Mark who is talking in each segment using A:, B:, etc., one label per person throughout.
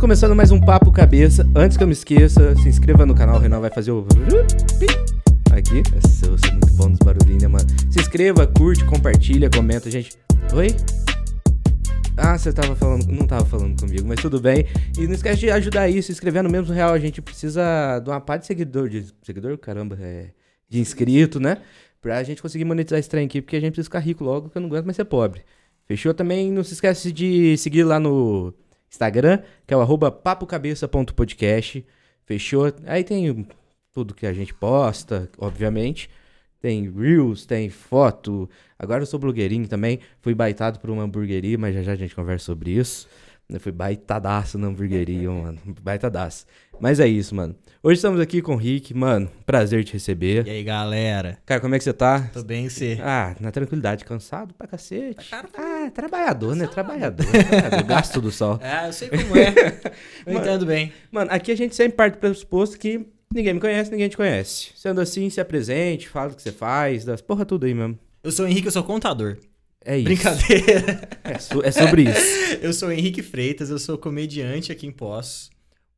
A: começando mais um Papo Cabeça. Antes que eu me esqueça, se inscreva no canal. O Renan vai fazer o. Aqui. Nossa, Eu sou muito bom nos barulhinhos, né, mano? Se inscreva, curte, compartilha, comenta, gente. Oi? Ah, você tava falando. Não tava falando comigo, mas tudo bem. E não esquece de ajudar aí, se inscrever no mesmo real. A gente precisa de uma parte de seguidor. De, seguidor? Caramba, é. De inscrito, né? Pra gente conseguir monetizar esse trem aqui, porque a gente precisa ficar rico logo, que eu não aguento mais ser pobre. Fechou? Também não se esquece de seguir lá no Instagram, que é o arroba papocabeça.podcast. Fechou? Aí tem tudo que a gente posta, obviamente. Tem reels, tem foto. Agora eu sou blogueirinho também. Fui baitado por uma hamburgueria, mas já já a gente conversa sobre isso. Eu fui baitadaço na hamburgueria, mano. Baitadaço. Mas é isso, mano. Hoje estamos aqui com o Rick. Mano, prazer te
B: E
A: receber.
B: aí, galera?
A: Cara, como é que você tá?
B: Tô bem, você?
A: Ah, na tranquilidade, cansado pra cacete. ah, trabalhador, né? Trabalhador, trabalhador. Gasto do sol.
B: Ah, eu sei como é. Eu entendo bem.
A: Mano, aqui a gente sempre parte do pressuposto que ninguém me conhece, ninguém te conhece. Sendo assim, se apresente, fala o que você faz, das porra tudo aí mesmo.
B: Eu sou o Henrique, eu sou contador.
A: É isso.
B: Brincadeira.
A: É, so- é sobre isso.
B: Eu sou o Henrique Freitas, eu sou comediante aqui em Poços,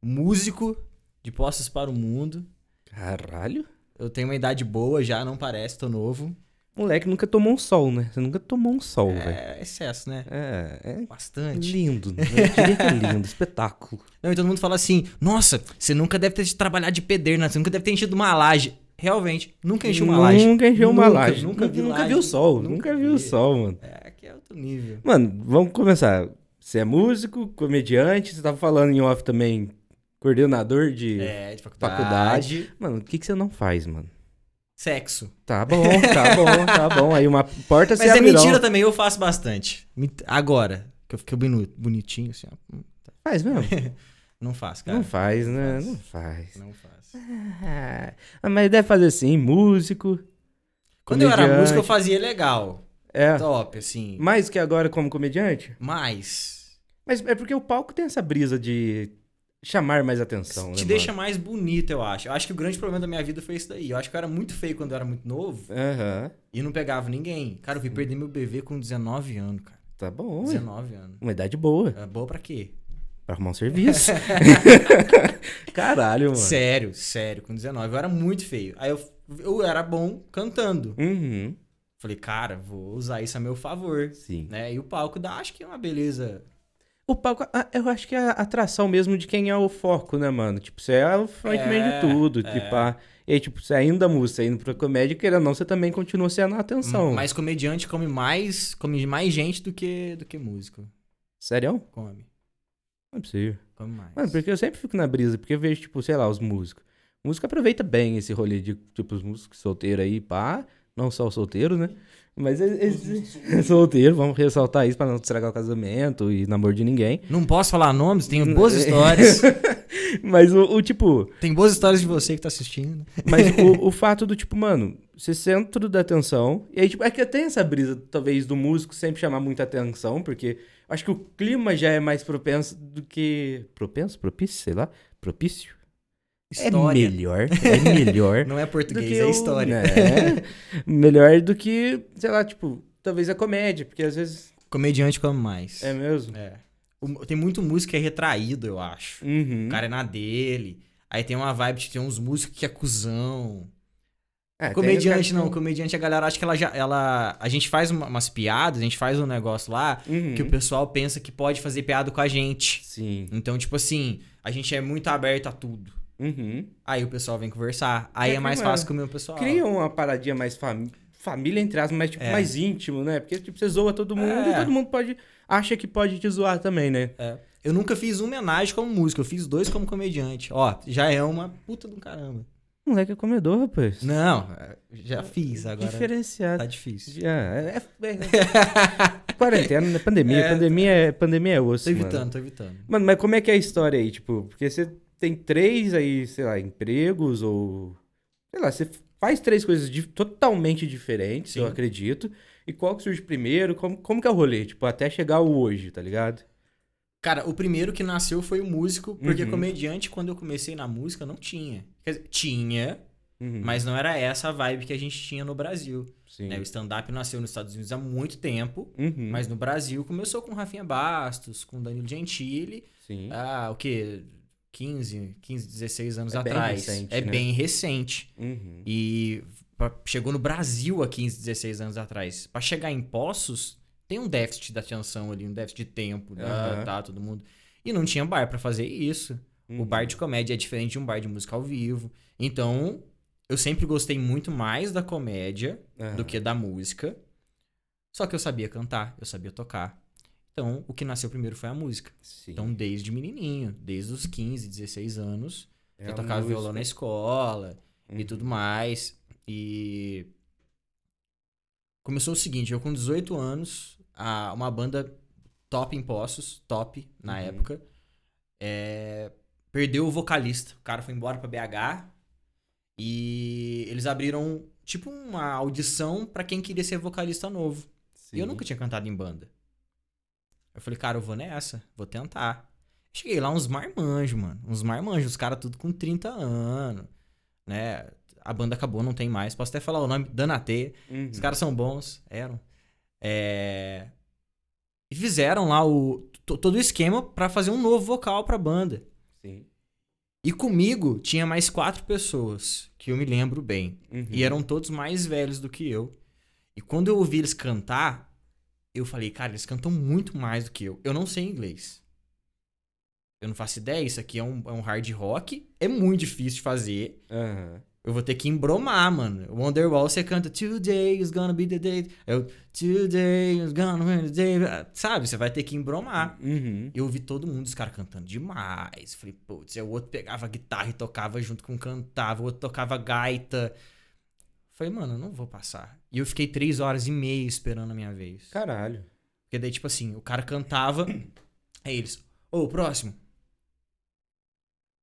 B: músico de Poços para o Mundo.
A: Caralho.
B: Eu tenho uma idade boa já, não parece, tô novo.
A: Moleque nunca tomou um sol, né? Você nunca tomou um sol, velho.
B: É excesso, né?
A: É, é
B: Bastante.
A: lindo. né? Eu diria que é lindo, espetáculo.
B: Não, e todo mundo fala assim: nossa, você nunca deve ter trabalhado de pederna, você nunca deve ter enchido uma laje. Realmente, nunca enchi uma laje.
A: Nunca encheu uma
B: Nunca,
A: laje.
B: nunca vi laje.
A: o sol.
B: Nunca
A: Nunca viu o
B: vi.
A: sol, mano.
B: É, aqui é outro nível.
A: Mano, vamos começar. Você é músico, comediante, você tava falando em off também, coordenador de.
B: É, de
A: Faculdade.
B: faculdade.
A: Mano, o que, que você não faz, mano?
B: Sexo.
A: Tá bom, tá bom, tá bom. Aí uma porta se
B: Mas é
A: abre.
B: mentira também, eu faço bastante. Me- Agora, que eu fiquei bonu- bonitinho assim, ó. Hum,
A: Faz mesmo?
B: Não faço, cara.
A: Não faz, né?
B: faz.
A: Não faz.
B: Não faço.
A: Ah, mas deve fazer sim, músico.
B: Quando eu era
A: comediante.
B: músico, eu fazia legal.
A: É.
B: Top, assim.
A: Mais que agora como comediante?
B: Mas
A: Mas é porque o palco tem essa brisa de chamar mais atenção.
B: te
A: né,
B: deixa mais bonito, eu acho. Eu acho que o grande problema da minha vida foi isso daí. Eu acho que eu era muito feio quando eu era muito novo
A: mano? Aham.
B: e não pegava ninguém. Cara, eu fui perder meu bebê com 19 anos, cara.
A: Tá bom.
B: 19 anos.
A: Uma idade boa.
B: É boa pra quê?
A: Pra arrumar um serviço. Caralho, mano.
B: Sério, sério, com 19. Eu era muito feio. Aí eu, eu era bom cantando.
A: Uhum.
B: Falei, cara, vou usar isso a meu favor.
A: Sim.
B: né? E o palco dá, acho que é uma beleza.
A: O palco, ah, eu acho que é a atração mesmo de quem é o foco, né, mano? Tipo, você é o frontman
B: É,
A: de tudo, tipo, ah, e aí, tipo, saindo da música, indo pra comédia, querendo ou não, você também continua sendo a atenção.
B: Hum, Mas comediante come mais, come mais gente do que do que músico.
A: Sério?
B: Come.
A: Não é possível.
B: Come mais.
A: Mano, porque eu sempre fico na brisa, porque eu vejo, tipo, sei lá, os músicos. O músico aproveita bem esse rolê de, tipo, os músicos solteiros aí, pá. Não só o solteiro, né? Mas eles... solteiro, vamos ressaltar isso pra não estragar o casamento e namoro de ninguém.
B: Não posso falar nomes, tenho boas histórias.
A: Mas o- o tipo,
B: Tem boas histórias de você que tá assistindo.
A: Mas o, o fato do, tipo, mano, ser centro da atenção. E aí, tipo, é que tem essa brisa, talvez, do músico sempre chamar muita atenção, porque eu acho que o clima já é mais propenso do que. Propenso? Propício? Sei lá. Propício? É
B: História.
A: melhor. É melhor.
B: Não é
A: do
B: português,
A: que
B: é
A: o-
B: história.
A: né? melhor do que, sei lá, tipo, talvez a comédia, porque às vezes.
B: Comediante come mais.
A: É mesmo?
B: É. O- tem muito músico que é retraído, eu acho.
A: Uhum.
B: O cara é na dele. Aí tem uma vibe de ter uns músicos que é cuzão.
A: É, tem
B: Comediante
A: essa-
B: não, comediante a galera acha que ela já. Ela, a gente faz uma- umas piadas, a gente faz um negócio lá
A: Uhum.
B: que o pessoal pensa que pode fazer piada com a gente.
A: Sim.
B: Então, tipo assim, a gente é muito aberto a tudo.
A: Uhum.
B: Aí o pessoal vem conversar. Aí
A: É
B: é, mais
A: que, mano,
B: fácil comer o pessoal.
A: cria uma paradinha mais fami- família, entre aspas, mas tipo,
B: É.
A: mais íntimo, né? Porque tipo, você zoa todo mundo
B: É.
A: e todo mundo pode acha que pode te zoar também, né?
B: Eu nunca fiz um homenagem como músico, eu fiz dois como comediante. Ó, já é uma puta do caramba.
A: Moleque é comedor, rapaz.
B: Não, é, já fiz, agora
A: Diferenciado.
B: tá difícil.
A: É, é- é- quarentena, né? Pandemia.
B: É.
A: Pandemia é pandemia é osso,
B: Tô
A: mano.
B: evitando, tô evitando.
A: Mano, mas como é que é a história aí? Tipo, porque você tem três aí, sei lá, empregos ou. Sei lá, você faz três coisas di- totalmente diferentes,
B: Sim.
A: eu acredito. E qual que surge primeiro? Como, como que é o rolê? Tipo, até chegar o hoje, tá ligado?
B: Cara, o primeiro que nasceu foi o músico, porque
A: Uhum.
B: comediante, quando eu comecei na música, não tinha. Quer dizer, tinha,
A: Uhum.
B: Mas não era essa a vibe que a gente tinha no Brasil.
A: Sim.
B: né? O stand-up nasceu nos Estados Unidos há muito tempo,
A: Uhum.
B: mas no Brasil começou com Rafinha Bastos, com Danilo Gentili,
A: Sim.
B: ah, o quê? 15, 15, 16 anos
A: É bem
B: atrás.
A: recente,
B: é
A: né?
B: bem recente.
A: Uhum.
B: E pra- chegou no Brasil há 15, 16 anos atrás. Pra chegar em Poços, tem um déficit da atenção ali, um déficit de tempo, né?
A: Aham.
B: tá, todo mundo. E não tinha bar pra fazer isso. O
A: Uhum.
B: bar de comédia é diferente de um bar de música ao vivo. Então, eu sempre gostei muito mais da comédia
A: Aham.
B: do que da música. Só que eu sabia cantar, eu sabia tocar. Então, o que nasceu primeiro foi a música.
A: Ah, Sim.
B: Então, desde menininho, desde os 15, 16 anos,
A: É
B: eu
A: a
B: tocava
A: música.
B: violão na escola
A: Uhum.
B: e tudo mais. E começou o seguinte, eu com 18 anos, a, uma banda top em Poços, top na
A: Uhum.
B: época, é, perdeu o vocalista. O cara foi embora pra BH e eles abriram tipo uma audição pra quem queria ser vocalista novo.
A: Sim.
B: E eu nunca tinha cantado em banda. Eu falei, cara, eu vou nessa, vou tentar. Cheguei lá uns marmanjos, mano. Uns marmanjos, os caras tudo com 30 anos, né? A banda acabou, não tem mais. Posso até falar o nome, Danatê.
A: Uhum.
B: Os caras são bons, eram. É... E fizeram lá o to- todo o esquema pra fazer um novo vocal pra banda.
A: Sim.
B: E comigo tinha mais quatro pessoas, que eu me lembro bem.
A: Uhum.
B: E eram todos mais velhos do que eu. E quando eu ouvi eles cantar, eu falei, cara, eles cantam muito mais do que eu. Eu não sei inglês. Eu não faço ideia, isso aqui é um, é um hard rock. É muito difícil de fazer.
A: Uhum. Aham.
B: Eu vou ter que embromar, mano. Wonderwall, você canta Today is gonna be the day. Eu, Today is gonna be the day. Sabe, você vai ter que embromar.
A: Uhum.
B: Eu ouvi todo mundo, os caras cantando demais. Falei, putz, aí o outro pegava a guitarra e tocava junto com o cantava, o outro tocava gaita. Falei, mano, eu não vou passar. E eu fiquei três horas e meia esperando a minha vez.
A: Caralho.
B: Porque daí, tipo assim, o cara cantava, aí eles, ô, próximo.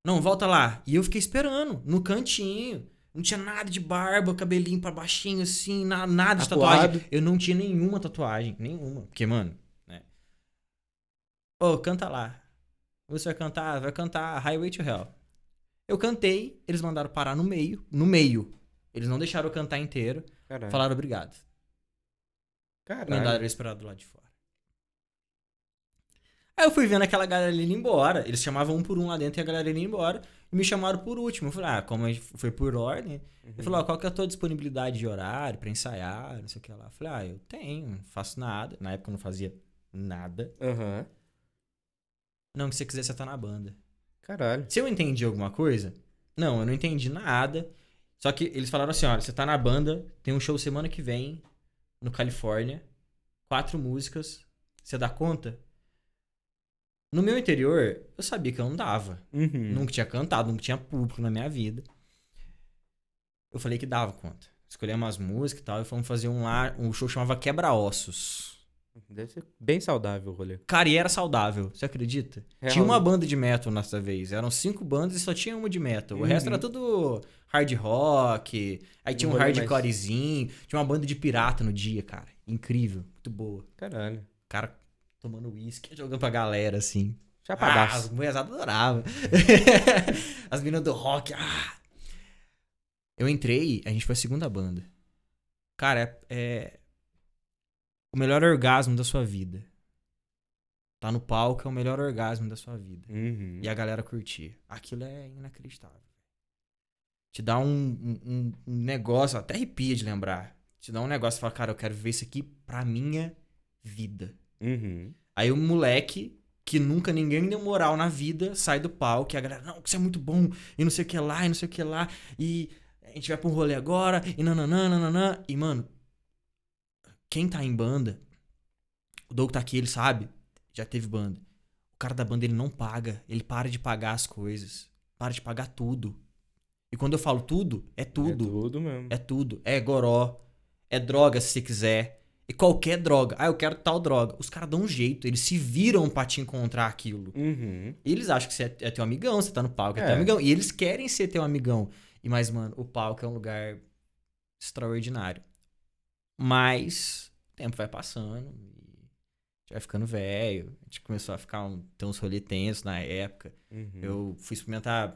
B: Não, volta lá. E eu fiquei esperando, no cantinho. Não tinha nada de barba, cabelinho pra baixinho, assim, na- nada de
A: Tatuado.
B: tatuagem. Eu não tinha nenhuma tatuagem, nenhuma. Porque, mano, né? Ô, canta lá. Você vai cantar, vai cantar Highway to Hell. Eu cantei, eles mandaram parar no meio, no meio. Eles não deixaram eu cantar inteiro,
A: Caralho.
B: falaram obrigado.
A: Caralho. Né?
B: Mandaram eles pra do lado é de fora. Aí eu fui vendo aquela galera ali indo embora. Eles chamavam um por um lá dentro e a galera indo embora. E me chamaram por último. Eu falei, ah, como a gente foi por ordem.
A: Uhum.
B: Ele falou, ó, qual que é a tua disponibilidade de horário pra ensaiar, não sei o que lá. Eu falei, ah, eu tenho, não faço nada. Na época eu não fazia nada.
A: Aham.
B: Não, que você quiser, você tá na banda.
A: Caralho.
B: Se eu entendi alguma coisa? Não, eu não entendi nada. Só que eles falaram assim: olha, você tá na banda, tem um show semana que vem, no Califórnia, quatro músicas, você dá conta? No meu interior, eu sabia que eu não dava.
A: Uhum.
B: Nunca tinha cantado, nunca tinha público na minha vida. Eu falei que dava conta. Escolhi umas músicas e tal, e fomos fazer um lá, um show chamava Quebra-Ossos.
A: Deve ser bem saudável o rolê.
B: Cara, e era saudável, você acredita?
A: Real.
B: Tinha uma banda de metal nessa vez. Eram cinco bandas e só tinha uma de metal. O
A: Uhum.
B: resto era tudo hard rock. Aí tinha um
A: Um rolê mais-
B: hardcorezinho. Tinha uma banda de pirata no dia, cara. Incrível. Muito boa. O
A: Caralho.
B: cara tomando uísque, jogando pra galera, assim. Ah, as
A: Chapadaço.
B: mulheres adoravam. as meninas do rock. ah. Eu entrei, a gente foi a segunda banda. Cara, é, é- O melhor orgasmo da sua vida. Tá no palco, é o melhor orgasmo da sua vida.
A: Uhum.
B: E a galera curtir. Aquilo é inacreditável. Te dá um, um- um- um negócio, até arrepia de lembrar. Te dá um negócio e fala, cara, eu quero ver isso aqui pra minha vida.
A: Uhum.
B: Aí o moleque, que nunca ninguém deu moral na vida, sai do palco e a galera, não, que isso é muito bom, e não sei o que lá, e não sei o que lá, e a gente vai pra um rolê agora, e nananã, nananã. E, mano, quem tá em banda, o Doug tá aqui, ele sabe, já teve banda. O cara da banda, ele não paga, ele para de pagar as coisas, para de pagar tudo. E quando eu falo tudo, é
A: É
B: tudo.
A: tudo mesmo.
B: É tudo. É goró. É droga se você quiser. E qualquer droga. Ah, eu quero tal droga. Os caras dão um jeito. Eles se viram pra te encontrar aquilo.
A: Uhum.
B: E eles acham que você é, é teu amigão, você tá no palco, é.
A: É.
B: teu amigão. E eles querem ser teu amigão. E mas, mano, o palco é um lugar extraordinário. Mas o tempo vai passando. E a gente vai ficando velho. A gente começou a ficar um, ter uns rolê tenso na época.
A: Uhum.
B: Eu fui experimentar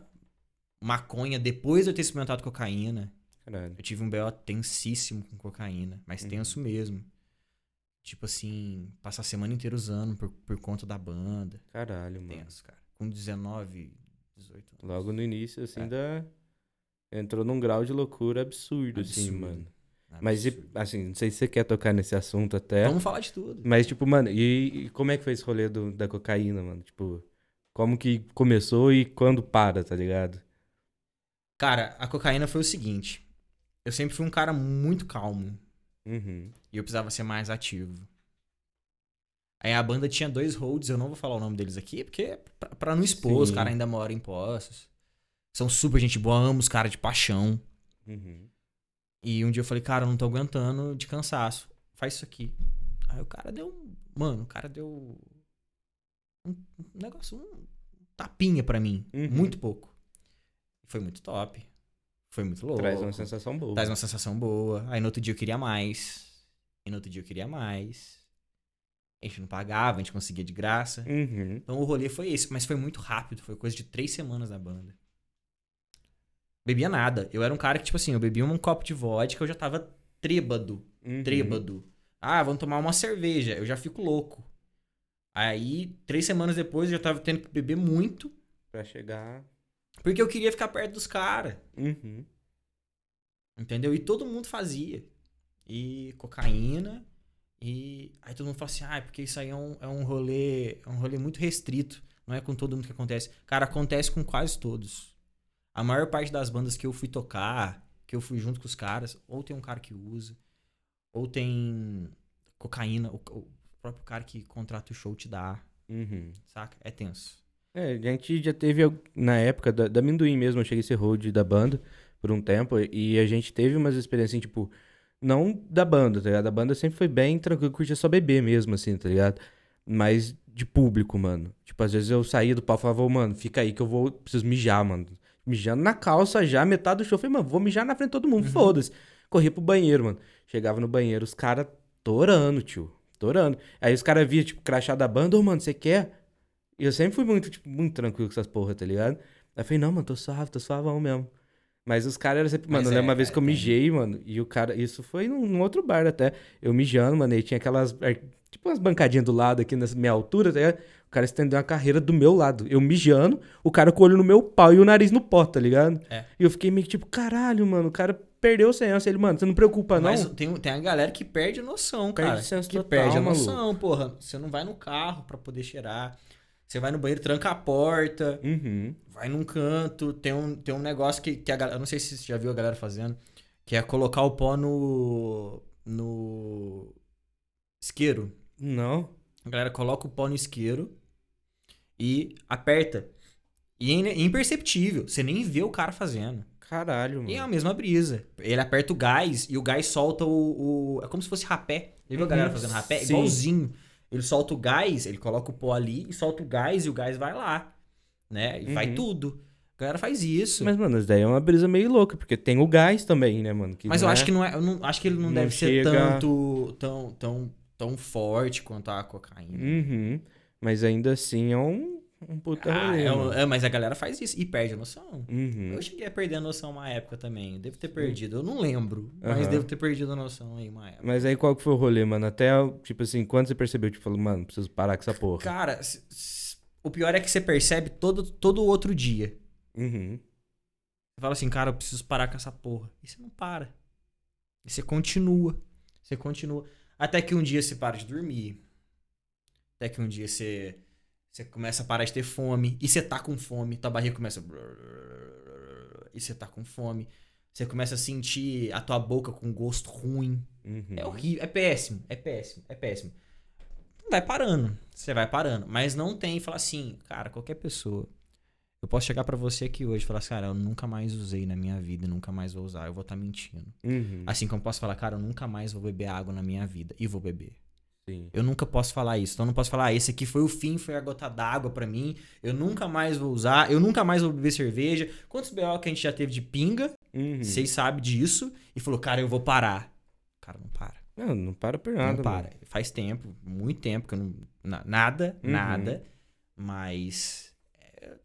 B: maconha depois de eu ter experimentado cocaína.
A: Caralho.
B: Eu tive um BO tensíssimo com cocaína, mas
A: Uhum.
B: tenso mesmo. Tipo assim, passar a semana inteira usando por, por conta da banda.
A: Caralho, mano.
B: Tenso, cara. Com 19, 18 anos.
A: Logo no início,
B: É.
A: assim, da... entrou num grau de loucura absurdo, assim,
B: Absurdo.
A: mano. Mas, e- É?
B: Absurdo.
A: assim, não sei se você quer tocar nesse assunto até.
B: Vamos falar de tudo.
A: Mas, tipo, mano, e, e como é que foi esse rolê do- da cocaína, mano? Tipo, como que começou e quando para, tá ligado?
B: Cara, a cocaína foi o seguinte. Eu sempre fui um cara muito calmo.
A: Uhum.
B: E eu precisava ser mais ativo. Aí a banda tinha dois holds, eu não vou falar o nome deles aqui, porque é pra, pra não expor, os
A: Sim.
B: caras ainda moram em Poços. São super gente boa, amo os caras de paixão.
A: Uhum.
B: E um dia eu falei, cara, eu não tô aguentando de cansaço. Faz isso aqui. Aí o cara deu um. Mano, o cara deu. Um um negócio, um tapinha pra mim.
A: Uhum.
B: Muito pouco. Foi muito top. Foi muito louco.
A: Traz uma sensação boa.
B: Traz uma sensação boa. Aí no outro dia eu queria mais. E no outro dia eu queria mais. A gente não pagava, a gente conseguia de graça.
A: Uhum.
B: Então o rolê foi esse, mas foi muito rápido. Foi coisa de três semanas na banda. Bebia nada. Eu era um cara que, tipo assim, eu bebia um copo de vodka, eu já tava trêbado.
A: Uhum.
B: Trêbado. Ah, vamos tomar uma cerveja. Eu já fico louco. Aí, três semanas depois, eu já tava tendo que beber muito.
A: Pra chegar.
B: Porque eu queria ficar perto dos caras.
A: Uhum.
B: Entendeu? E todo mundo fazia. E cocaína. E aí todo mundo fala assim, ah, é porque isso aí é um, é um rolê, é um rolê muito restrito. Não é com todo mundo que acontece. Cara, acontece com quase todos. A maior parte das bandas que eu fui tocar, que eu fui junto com os caras, ou tem um cara que usa, ou tem cocaína, o, o próprio cara que contrata o show te dá,
A: Uhum.
B: saca? É tenso.
A: É, a gente já teve, al- na época da, da Amendoim mesmo, eu cheguei a ser hold da banda por um tempo, e a gente teve umas experiências, assim, tipo, não da banda, tá ligado? A banda sempre foi bem tranquilo, curtia só beber mesmo, assim, tá ligado? Mas de público, mano. Tipo, às vezes eu saía do pau e falava, "Ô, mano, fica aí que eu vou, preciso mijar, mano. Mijando na calça já, metade do show, eu falei, mano, vou mijar na frente de todo mundo,
B: Uhum.
A: foda-se. Corria pro banheiro, mano. Chegava no banheiro, os caras torando, tio, torando. Aí os caras via, tipo, crachá da banda, ô, mano, você quer? E eu sempre fui muito, tipo, muito tranquilo com essas porra, tá ligado? Aí eu falei, não, mano, tô suave, tô suavão mesmo. Mas os caras eram sempre.
B: Mas
A: Mano, eu
B: é,
A: lembro uma vez
B: cara,
A: que eu
B: tem.
A: mijei, mano, e o cara. Isso foi num, num outro bar até. Eu mijando, mano, e tinha aquelas. ar- Tipo umas bancadinhas do lado aqui nessa minha altura, tá ligado? O cara estendeu uma carreira do meu lado. Eu mijando, o cara com o olho no meu pau e o nariz no pó, tá ligado?
B: É.
A: E eu fiquei meio que tipo, caralho, mano, o cara perdeu o senso. Ele, mano, você não preocupa, não?
B: Mas tem, tem a galera que perde a noção,
A: Perde
B: cara.
A: o senso
B: que
A: total,
B: perde a
A: maluco.
B: noção, porra. Você não vai no carro pra poder cheirar. Você vai no banheiro, tranca a porta,
A: Uhum.
B: vai num canto. Tem um, tem um negócio que, que a galera. Eu não sei se você já viu a galera fazendo. Que é colocar o pó no. no. isqueiro.
A: Não.
B: A galera coloca o pó no isqueiro e aperta. E é ine- imperceptível. Você nem vê o cara fazendo.
A: Caralho, mano.
B: E é a mesma brisa. Ele aperta o gás e o gás solta o. o- é como se fosse rapé. Já viu a
A: Uhum,
B: galera fazendo rapé?
A: sim.
B: Igualzinho. Ele solta o gás, ele coloca o pó ali e solta o gás e o gás vai lá. Né? E vai
A: Uhum.
B: tudo. A galera faz isso. Mas,
A: Mas, mano, isso daí é uma brisa meio louca, porque tem o gás também, né, mano?
B: eu acho que não é. Eu não, acho que ele não,
A: Não
B: deve
A: chega-
B: ser tanto. tão, tão, tão forte quanto a cocaína.
A: Uhum. Mas ainda assim é um, um puta
B: Ah,
A: rolê,
B: é um-
A: mano.
B: é, mas a galera faz isso e perde a noção.
A: Uhum.
B: Eu cheguei a perder a noção uma época também. Eu devo ter perdido. Eu não lembro. Mas
A: Hum. Aham.
B: devo ter perdido a noção aí uma época.
A: Mas aí qual que foi o rolê, mano? Até, tipo assim, quando você percebeu, tipo, falou, mano, preciso parar com essa porra.
B: Cara, s- s- o pior é que você percebe todo, todo outro dia.
A: Uhum.
B: Você fala assim, cara, eu preciso parar com essa porra. E você não para. E você continua. Você continua. Até que um dia você para de dormir. Até que um dia você, você começa a parar de ter fome. E você tá com fome. Tua barriga começa. E você tá com fome. Você começa a sentir a tua boca com gosto ruim.
A: Uhum.
B: É horrível, é péssimo, é péssimo, é péssimo. Vai parando, você vai parando. Mas não tem, falar assim, cara, qualquer pessoa. Eu posso chegar pra você aqui hoje e falar assim, cara, eu nunca mais usei na minha vida, nunca mais vou usar, eu vou estar mentindo.
A: Uhum.
B: Assim como eu posso falar, cara, eu nunca mais vou beber água na minha vida, e vou beber.
A: Sim.
B: Eu nunca posso falar isso. Então eu não posso falar, ah, esse aqui foi o fim, foi a gota d'água pra mim, eu nunca mais vou usar, eu nunca mais vou beber cerveja. Quantos BO que a gente já teve de pinga,
A: Uhum.
B: vocês sabem disso, e falou, cara, eu vou parar. Cara, não para.
A: Não, não para por nada,
B: não para. Faz tempo, muito tempo que eu não. na- nada,
A: Uhum.
B: nada. Mas. é,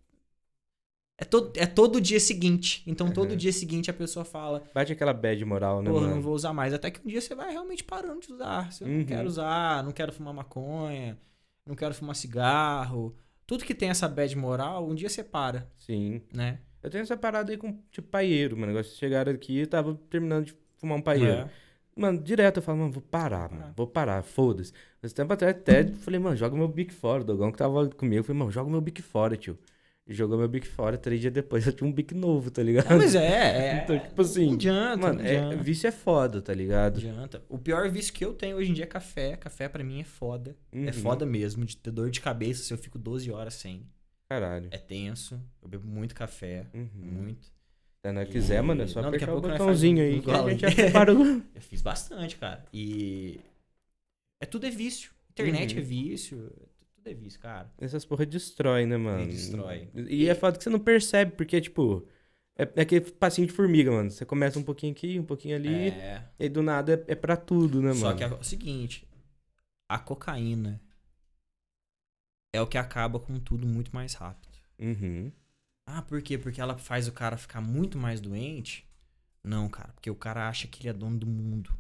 B: É todo, é todo dia seguinte. Então,
A: Uhum.
B: todo dia seguinte a pessoa fala,
A: Bate aquela bad moral, né,
B: porra,
A: mano?
B: não vou usar mais. Até que um dia você vai realmente parando de usar. Se eu
A: Uhum.
B: não quero usar, não quero fumar maconha, não quero fumar cigarro. Tudo que tem essa bad moral, um dia você para,
A: Sim.
B: né?
A: Eu tenho essa parada aí com, tipo, paieiro, mano. Negócio, chegaram aqui e tava terminando de fumar um paieiro.
B: É.
A: Mano, direto eu falo, mano, vou parar, mano. Vou parar, foda-se. Mas tempo atrás até falei, mano, joga meu bico fora. O Dogão que tava comigo, eu falei, mano, joga meu bico fora, tio. E jogou meu bico fora, três dias depois eu tinha um bico novo, tá ligado?
B: Não, mas é, é.
A: Então, tipo assim,
B: Não adianta,
A: mano,
B: não
A: é-
B: adianta.
A: vício é foda, tá
B: Não
A: ligado?
B: adianta. O pior vício que eu tenho hoje em dia é café. Café pra mim é foda.
A: Uhum.
B: É foda mesmo, de ter dor de cabeça se eu fico 12 horas sem.
A: Caralho.
B: É tenso. Eu bebo muito café.
A: Uhum.
B: Muito.
A: Se não quiser, mano, é só
B: É. Não, daqui a
A: apertar o
B: pouco nós
A: botãozinho
B: faz um
A: aí que a
B: gole.
A: gente já prepara o...
B: Eu fiz bastante, cara. E. É tudo é vício. Internet
A: Uhum.
B: é vício. Tudo é vício, cara.
A: Essas porra destrói, né, mano?
B: destrói.
A: E é foda que você não percebe, porque, tipo... É, é aquele passinho de formiga, mano. Você começa um pouquinho aqui, um pouquinho ali,
B: É.
A: e do nada é, é pra tudo, né,
B: Só
A: mano?
B: que é o seguinte: a cocaína é o que acaba com tudo muito mais rápido.
A: Uhum.
B: Ah, por quê? Porque ela faz o cara ficar muito mais doente? Não, cara, porque o cara acha que ele é dono do mundo,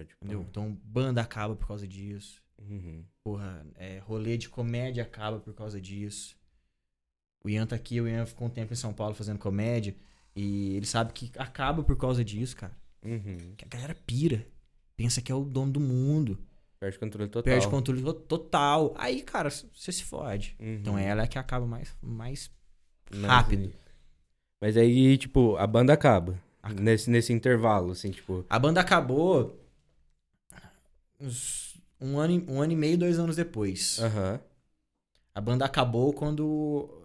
B: entendeu? Então, banda acaba por causa disso.
A: Uhum.
B: Porra, é, rolê de comédia acaba por causa disso. O Ian tá aqui, o Ian ficou um tempo em São Paulo fazendo comédia. E ele sabe que acaba por causa disso, cara.
A: Uhum.
B: Que a galera pira. Pensa que é o dono do mundo.
A: Perde controle total.
B: Perde controle to- total. Aí, cara, c- você se fode.
A: Uhum.
B: Então ela é que acaba mais, mais
A: Mas-
B: rápido.
A: Mas aí, tipo, a banda acaba.
B: Acaba.
A: Nesse, nesse intervalo, assim, tipo...
B: A banda acabou uns- um, ano, e- um ano e meio, dois anos depois.
A: Aham.
B: A banda acabou quando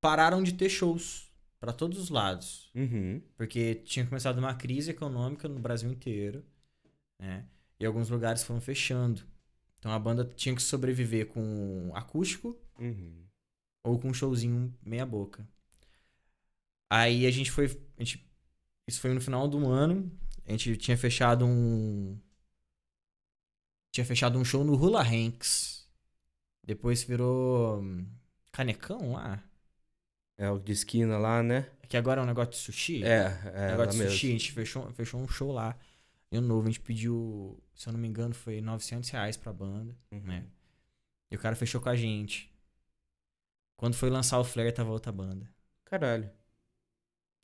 B: pararam de ter shows pra todos os lados.
A: Uhum.
B: Porque tinha começado uma crise econômica no Brasil inteiro, né? E alguns lugares foram fechando. Então a banda tinha que sobreviver com acústico
A: Uhum.
B: ou com um showzinho meia boca. Aí a gente foi, a gente- isso foi no final do ano, a gente tinha fechado um tinha fechado um show no Hula Hanks. Depois virou hum, Canecão lá,
A: É o de esquina lá, né?
B: que agora é um negócio de sushi.
A: É, é. lá
B: negócio de
A: mesmo.
B: sushi, a gente fechou, fechou um show lá. Ano novo, a gente pediu, se eu não me engano, foi 900 reais pra banda,
A: Uhum.
B: né? E o cara fechou com a gente. Quando foi lançar o Flare, tava outra banda.
A: Caralho.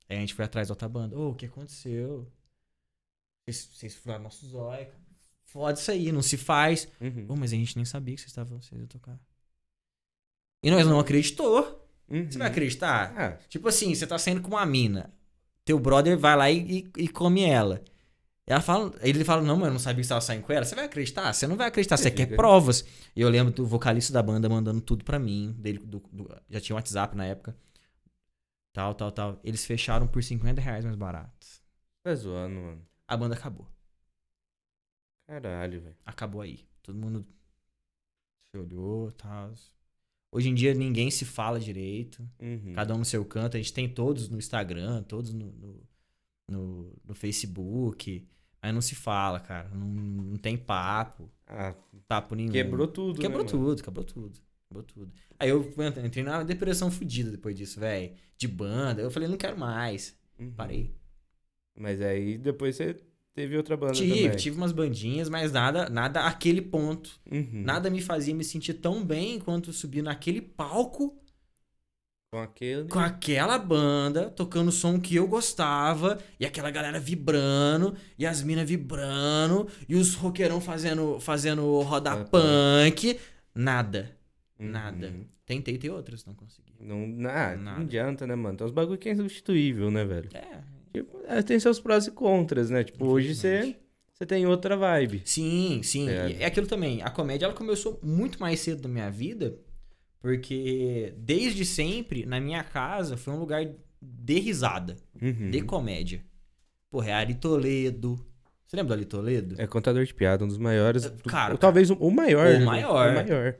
B: Aí a gente foi atrás da outra banda. Ô, o que aconteceu? Vocês, vocês furaram nosso zóio. cara. Foda isso aí, não se faz.
A: Uhum.
B: Ô, mas a gente nem sabia que vocês estavam, vocês iam tocar. E nós não acreditou.
A: Uhum.
B: Você vai acreditar?
A: Ah,
B: Tipo assim, você tá saindo com uma mina. Teu brother vai lá e, e- e come ela. Ela fala, ele fala, não, mas eu não sabia que você tava saindo com ela. Você vai acreditar? Você não vai acreditar, você
A: Fica.
B: quer provas. E eu lembro do vocalista da banda mandando tudo pra mim. Dele, do- do- já tinha WhatsApp na época. Tal, tal, tal. Eles fecharam por 50 reais mais barato.
A: tá zoando, mano.
B: A banda acabou.
A: Caralho, velho.
B: Acabou aí. Todo mundo se olhou, tal. Hoje em dia ninguém se fala direito.
A: Uhum.
B: Cada um no seu canto. A gente tem todos no Instagram, todos no, no, no- no Facebook. Mas não se fala, cara. Não, não tem papo.
A: Ah,
B: Papo nenhum.
A: quebrou tudo,
B: Quebrou
A: né, mano?
B: tudo, quebrou tudo. Quebrou tudo. Aí eu fui- entrei numa depressão fodida depois disso, velho. De banda. Eu falei, não quero mais.
A: Uhum.
B: Parei.
A: Mas aí depois você teve outra banda
B: Tive,
A: também.
B: tive umas bandinhas, mas nada, nada aquele ponto.
A: Uhum.
B: Nada me fazia me sentir tão bem quanto subir naquele palco
A: Com aquele...
B: com aquela banda, tocando o som que eu gostava, e aquela galera vibrando, e as minas vibrando, e os roqueirão fazendo, fazendo roda
A: Ah, tá.
B: punk. Nada.
A: Uhum.
B: Nada. Tentei ter outras, não consegui.
A: Não, na- não
B: Nada.
A: adianta, né, mano? Tem uns bagulho que é insubstituível, né, velho?
B: É.
A: Tipo, é, tem seus prós e contras, né? Tipo, hoje você,
B: Infelizmente.
A: você tem outra vibe.
B: Sim, sim.
A: É.
B: E É. aquilo também. A comédia ela começou muito mais cedo da minha vida, porque desde sempre, na minha casa, foi um lugar de risada,
A: Uhum.
B: de comédia. Porra, é Ari Toledo. Você lembra do Ari Toledo?
A: É contador de piada, um dos maiores.
B: É,
A: do-
B: cara,
A: ou talvez o- o maior.
B: o
A: né?
B: maior.
A: O maior.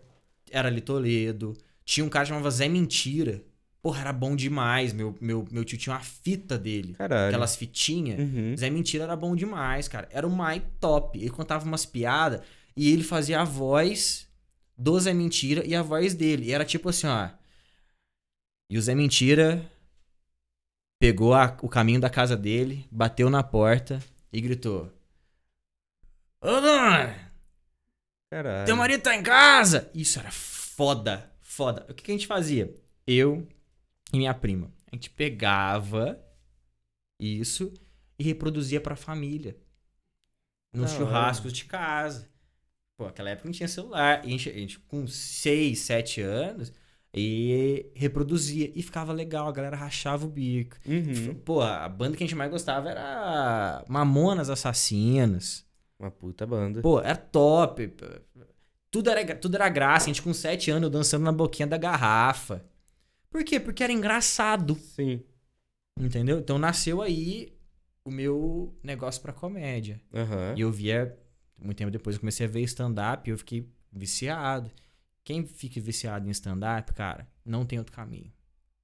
B: era ali Toledo. Tinha um cara que chamava Zé Mentira. Porra, era bom demais. Meu, meu, meu tio tinha uma fita dele.
A: Caralho.
B: Aquelas fitinhas.
A: Uhum.
B: Zé Mentira era bom demais, cara. Era o mais top. Ele contava umas piadas e ele fazia a voz do Zé Mentira e a voz dele. E era tipo assim, ó. E o Zé Mentira pegou a- o caminho da casa dele, bateu na porta e gritou: Ô dona,
A: Caralho.
B: teu marido tá em casa! Isso era foda, foda. O que, que a gente fazia? Eu e minha prima. A gente pegava isso e reproduzia pra família. Nos
A: Da hora.
B: churrascos de casa. Pô, naquela época não tinha celular. E a gente, a gente com 6, 7 anos e reproduzia. E ficava legal, a galera rachava o bico.
A: Uhum.
B: Pô, a banda que a gente mais gostava era Mamonas Assassinas.
A: Uma puta banda.
B: Pô, era top. pô. Tudo era, tudo era graça. A gente com 7 anos dançando na boquinha da garrafa. Por quê? Porque era engraçado.
A: Sim.
B: Entendeu? Então nasceu aí o meu negócio pra comédia.
A: Aham.
B: E eu via, muito tempo depois eu comecei a ver stand-up e eu fiquei viciado. Quem fica viciado em stand-up, cara, não tem outro caminho.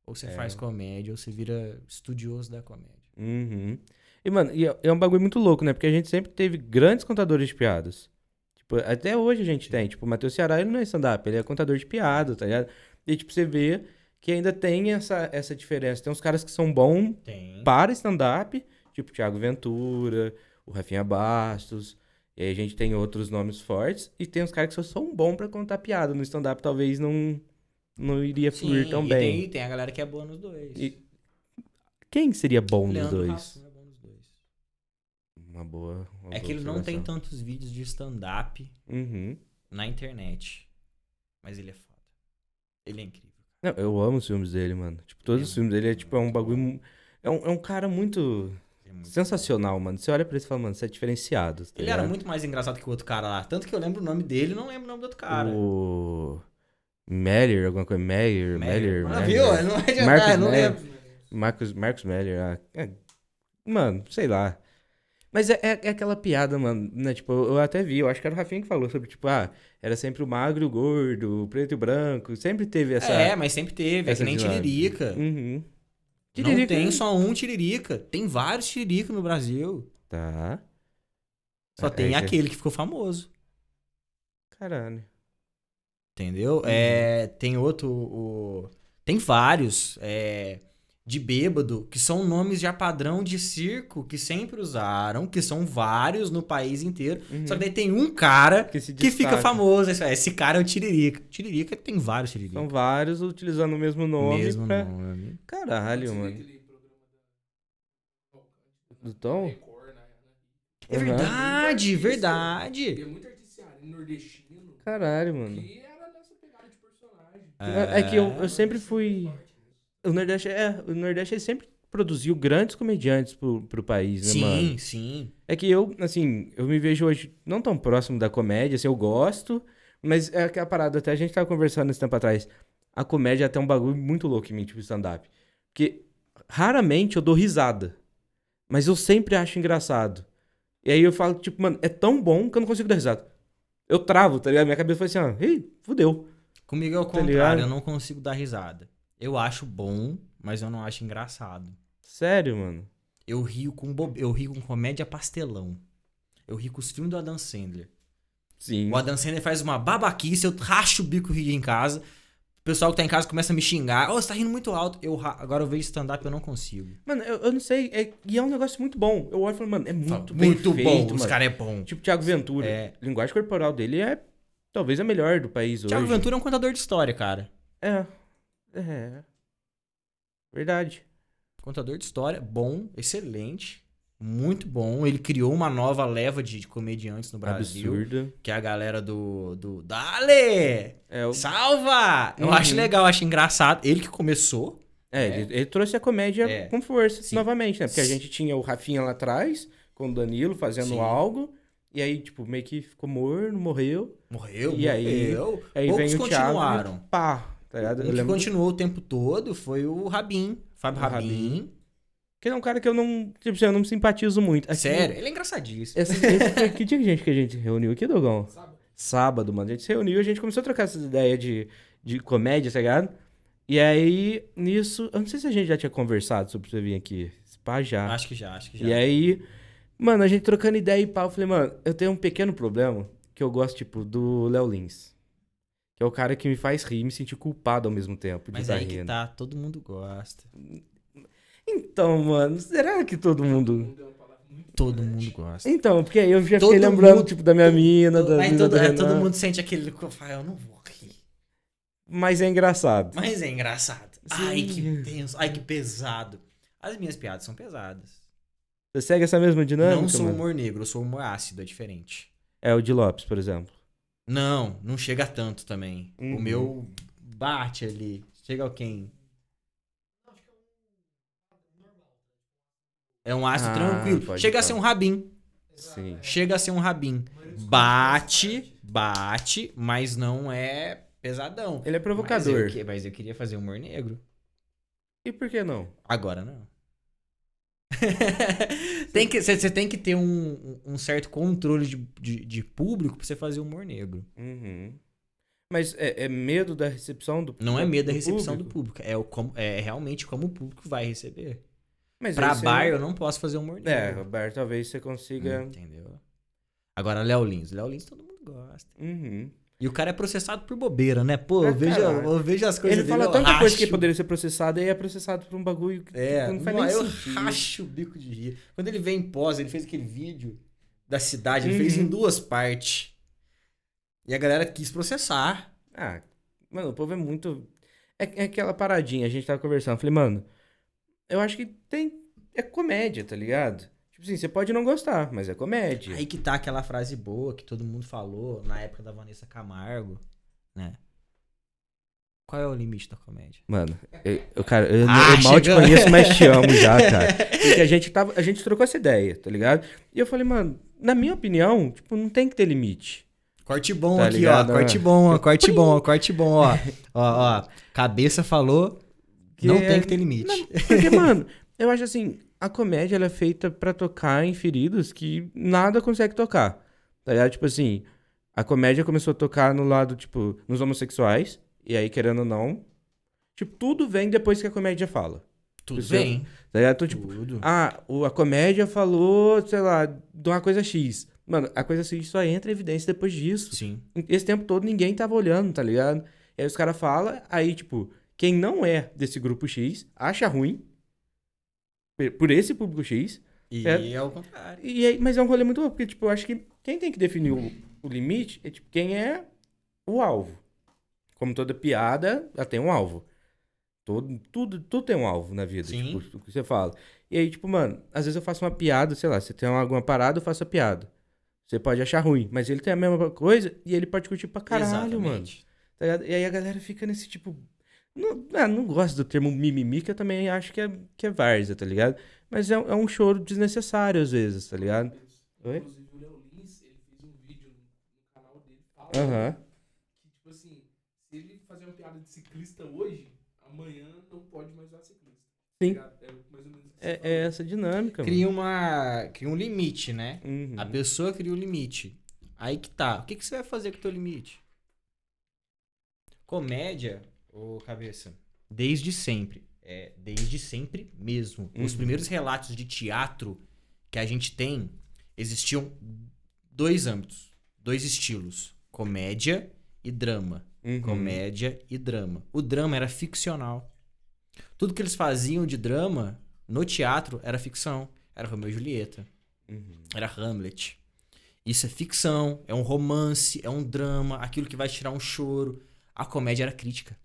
B: Ou você
A: É.
B: faz comédia, ou você vira estudioso da comédia.
A: Uhum. E, mano, e é é um bagulho muito louco, né? Porque a gente sempre teve grandes contadores de piadas. Tipo, até hoje a gente tem. Tipo, o Matheus Ceará, ele não é stand-up, ele é contador de piada, tá ligado? E, tipo, você vê que ainda tem essa, essa diferença. Tem uns caras que são bons
B: Tem.
A: para stand-up, tipo Thiago Ventura, o Rafinha Bastos. E aí a gente tem outros nomes fortes. E tem uns caras que só são bons pra contar piada. No stand-up talvez não, não iria fluir tão
B: e
A: bem.
B: Tem, tem a galera que é boa nos dois.
A: E- Quem que seria bom nos
B: Leandro
A: dois?
B: Hassum é bom nos dois.
A: Uma boa. uma
B: É
A: boa
B: que ele não tem
A: observação.
B: tantos vídeos de stand-up
A: Uhum.
B: na internet. Mas ele é foda. Ele é incrível.
A: Não, eu amo os filmes dele, mano. Tipo, todos os filmes dele é tipo, é um bagulho. mu- É um, é um cara muito
B: Ele é muito
A: sensacional, mano. Você olha pra ele e fala, mano, você é diferenciado. tá
B: Ele era
A: ligado?
B: muito mais engraçado que o outro cara lá. Tanto que eu lembro o nome dele e não lembro o nome do outro cara.
A: O. Meller, alguma coisa. Meyer, Meller.
B: Ah,
A: Meller.
B: viu? Ele não é de
A: Marcos
B: ah, eu não
A: Meyer.
B: lembro.
A: Marcos, Marcos Meller. ah, é. Mano, sei lá. Mas é, é- é aquela piada, mano, né? Tipo, eu eu até vi, eu acho que era o Rafinha que falou sobre, tipo, ah, era sempre o magro, e o gordo, o preto e o branco. Sempre teve essa.
B: É, mas sempre teve. É
A: essa
B: que nem
A: dinâmica.
B: tiririca.
A: Uhum.
B: Não tem só um tiririca. Tem vários tiririca no Brasil.
A: Tá.
B: Só
A: É,
B: tem
A: é que-
B: aquele que ficou famoso.
A: Caralho.
B: Entendeu?
A: Uhum.
B: É, tem outro. o- tem vários é, de bêbado que são nomes já padrão de circo que sempre usaram, que são vários no país inteiro.
A: Uhum.
B: Só que daí tem um cara
A: que, se
B: que fica
A: destaca.
B: famoso. Esse, esse cara é o Tiririca. Tiririca tem vários
A: São
B: Tiririca.
A: vários utilizando o mesmo É um nome
B: mesmo
A: pra... Uhum.
B: nome.
A: Caralho, mano. Do Tom?
B: É
A: Aham.
B: verdade,
C: Isso.
B: verdade.
C: Tem é muito artista nordestino
A: Caralho, mano.
C: que era nessa pegada de personagem.
A: É, que eu, eu sempre fui... O Nordeste, é, o Nordeste ele sempre produziu grandes comediantes pro, pro país, né, mano?
B: Sim, sim.
A: É que eu, assim, eu me vejo hoje não tão próximo da comédia, assim, eu gosto, mas é aquela parada, até a gente tava conversando esse tempo atrás, a comédia é até um bagulho muito louco em mim, tipo stand-up. Porque raramente eu dou risada, mas eu sempre acho engraçado. E aí eu falo, tipo, mano, é tão bom que eu não consigo dar risada. Eu travo, tá ligado? Minha cabeça foi assim, ó, ih, fudeu.
B: Comigo é o
A: Tá ligado?
B: contrário, eu não consigo dar risada. Eu acho bom, mas eu não acho engraçado.
A: Sério, mano.
B: Eu rio com bobe... eu rio com comédia pastelão. Eu rio com os filmes do Adam Sandler.
A: Sim.
B: O Adam Sandler faz uma babaquice, eu racho o bico rir em casa. O pessoal que tá em casa começa a me xingar. Oh, você tá rindo muito alto. Eu ra- Agora eu vejo stand-up eu não consigo.
A: Mano, eu, eu não sei, é- e é um negócio muito bom. Eu olho e falo, mano, é
B: Fala,
A: muito, bem feito, mano.
B: os cara é bom.
A: Tipo, Thiago Ventura.
B: É.
A: A linguagem corporal dele é talvez a melhor do país
B: Tiago
A: hoje.
B: Ventura é um contador de história, cara.
A: É. É. Verdade.
B: Contador de história, bom, excelente, muito bom. Ele criou uma nova leva de de comediantes no Brasil,
A: Absurdo.
B: que é a galera do do Dale!
A: É, o-
B: Salva! Eu
A: Uhum.
B: acho legal, acho engraçado. Ele que começou,
A: é, Ele, ele trouxe a comédia
B: É.
A: com força
B: Sim.
A: novamente, né? Porque a gente tinha o Rafinha lá atrás, com o Danilo fazendo
B: Sim.
A: algo. E aí, tipo, meio que ficou morno, morreu.
B: Morreu,
A: E aí-
B: morreu.
A: Aí
B: Poucos
A: vem o Thiago.
B: continuaram.
A: E pá, tá ligado? Eu
B: O que
A: lembro
B: continuou o tempo todo foi o Rabin. Fábio
A: O
B: Rabin.
A: que ele é um cara que eu não. Tipo, assim, eu não simpatizo muito. Assim,
B: Sério, ele é engraçadíssimo.
A: Esse, esse foi- que dia que a gente que a gente reuniu aqui, Dogão?
C: Sabe?
A: sábado, mano. A gente se reuniu e a gente começou a trocar essas ideias de, de comédia, tá ligado? E aí, nisso, eu não sei se a gente já tinha conversado sobre você vir aqui. Se Pá, já.
B: Acho que já, acho que já.
A: E aí, mano, a gente trocando ideia e pau, eu falei, mano, eu tenho um pequeno problema que eu gosto, tipo, do Léo Lins. Que é o cara que me faz rir e me sentir culpado ao mesmo tempo de
B: Mas
A: estar
B: aí que
A: rindo.
B: tá, todo mundo gosta.
A: Então, mano, será que todo mundo.
C: Mundo é uma palavra muito
B: Todo mundo gosta.
A: Então, porque aí eu já
B: Todo
A: fiquei lembrando,
B: mundo-
A: tipo, da minha mina, da
B: Aí
A: mina
B: todo,
A: do
B: aí
A: Renan.
B: todo mundo sente aquele. co- fala, Eu não vou rir.
A: Mas é engraçado.
B: Mas é engraçado. Ai,
A: Sim.
B: que tenso. Ai, que pesado. As minhas piadas são pesadas.
A: Você segue essa mesma dinâmica?
B: não sou um
A: mano?
B: humor negro, eu sou humor ácido, é diferente.
A: É o de Lopes, por exemplo.
B: Não, não chega tanto também.
A: Uhum.
B: O meu bate ali. Chega quem? É um ácido
A: Ah,
B: tranquilo.
A: pode
B: Chega a
A: crer.
B: ser um rabin.
A: Sim.
B: Chega a ser um rabin. Bate, bate, mas não é pesadão.
A: Ele é
B: Mas
A: provocador.
B: eu, que- mas eu queria fazer humor negro.
A: E por que não?
B: Agora não. tem que, você tem que ter um, um certo controle de, de, de público pra você fazer humor negro.
A: Uhum. Mas é, é medo da recepção do
B: Não é
A: do-
B: medo da
A: do
B: recepção
A: público?
B: do público. É, o como, é realmente como o público vai receber.
A: Mas
B: pra
A: aí você-
B: bar, eu não posso fazer humor
A: É,
B: negro.
A: o bar talvez você consiga.
B: Entendeu? Agora, Léo Lins. Léo Lins todo mundo gosta.
A: Uhum.
B: E o cara é processado por bobeira, né? Pô,
A: Ah,
B: eu vejo,
A: caralho.
B: eu vejo as coisas
A: Ele fala
B: dele, eu
A: tanta coisa que
B: racho.
A: poderia ser processada e é processado por um bagulho que tipo,
B: É, não
A: não faz
B: não,
A: nem
B: eu
A: sentido.
B: racho o bico de rir. Quando ele veio em pós, ele fez aquele vídeo da cidade, ele
A: Uhum.
B: fez em duas partes. E a galera quis processar.
A: Ah, mano, o povo é muito. É, é aquela paradinha, a gente tava conversando. eu Falei, mano, eu acho que tem. É comédia, tá ligado? Tipo assim, você pode não gostar, mas é comédia.
B: Aí que tá aquela frase boa que todo mundo falou na época da Vanessa Camargo, né? Qual é o limite da comédia?
A: Mano, eu, eu- cara, eu,
B: Ah,
A: eu mal te
B: chegou.
A: conheço, mas te amo já, cara. Porque a gente, tava, a gente trocou essa ideia, tá ligado? E eu falei, mano, na minha opinião, tipo, não tem que ter limite.
B: Corte bom
A: Tá
B: aqui,
A: ligado,
B: ó.
A: né?
B: Corte bom, ó. Corte bom, ó. Corte bom, ó. ó, ó. Cabeça falou,
A: Que
B: não
A: é-
B: tem que ter limite.
A: Não, porque, mano, eu acho assim, a comédia ela é feita pra tocar em feridos que nada consegue tocar. Tá ligado? Tipo assim, a comédia começou a tocar no lado, tipo, nos homossexuais, e aí, querendo ou não, tipo, tudo vem depois que a comédia fala.
B: Tudo
A: Isso é-
B: bem.
A: Tá ligado? Então, tipo,
B: Tudo.
A: Ah, o- a comédia falou, sei lá, de uma coisa X. Mano, a coisa X só entra em evidência depois disso.
B: Sim.
A: Esse tempo todo ninguém tava olhando, tá ligado? E aí os caras falam, aí, tipo, quem não é desse grupo X acha ruim pe- por esse público X.
B: E
A: É.
B: é o contrário.
A: E aí, mas é um rolê muito louco, porque, tipo, eu acho que quem tem que definir o, o limite é, tipo, quem é o alvo. Como toda piada, ela tem um alvo. Todo, tudo, tudo tem um alvo na vida,
B: Sim.
A: tipo, o que você fala. E aí, tipo, mano, às vezes eu faço uma piada, sei lá, você tem alguma parada, eu faço a piada. Você pode achar ruim, mas ele tem a mesma coisa e ele pode curtir pra caralho, mano.
B: Exatamente.
A: Tá ligado? E aí a galera fica nesse tipo. Não, ah, não gosto do termo mimimi, que eu também acho que é, que é várzea, tá ligado? Mas é, um- é um choro desnecessário às vezes, tá ligado? Oi?
C: Inclusive, o Léo Lins, ele fez um vídeo no canal dele falando
A: Aham.
C: que, tipo assim, se ele fazer uma piada de ciclista hoje, amanhã não pode mais usar ciclista.
A: Sim.
C: Tá ligado? É mais ou menos isso que
A: É,
C: você
A: é
C: falou.
A: essa dinâmica, mano.
B: Cria uma. Cria um limite, né?
A: Uhum.
B: A pessoa cria o limite. Aí que tá. O que, que você vai fazer com o teu limite? Comédia, ô cabeça, desde sempre. É, desde sempre mesmo. Os
A: Uhum.
B: primeiros relatos de teatro que a gente tem existiam dois âmbitos, dois estilos: comédia e drama.
A: Uhum.
B: comédia e drama. O drama era ficcional. Tudo que eles faziam de drama no teatro era ficção. Era Romeu e Julieta,
A: Uhum.
B: era Hamlet. Isso é ficção, é um romance, é um drama, aquilo que vai tirar um choro. A comédia era crítica.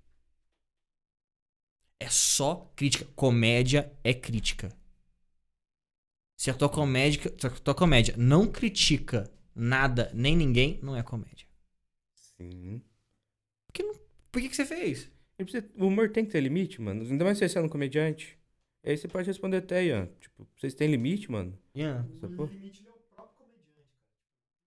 B: É só crítica. Comédia é crítica. Se a tua comédia, se a tua comédia não critica nada nem ninguém, não é comédia.
A: Sim.
B: Por que, que você fez?
A: E pra você- O humor tem que ter limite, mano. Ainda mais se você é um comediante. E aí você pode responder até, Ian. Tipo, vocês têm limite, mano?
B: Ian,
A: Essa
D: O
A: porra?
D: limite ele é o próprio comediante, cara.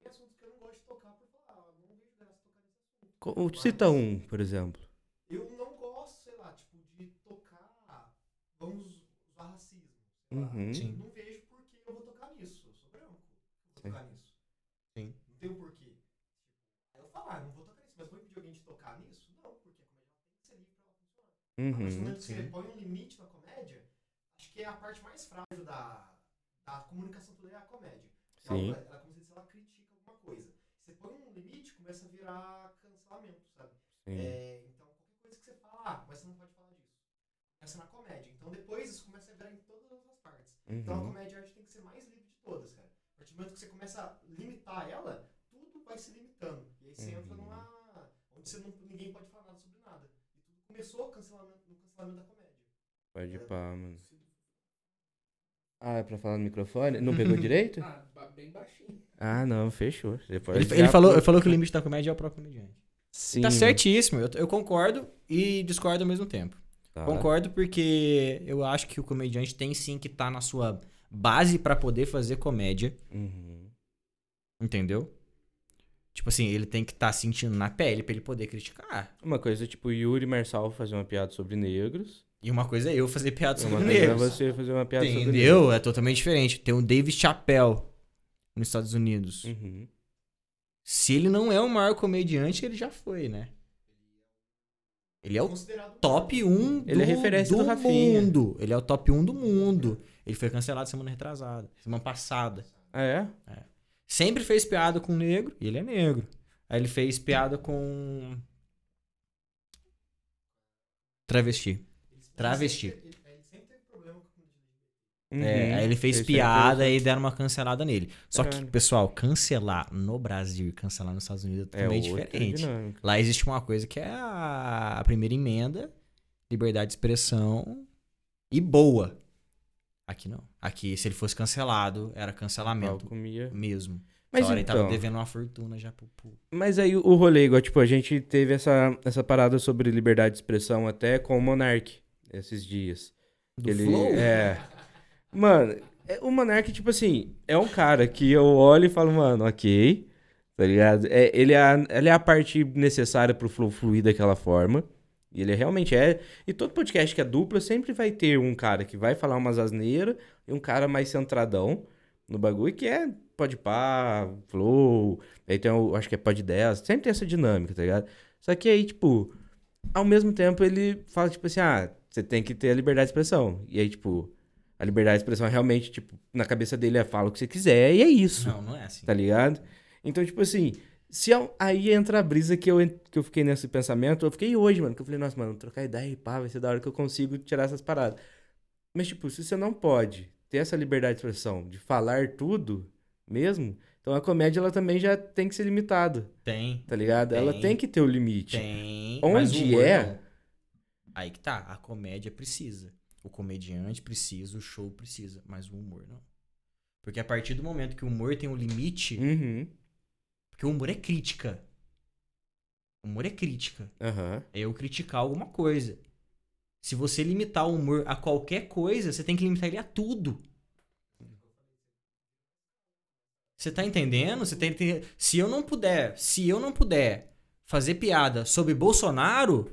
D: Tem assuntos que eu não gosto de tocar por falar. Eu não vejo graça tocar nesse assunto.
A: Co- Cita um, por exemplo.
D: Eu não gosto, sei lá, tipo, de tocar. Vamos usar racismo. sei lá.
A: Uhum.
B: Sim.
D: Eu Não vejo por que eu vou tocar nisso. Eu sou branco. Eu vou tocar nisso.
B: Sim.
D: Não tem um porquê. Tipo, Aí eu falar, eu não vou tocar nisso, mas vou impedir alguém de tocar nisso? Não, porque a comédia tem que ser livre pra ela funcionar. Mas no
A: Uhum.
D: momento que você põe um limite na comédia, acho que é a parte mais frágil da, da comunicação toda é a comédia. Ela,
A: Sim.
D: ela, como se ela critica alguma coisa. Você põe um limite, começa a virar cancelamento, sabe?
A: Sim.
D: É, então, qualquer coisa que você fala, ah, mas você não pode falar disso. Essa é na comédia. Então, depois isso começa a virar em todas as outras partes. Então, a
A: Uhum.
D: comédia e a arte tem que ser mais livre de todas, cara. A partir do momento que você começa a limitar ela, tudo vai se limitando. E aí você entra
A: Uhum.
D: numa. onde você não, ninguém pode falar nada sobre nada. E tudo começou no cancelamento, no cancelamento da comédia.
A: Pode pá, mano. Ah, é pra falar no microfone? Não pegou direito?
C: Ah, ba- bem baixinho.
A: Ah, não, fechou. Você pode
B: Ele, ele
A: já-
B: falou, ele falou que o limite da comédia é o próprio comediante.
A: é, Sim.
B: Tá certíssimo, eu, eu concordo e discordo ao mesmo tempo.
A: Tá.
B: Concordo porque eu acho que o comediante tem sim que estar na sua base pra poder fazer comédia,
A: Uhum.
B: entendeu? Tipo assim, ele tem que estar sentindo na pele pra ele poder criticar.
A: Uma coisa é tipo Yuri Marçal fazer uma piada sobre negros.
B: E uma coisa é eu fazer piada
A: uma
B: sobre
A: coisa é
B: negros.
A: você fazer uma piada sobre negros.
B: Entendeu? É totalmente diferente. Tem o David Chappelle nos Estados Unidos.
A: Uhum.
B: Se ele não é o maior comediante, ele já foi, né? Ele é o
D: Considerado
B: top 1 do,
A: Ele é referência do Rafinha.
B: mundo. Ele é o top 1 do mundo. Ele foi cancelado semana retrasada, semana passada.
A: Ah, é?
B: Sempre fez piada com negro, e ele é negro. Aí ele fez piada com travesti. Travesti.
D: Ele, sempre- ele sempre teve problema com a comédia.
B: É,
A: Uhum.
B: aí ele fez
A: Esse é
B: piada e deram uma cancelada nele. Só que,
A: Caralho.
B: pessoal, cancelar no Brasil e cancelar nos Estados Unidos é
A: É,
B: totalmente
A: outra
B: diferente.
A: dinâmica.
B: Lá existe uma coisa que é a a primeira emenda, liberdade de expressão e boa. Aqui não. Aqui, se ele fosse cancelado, era
A: Pau
B: cancelamento
A: comia.
B: mesmo.
A: Mas
B: Mas hora, ele
A: então,
B: é tava devendo uma fortuna já pro. pro-
A: mas aí o rolê, igual, tipo, a gente teve essa, essa parada sobre liberdade de expressão até com o Monark esses dias.
B: Do
A: ele
B: flow.
A: é. Mano, é- o Monark, tipo assim, é um cara que eu olho e falo, mano, ok. Tá ligado? É, ele, é a, ele é a parte necessária pro flow fluir daquela forma. E ele realmente é. E todo podcast que é dupla sempre vai ter um cara que vai falar umas asneiras e um cara mais centradão no bagulho, que é pode pá, flow. Aí tem o, acho que é pode 10. Sempre tem essa dinâmica, tá ligado? Só que aí, tipo, ao mesmo tempo ele fala, tipo assim, ah, você tem que ter a liberdade de expressão. E aí, tipo, a liberdade de expressão realmente, tipo, na cabeça dele é fala o que você quiser e é isso,
B: Não, não é assim.
A: tá ligado? Então, tipo assim, se eu- aí entra a brisa que eu, en- que eu fiquei nesse pensamento, eu fiquei hoje, mano, que eu falei, nossa, mano, trocar ideia e pá, vai ser da hora que eu consigo tirar essas paradas. Mas, tipo, se você não pode ter essa liberdade de expressão, de falar tudo mesmo, então a comédia, ela também já tem que ser limitada,
B: Tem,
A: tá ligado? Ela
B: Tem.
A: tem que ter o limite.
B: tem.
A: Onde
B: mas o humor
A: é?
B: não. Aí que tá. A comédia precisa. O comediante precisa, o show precisa. Mas o humor não. Porque a partir do momento que o humor tem um limite.
A: Uhum,
B: Porque o humor é crítica. O humor é crítica.
A: aham.
B: É eu criticar alguma coisa. Se você limitar o humor a qualquer coisa, você tem que limitar ele a tudo. Você tá entendendo? Você tem que- Se eu não puder, se eu não puder fazer piada sobre Bolsonaro,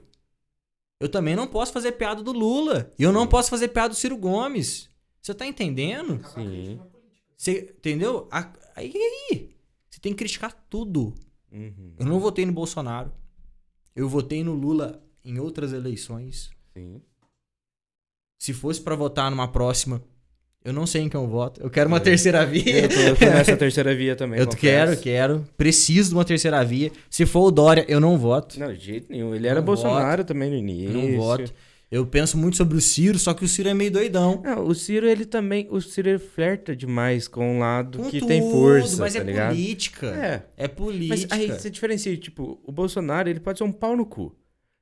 B: eu também não posso fazer piada do Lula. E eu não posso fazer piada do Ciro Gomes. Você tá entendendo?
D: Acabar com a
A: Sim.
D: crítica na política.
B: Você entendeu? A- Aí, aí, você tem que criticar tudo.
A: Uhum,
B: Eu não votei no Bolsonaro. Eu votei no Lula em outras eleições.
A: sim.
B: Se fosse pra votar numa próxima, eu não sei em quem eu voto. Eu quero uma
A: É.
B: terceira via.
A: Eu tô, eu tô nessa terceira via também.
B: Eu
A: confesso.
B: quero, quero. Preciso de uma terceira via. Se for o Dória, eu não voto.
A: Não, de jeito nenhum. Ele era
B: Não
A: Bolsonaro também no início.
B: Eu não voto. Eu penso muito sobre o Ciro, só que o Ciro é meio doidão.
A: Não, Ah, o Ciro, ele também. O Ciro ele flerta demais com um lado
B: Com
A: que
B: tudo,
A: tem força,
B: mas
A: tá
B: é
A: ligado?
B: política. É,
A: É. Mas
B: política.
A: aí você diferencia, tipo, o Bolsonaro, ele pode ser um pau no cu.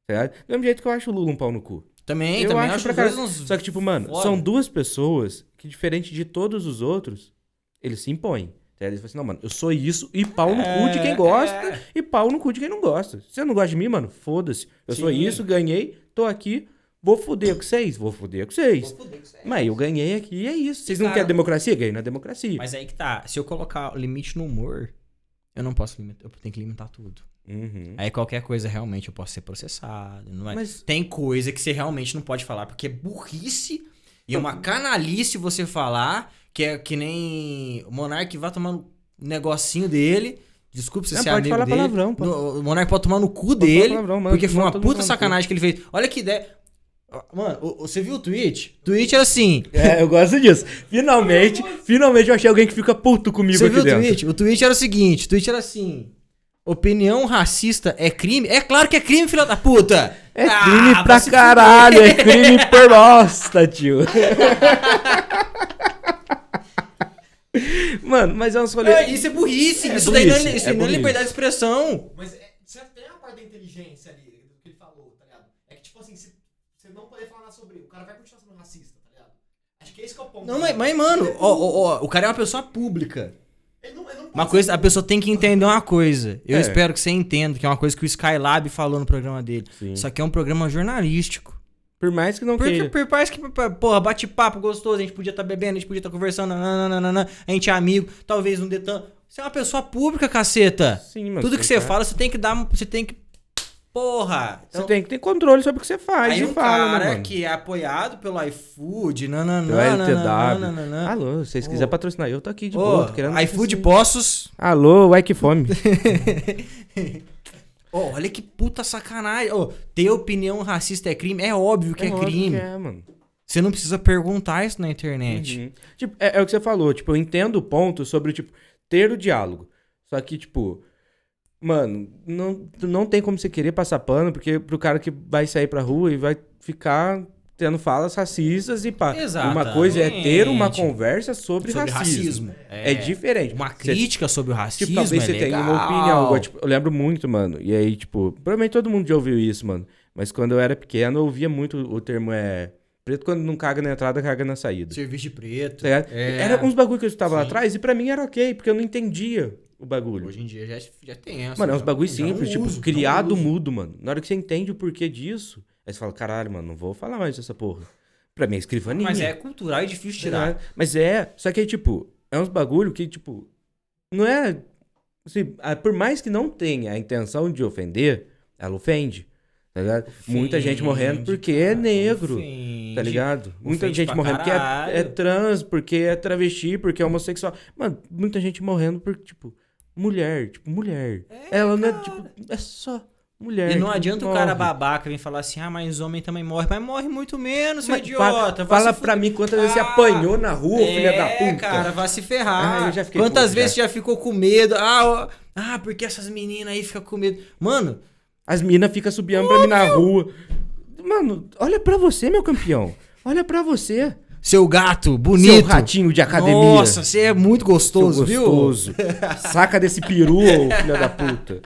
A: Tá ligado? Do mesmo jeito que eu acho o Lula um pau no cu.
B: Também,
A: eu
B: também
A: acho
B: acho,
A: pra
B: os dois
A: caralho.
B: uns-
A: Só que, tipo, mano,
B: foda.
A: são duas pessoas que, diferente de todos os outros, eles se impõem. Tá ligado? Eles falam assim, não, mano, eu sou isso e pau no cu de
B: É,
A: quem gosta
B: é.
A: e pau no cu de quem não gosta. Se você não gosta de mim, mano, foda-se. Eu sou
B: Sim.
A: isso, ganhei, tô aqui, vou foder com vocês, vou foder com vocês. Mas eu ganhei aqui e é isso. Vocês não
B: Cara-
A: querem democracia? Ganhei na democracia.
B: Mas aí que tá. Se eu colocar limite no humor, eu não posso limitar. Eu tenho que limitar tudo.
A: Uhum.
B: Aí qualquer coisa realmente eu posso ser processado. Não é...
A: Mas-
B: Tem coisa que você realmente não pode falar, porque é burrice e é uma canalice você falar que é que nem o Monark vai tomar no negocinho dele. Desculpa se
A: Não,
B: você é
A: pode
B: amigo
A: falar
B: dele.
A: palavrão, pode-
B: No- O Monark pode tomar no cu
A: falar
B: dele,
A: palavrão, mano,
B: porque foi
A: mano,
B: uma
A: todo mundo toma
B: puta
A: no cu.
B: sacanagem que ele fez. Olha que ideia... Mano, o- o- você viu o tweet? O tweet era assim...
A: É, eu gosto disso. Finalmente, finalmente eu achei alguém que fica puto comigo
B: Você
A: aqui
B: viu o
A: dentro.
B: tweet? O tweet era o seguinte, o tweet era assim. Opinião racista é crime? É claro que é crime, filha da puta!
A: É
B: Ah,
A: crime
B: vai
A: pra
B: se fuder.
A: caralho, é crime por bosta, tio. Mano, mas é uns rolê.
B: É, isso é burrice,
A: É
B: isso daí não é,
A: burrice,
B: isso
A: é
B: não é
A: burrice.
B: liberdade de expressão.
E: Mas é, você tem a parte da inteligência ali, do que ele falou, tá ligado? É que, tipo assim, se você não poder falar sobre, o cara vai continuar sendo racista, tá ligado? Acho que esse que é o ponto.
B: Não, mas, mas, mano, ó, ó, ó, o cara é uma pessoa pública.
E: Ele não, ele não
B: Uma
E: pode
B: coisa, a pessoa tem que entender uma coisa. Eu
A: É.
B: espero que você entenda, que é uma coisa que o Skylab falou no programa dele.
A: Sim.
B: Isso aqui é um programa jornalístico.
A: Por mais que não
B: Porque,
A: queira.
B: por mais que, porra, bate-papo gostoso, a gente podia estar bebendo, a gente podia estar conversando, nananana, a gente é amigo, talvez um detan. Você é uma pessoa pública, caceta.
A: Sim, mano.
B: Tudo que você
A: tá-
B: fala, você tem que dar. Você tem que. Porra!
A: Você
B: Então,
A: tem que ter controle sobre o que você faz
B: aí
A: e
B: um
A: fala,
B: cara
A: né, mano?
B: que é apoiado pelo iFood, nananã.
A: Pelo LTW.
B: nananã.
A: Alô, se vocês
B: Ô.
A: quiserem patrocinar, eu tô aqui Ah, de
B: Ô,
A: boa, tô querendo.
B: iFood Poços.
A: Alô, ai que fome.
B: Ô, olha que puta sacanagem. Ô, ter opinião racista é crime? É óbvio que é,
A: óbvio
B: crime.
A: que É, mano.
B: Você não precisa perguntar isso na internet.
A: Uhum. Tipo, é, é o que você falou, tipo, eu entendo o ponto sobre, tipo, ter o diálogo. Só que, tipo, mano, não, não tem como você querer passar pano, porque pro cara que vai sair pra rua e vai ficar tendo falas racistas e pá. Uma coisa é ter uma
B: Exatamente.
A: conversa sobre,
B: Sobre
A: racismo.
B: racismo.
A: É, diferente.
B: Uma
A: Você
B: crítica sobre o racismo.
A: Tipo, talvez
B: é
A: você tenha uma
B: legal.
A: opinião. igual, tipo, eu lembro muito, mano. E aí, tipo, provavelmente todo mundo já ouviu isso, mano. Mas quando eu era pequeno, eu ouvia muito o termo é. Preto quando não caga na entrada, caga na saída.
B: Serviço de preto.
A: Tá ligado?
B: É.
A: Era uns bagulho que eu escutava lá
B: Sim.
A: atrás e pra mim era ok, porque eu não entendia o bagulho.
B: Hoje em dia já, já tem essa.
A: mano, é uns
B: já-
A: bagulho
B: já
A: simples,
B: não
A: tipo,
B: uso,
A: criado
B: não uso.
A: mudo, mano. Na hora que você entende o porquê disso, aí você fala, caralho, mano, não vou falar mais dessa porra. Pra mim é escrivaninha.
B: Mas é cultural e difícil tirar.
A: Tirar. Mas é, só que aí, tipo, é uns bagulho que, tipo, não é. assim, ah, por mais que não tenha a intenção de ofender, ela ofende. Tá ligado? Muita gente morrendo
B: Ofende,
A: porque é
B: cara,
A: negro.
B: ofende.
A: Tá ligado? Muita
B: ofende
A: gente
B: pra
A: morrendo porque
B: caralho.
A: é, é trans, porque é travesti, porque é homossexual. Mano, muita gente morrendo por, tipo, mulher, tipo, mulher. Ela não é, tipo, é só mulher.
B: E não
A: tipo,
B: adianta o
A: morre.
B: cara babaca vir falar assim, ah, mas homem também morre. Mas morre muito menos, seu
A: Mas
B: é idiota.
A: Fala,
B: vai
A: fala
B: se
A: pra mim quantas vezes você
B: Ah, é,
A: apanhou na rua, filha da puta.
B: cara, vai se ferrar.
A: Ah, eu já fiquei
B: Quantas
A: puto,
B: vezes você já ficou com medo? Ah, ó, ah, porque essas meninas aí ficam com medo. Mano,
A: As minas ficam subiando pra mim na rua. Mano, olha pra você, meu campeão. Olha pra você.
B: seu gato, bonito.
A: Seu ratinho de academia.
B: Nossa, você é muito
A: Seu
B: gostoso,
D: um
B: viu?
A: gostoso. Saca desse peru, ô filha da puta.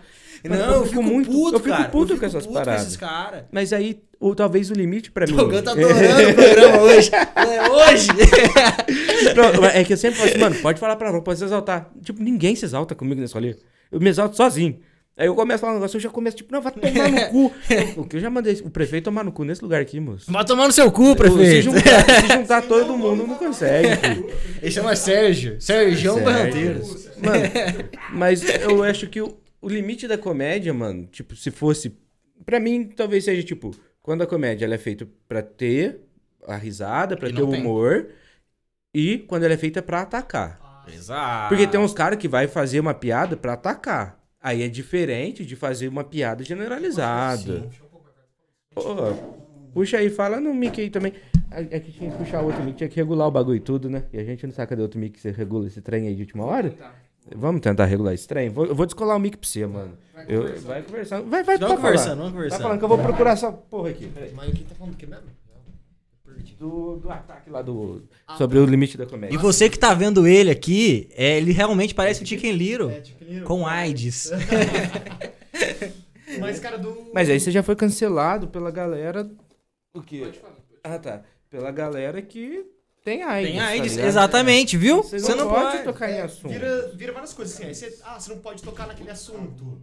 A: Mano,
B: Não, eu fico muito
A: eu fico
B: cara.
A: puto
B: eu fico
A: com essas
B: puto Com
A: paradas.
B: esses caras.
A: Mas aí, o, talvez o limite pra mim.
B: Togão tá adorando o programa hoje. É hoje.
A: Não, é que eu sempre falo assim, mano, pode falar pra não, pode se exaltar. Tipo, ninguém se exalta comigo nesse rolê. Eu me exalto sozinho. Aí eu começo a falar um negócio, eu já começo, tipo, não, vai tomar no cu. O que eu já mandei o prefeito tomar no cu nesse lugar aqui, moço.
B: Vai tomar no seu cu,
A: Se
B: prefeito.
A: juntar, se juntar todo mundo, não consegue, filho.
B: Ele chama Sérgio. Sérgio
A: Sérgio.
B: Barranteiros.
A: Mano, mas eu acho que o, o limite da comédia, mano, tipo, se fosse. Pra mim, talvez seja, tipo, quando a comédia ela é feita pra ter a risada, pra
B: E
A: ter
B: não
A: o
B: tem.
A: humor. E quando ela é feita pra atacar.
B: Exato.
A: Porque tem uns caras que vai fazer uma piada pra atacar. Aí é diferente de fazer uma piada generalizada. Pô, puxa aí, fala no mic aí também. A- É que tinha que puxar outro mic, tinha que regular o bagulho e tudo, né? E a gente não sabe cadê outro mic que você regula esse trem aí de última hora? Vamos tentar regular esse trem? Vou- eu vou descolar o mic pra você, mano. Eu- vai conversando. Vai, vai,
B: Vamos
A: vai
B: conversando,
A: conversando. Tá
B: vamos conversando.
A: falando que eu vou procurar essa porra aqui. peraí.
E: Mas o que tá falando que mesmo?
A: Do, do ataque lá do. Sobre o limite da
B: E
A: comédia.
B: você que tá vendo ele aqui, é, ele realmente parece o Chicken Little.
E: tipo,
B: é, Com AIDS.
E: Mas, cara, do.
A: Mas aí você já foi cancelado pela galera. O quê?
C: Pode falar.
A: Ah, tá. Pela galera que tem AIDS.
B: Tem
A: tá
B: AIDS,
A: ligado?
B: exatamente, viu?
A: Você não, pode, tocar em assunto.
E: Vira, vira várias coisas assim. Aí você, ah, você não pode tocar naquele assunto.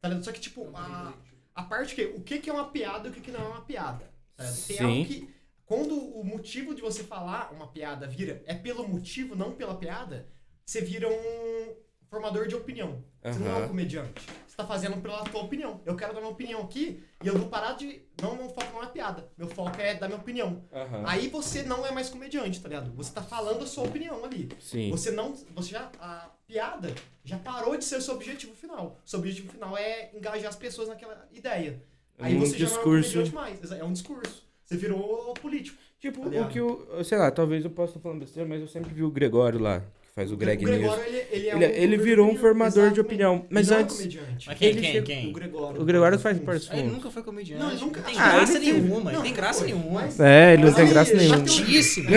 E: Tá ligado? Só que, tipo, a, a parte que. O que, que é uma piada e o que, que não é uma piada? tá ligado? Tem
A: Sim.
E: algo que. Quando o motivo de você falar uma piada vira é pelo motivo, não pela piada, você vira um formador de opinião. Você não é
A: Aham.
E: um comediante. Você tá fazendo pela tua opinião. Eu quero dar minha opinião aqui e eu vou parar de. Não, meu foco não é piada. Meu foco é dar minha opinião.
A: Aham.
E: Aí você não é mais comediante, tá ligado? Você tá falando a sua opinião ali.
A: Sim.
E: Você não. Você já. A piada já parou de ser seu objetivo final. Seu objetivo final é engajar as pessoas naquela ideia. Aí
A: Um
E: você
A: discurso.
E: já não é um comediante mais. exa- É um discurso. Você virou político.
A: Tipo,
E: Aliado.
A: o que o. Sei lá, talvez eu possa estar falando besteira, mas eu sempre vi o Gregório lá. Que faz o Greg
D: o
A: News.
D: Gregório, ele, ele, é um
A: Ele, ele
D: comediante,
A: virou um formador de
D: exatamente.
A: opinião. Mas
D: Ele não é um
A: antes.
D: comediante.
B: Mas quem,
A: Ele
B: quem,
A: chegou-
B: quem?
D: O Gregório.
A: O Gregório faz parte
B: Ele
A: fundo.
B: nunca foi comediante.
D: Não,
B: Não,
D: ele nunca-
B: tem
D: Ah,
B: graça
D: ele teve-
B: nenhuma, ele
D: Não,
B: tem graça
D: foi,
B: nenhuma.
D: mas-
A: É, ele não tem
D: Aí,
A: graça nenhuma.
B: Chatíssimo.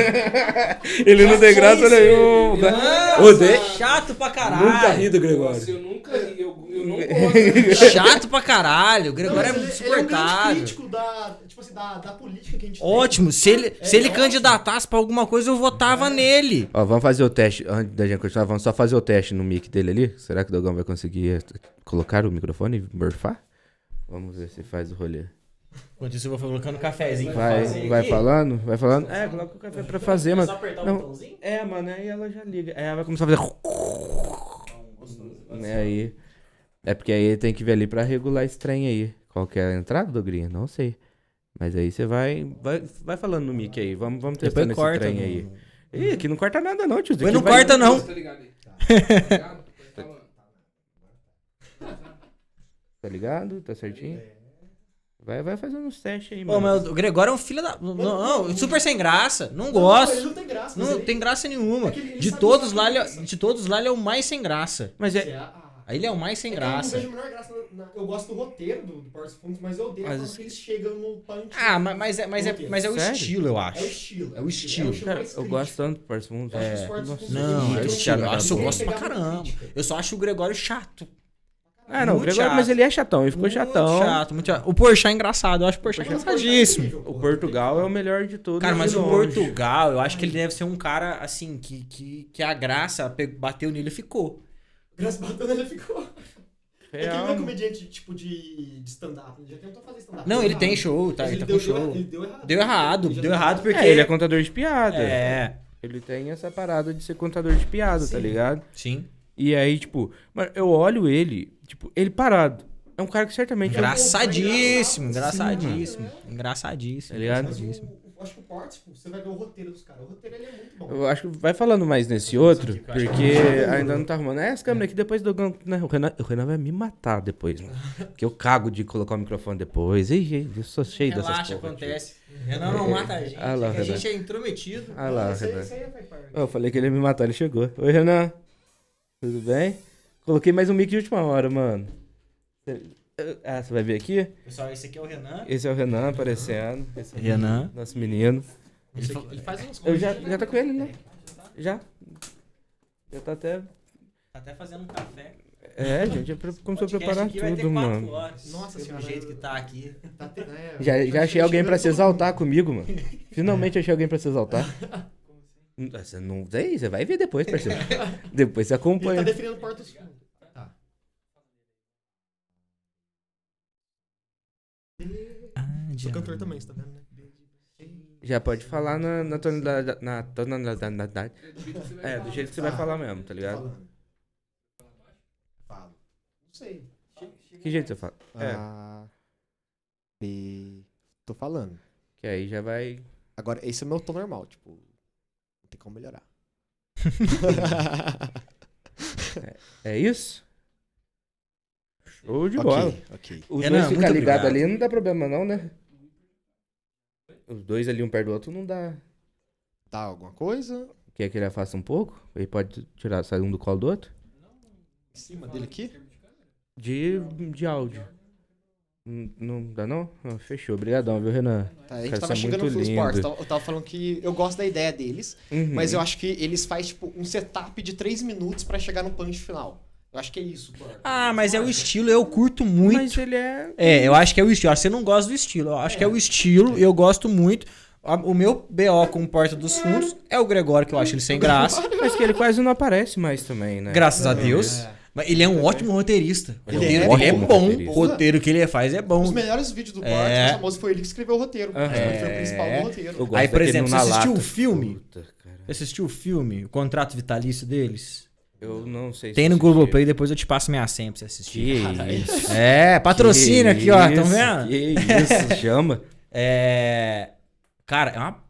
A: Ele não tem graça nenhuma. né?
B: Nossa,
A: Odeio.
B: Chato pra caralho.
A: Nunca ri do
C: Nossa,
A: Gregório.
C: eu nunca ri, eu, eu não gosto.
B: Chato pra caralho. O
D: Não, mas
B: Gregório é
D: ele-
B: muito
D: Ele é um grande
B: suportável.
D: crítico da, tipo assim, da, da política que a gente tem.
B: Ótimo, se ele,
D: É,
B: se ele
D: é
B: candidatasse pra alguma coisa, eu votava nele.
A: Ó, vamos fazer o teste. Antes da gente continuar, vamos só fazer o teste no mic dele ali. Será que o Dogão vai conseguir eh, colocar o microfone e burfar? Vamos ver se faz o rolê.
B: Enquanto isso, eu vou colocando um cafezinho.
A: Vai, vai falando, vai falando. É, coloca o café pra fazer, mano.
B: apertar
A: Não.
B: botãozinho?
A: É, mano, aí ela já liga. É, ela vai começar a fazer. É aí. É porque aí tem que ver ali pra regular esse trem aí. Qual que é a entrada do Green? Não sei. Mas aí você vai, vai. Vai falando no mic aí. Vamos, vamos
B: Depois
A: testando esse
B: corta,
A: trem
B: não-
A: aí. Ih, aqui não corta nada, não, tiozinho. Aqui
B: Mas não
A: vai-
B: corta, não.
C: Tá ligado aí? Tá ligado? Tá falando.
A: Tá ligado? Tá certinho? Vai, vai fazendo uns testes aí,
B: Pô,
A: mano.
B: É. mas o Gregório é um filho da. Não, não, super sem graça. Não gosto.
D: Ele não tem graça. mas
B: Não
D: ele-
B: tem graça nenhuma.
D: É que ele- ele
B: De
D: sabe
B: todos
D: usar
B: lá,
D: a
B: ele é-
D: graça.
B: de todos lá, ele é o mais sem graça.
A: Mas
D: É,
A: é.
D: ah,
B: Aí ele é o mais sem
D: é que Eu
B: graça.
D: não vejo a menor graça. na- na- eu gosto do roteiro do, do Portos Fundos, mas eu odeio
A: Mas
D: quando
A: isso-
D: eles chegam no punch.
B: Ah, ma- mas é, mas é, mas é o
A: Sério?
B: estilo,
D: é
B: eu
D: o
B: acho.
D: estilo.
B: é o estilo.
A: Cara,
D: mais
A: eu
D: crítico.
A: gosto tanto do Parça Mundo.
D: Eu acho que os Portos Fundos
B: É. Não,
D: eles
B: é o
D: tiram-
B: estilo.
A: eu acho
B: Nossa, eu
A: Ninguém
B: gosto pra
D: pegar muito
B: caramba.
D: crítica.
B: Eu só acho o Gregório chato.
A: Ah, não, o
B: Muito
A: Gregório,
B: chato.
A: mas ele é chatão, ele ficou
B: Muito
A: chatão.
B: chato, muito chato. O Porchat é engraçado. Eu acho o Porchat
D: Mas
B: engraçadíssimo.
D: Portugal é
A: O
D: incrível,
A: Portugal é o melhor de todos.
B: Cara, mas
A: de
B: o
A: longe.
B: Portugal, eu acho que ele deve ser um cara, assim, que, que, que a graça pe- bateu nele e ficou.
D: Graça Batana ele ficou. É que ele não é
A: Real.
D: comediante tipo de, de stand-up. Ele já tentou fazer stand-up.
B: Não,
D: deu
B: ele tem
D: errado.
B: show, tá?
D: Mas
B: Ele tá
D: deu,
B: com show.
D: Ele deu errado.
B: Deu errado,
D: Ele já
B: deu
D: tentou-
B: errado porque...
A: É, ele é contador de piada.
B: É,
A: Ele tem essa parada de ser contador de piada, tá
D: Sim.
A: ligado?
B: sim.
A: E aí, tipo, mano, eu olho ele, tipo, ele parado. É um cara que certamente.
D: Gra-
B: Engraçadíssimo,
A: engraçado.
B: engraçadíssimo. Engraçadíssimo.
A: Tá ligado?
D: Mas
B: engraçadíssimo.
D: o- o- acho que o Portes, pô, você vai ver o roteiro dos caras. O roteiro ele é muito bom.
A: Eu acho que vai falando mais nesse outro, porque ainda não tá arrumando. É essa câmera aqui, depois do Dogão. né, o, Renan, o Renan vai me matar depois, mano. Porque eu cago de colocar o microfone depois. Ih, eu sou cheio dessas
B: Relaxa,
A: porra, tio.
B: acontece. Renan não mata a gente,
A: Ah lá,
B: é que a
A: Renan.
B: gente é intrometido.
A: Ah lá,
D: Isso aí-
A: Renan.
D: isso aí é Fai Park.
A: Eu falei que ele ia me matar, ele chegou. Oi, Renan. Tudo bem? Coloquei mais um mic de última hora, mano. Cê- Ah, você vai ver aqui?
B: Pessoal, esse aqui é o Renan.
A: Esse é o Renan aparecendo. Esse é o
B: Renan.
A: nosso menino.
B: Ele, fa-
D: né?
B: ele faz uns
A: Eu já, já tá com ele, né? Já. Já tá até.
B: Tá até fazendo um café.
A: É, gente, já pre- começou a
B: Podcast
A: preparar
B: aqui vai ter
A: tudo,
B: quatro
A: mano.
B: horas.
D: Nossa
B: Pelo
D: senhora.
B: jeito que tá aqui.
D: Tá te- né,
A: Já, já achei
D: tá
A: alguém pra
D: chegando
A: se exaltar comigo, mano. Finalmente achei alguém pra se exaltar. Você não sei, você vai ver depois, parceiro. Depois você
D: todo mundo. Ele tá
A: acompanha.
D: definindo Portos Fundos. Tá.
A: Tá.
E: Ah,
D: Sou cantor também, você tá vendo, né?
A: Já pode falar na, na tonalidade. Na tonalidade.
C: É
A: É, do
C: do jeito que você vai falar.
A: jeito que você vai falar mesmo, tá ligado?
D: Falando. Falo. Não sei.
A: Que jeito você fala? É.
E: A, B. Ah, Tô falando.
A: Que aí já vai.
E: Agora, esse é o meu tom normal, tipo. Não tem como melhorar.
A: É isso? Show de bola.
E: Ok, ok.
A: Os
B: Renan,
A: dois ficar
B: muito
A: ligados
B: obrigado.
A: ali não dá problema, não, né? Os dois ali um perto do outro não dá.
E: Tá alguma coisa?
A: Quer que ele afasta um pouco? Ele pode tirar, sair um do colo do outro?
E: Em cima dele aqui?
A: De, de áudio. Hum, Não dá, não? Ah, Fechou. Obrigadão, viu, Renan?
E: Tá, a gente
A: Cara,
E: tava
A: isso é
E: xingando
A: muito
E: os
A: lindo.
E: portos. Eu tava falando que eu gosto da ideia deles,
A: Uhum.
E: mas eu acho que eles fazem, tipo, um setup de 3 minutos pra chegar no punch final. Eu acho que é isso, Portos.
B: Ah, mas é o estilo, eu curto muito.
A: Mas ele é.
B: É, eu acho que é o estilo. Acho que Você não gosta do estilo. Eu acho que é o estilo, eu gosto muito. A- O meu BO com Porta dos Fundos é o Gregório, que eu acho ele sem graça.
A: Mas que ele quase não aparece mais também, né?
B: Graças a Deus.
D: É.
B: Mas ele é um ótimo roteirista.
A: Ele um
B: Roteiro
E: é
B: dele é
A: ótimo
B: bom.
A: roteirista.
B: O roteiro que ele faz é
E: Os
B: bom.
E: melhores vídeos do Portos,
B: É.
E: o famoso foi ele que escreveu o roteiro.
A: Aham.
E: Ele foi o principal
B: É.
E: do roteiro.
A: Eu gosto
B: Aí, por
A: daquele
B: exemplo,
A: na
B: você assistiu
A: lata.
B: o filme?
A: Puta, cara.
B: Você assistiu o filme, o contrato vitalício deles?
A: Eu não sei se
B: Tem no
A: assisti.
B: Globoplay, depois eu te passo minha senha pra você assistir.
A: Que isso.
B: É, patrocínio
A: Que
B: aqui, ó.
A: isso,
B: Tão vendo?
A: Que isso, chama.
B: É. Cara, é uma.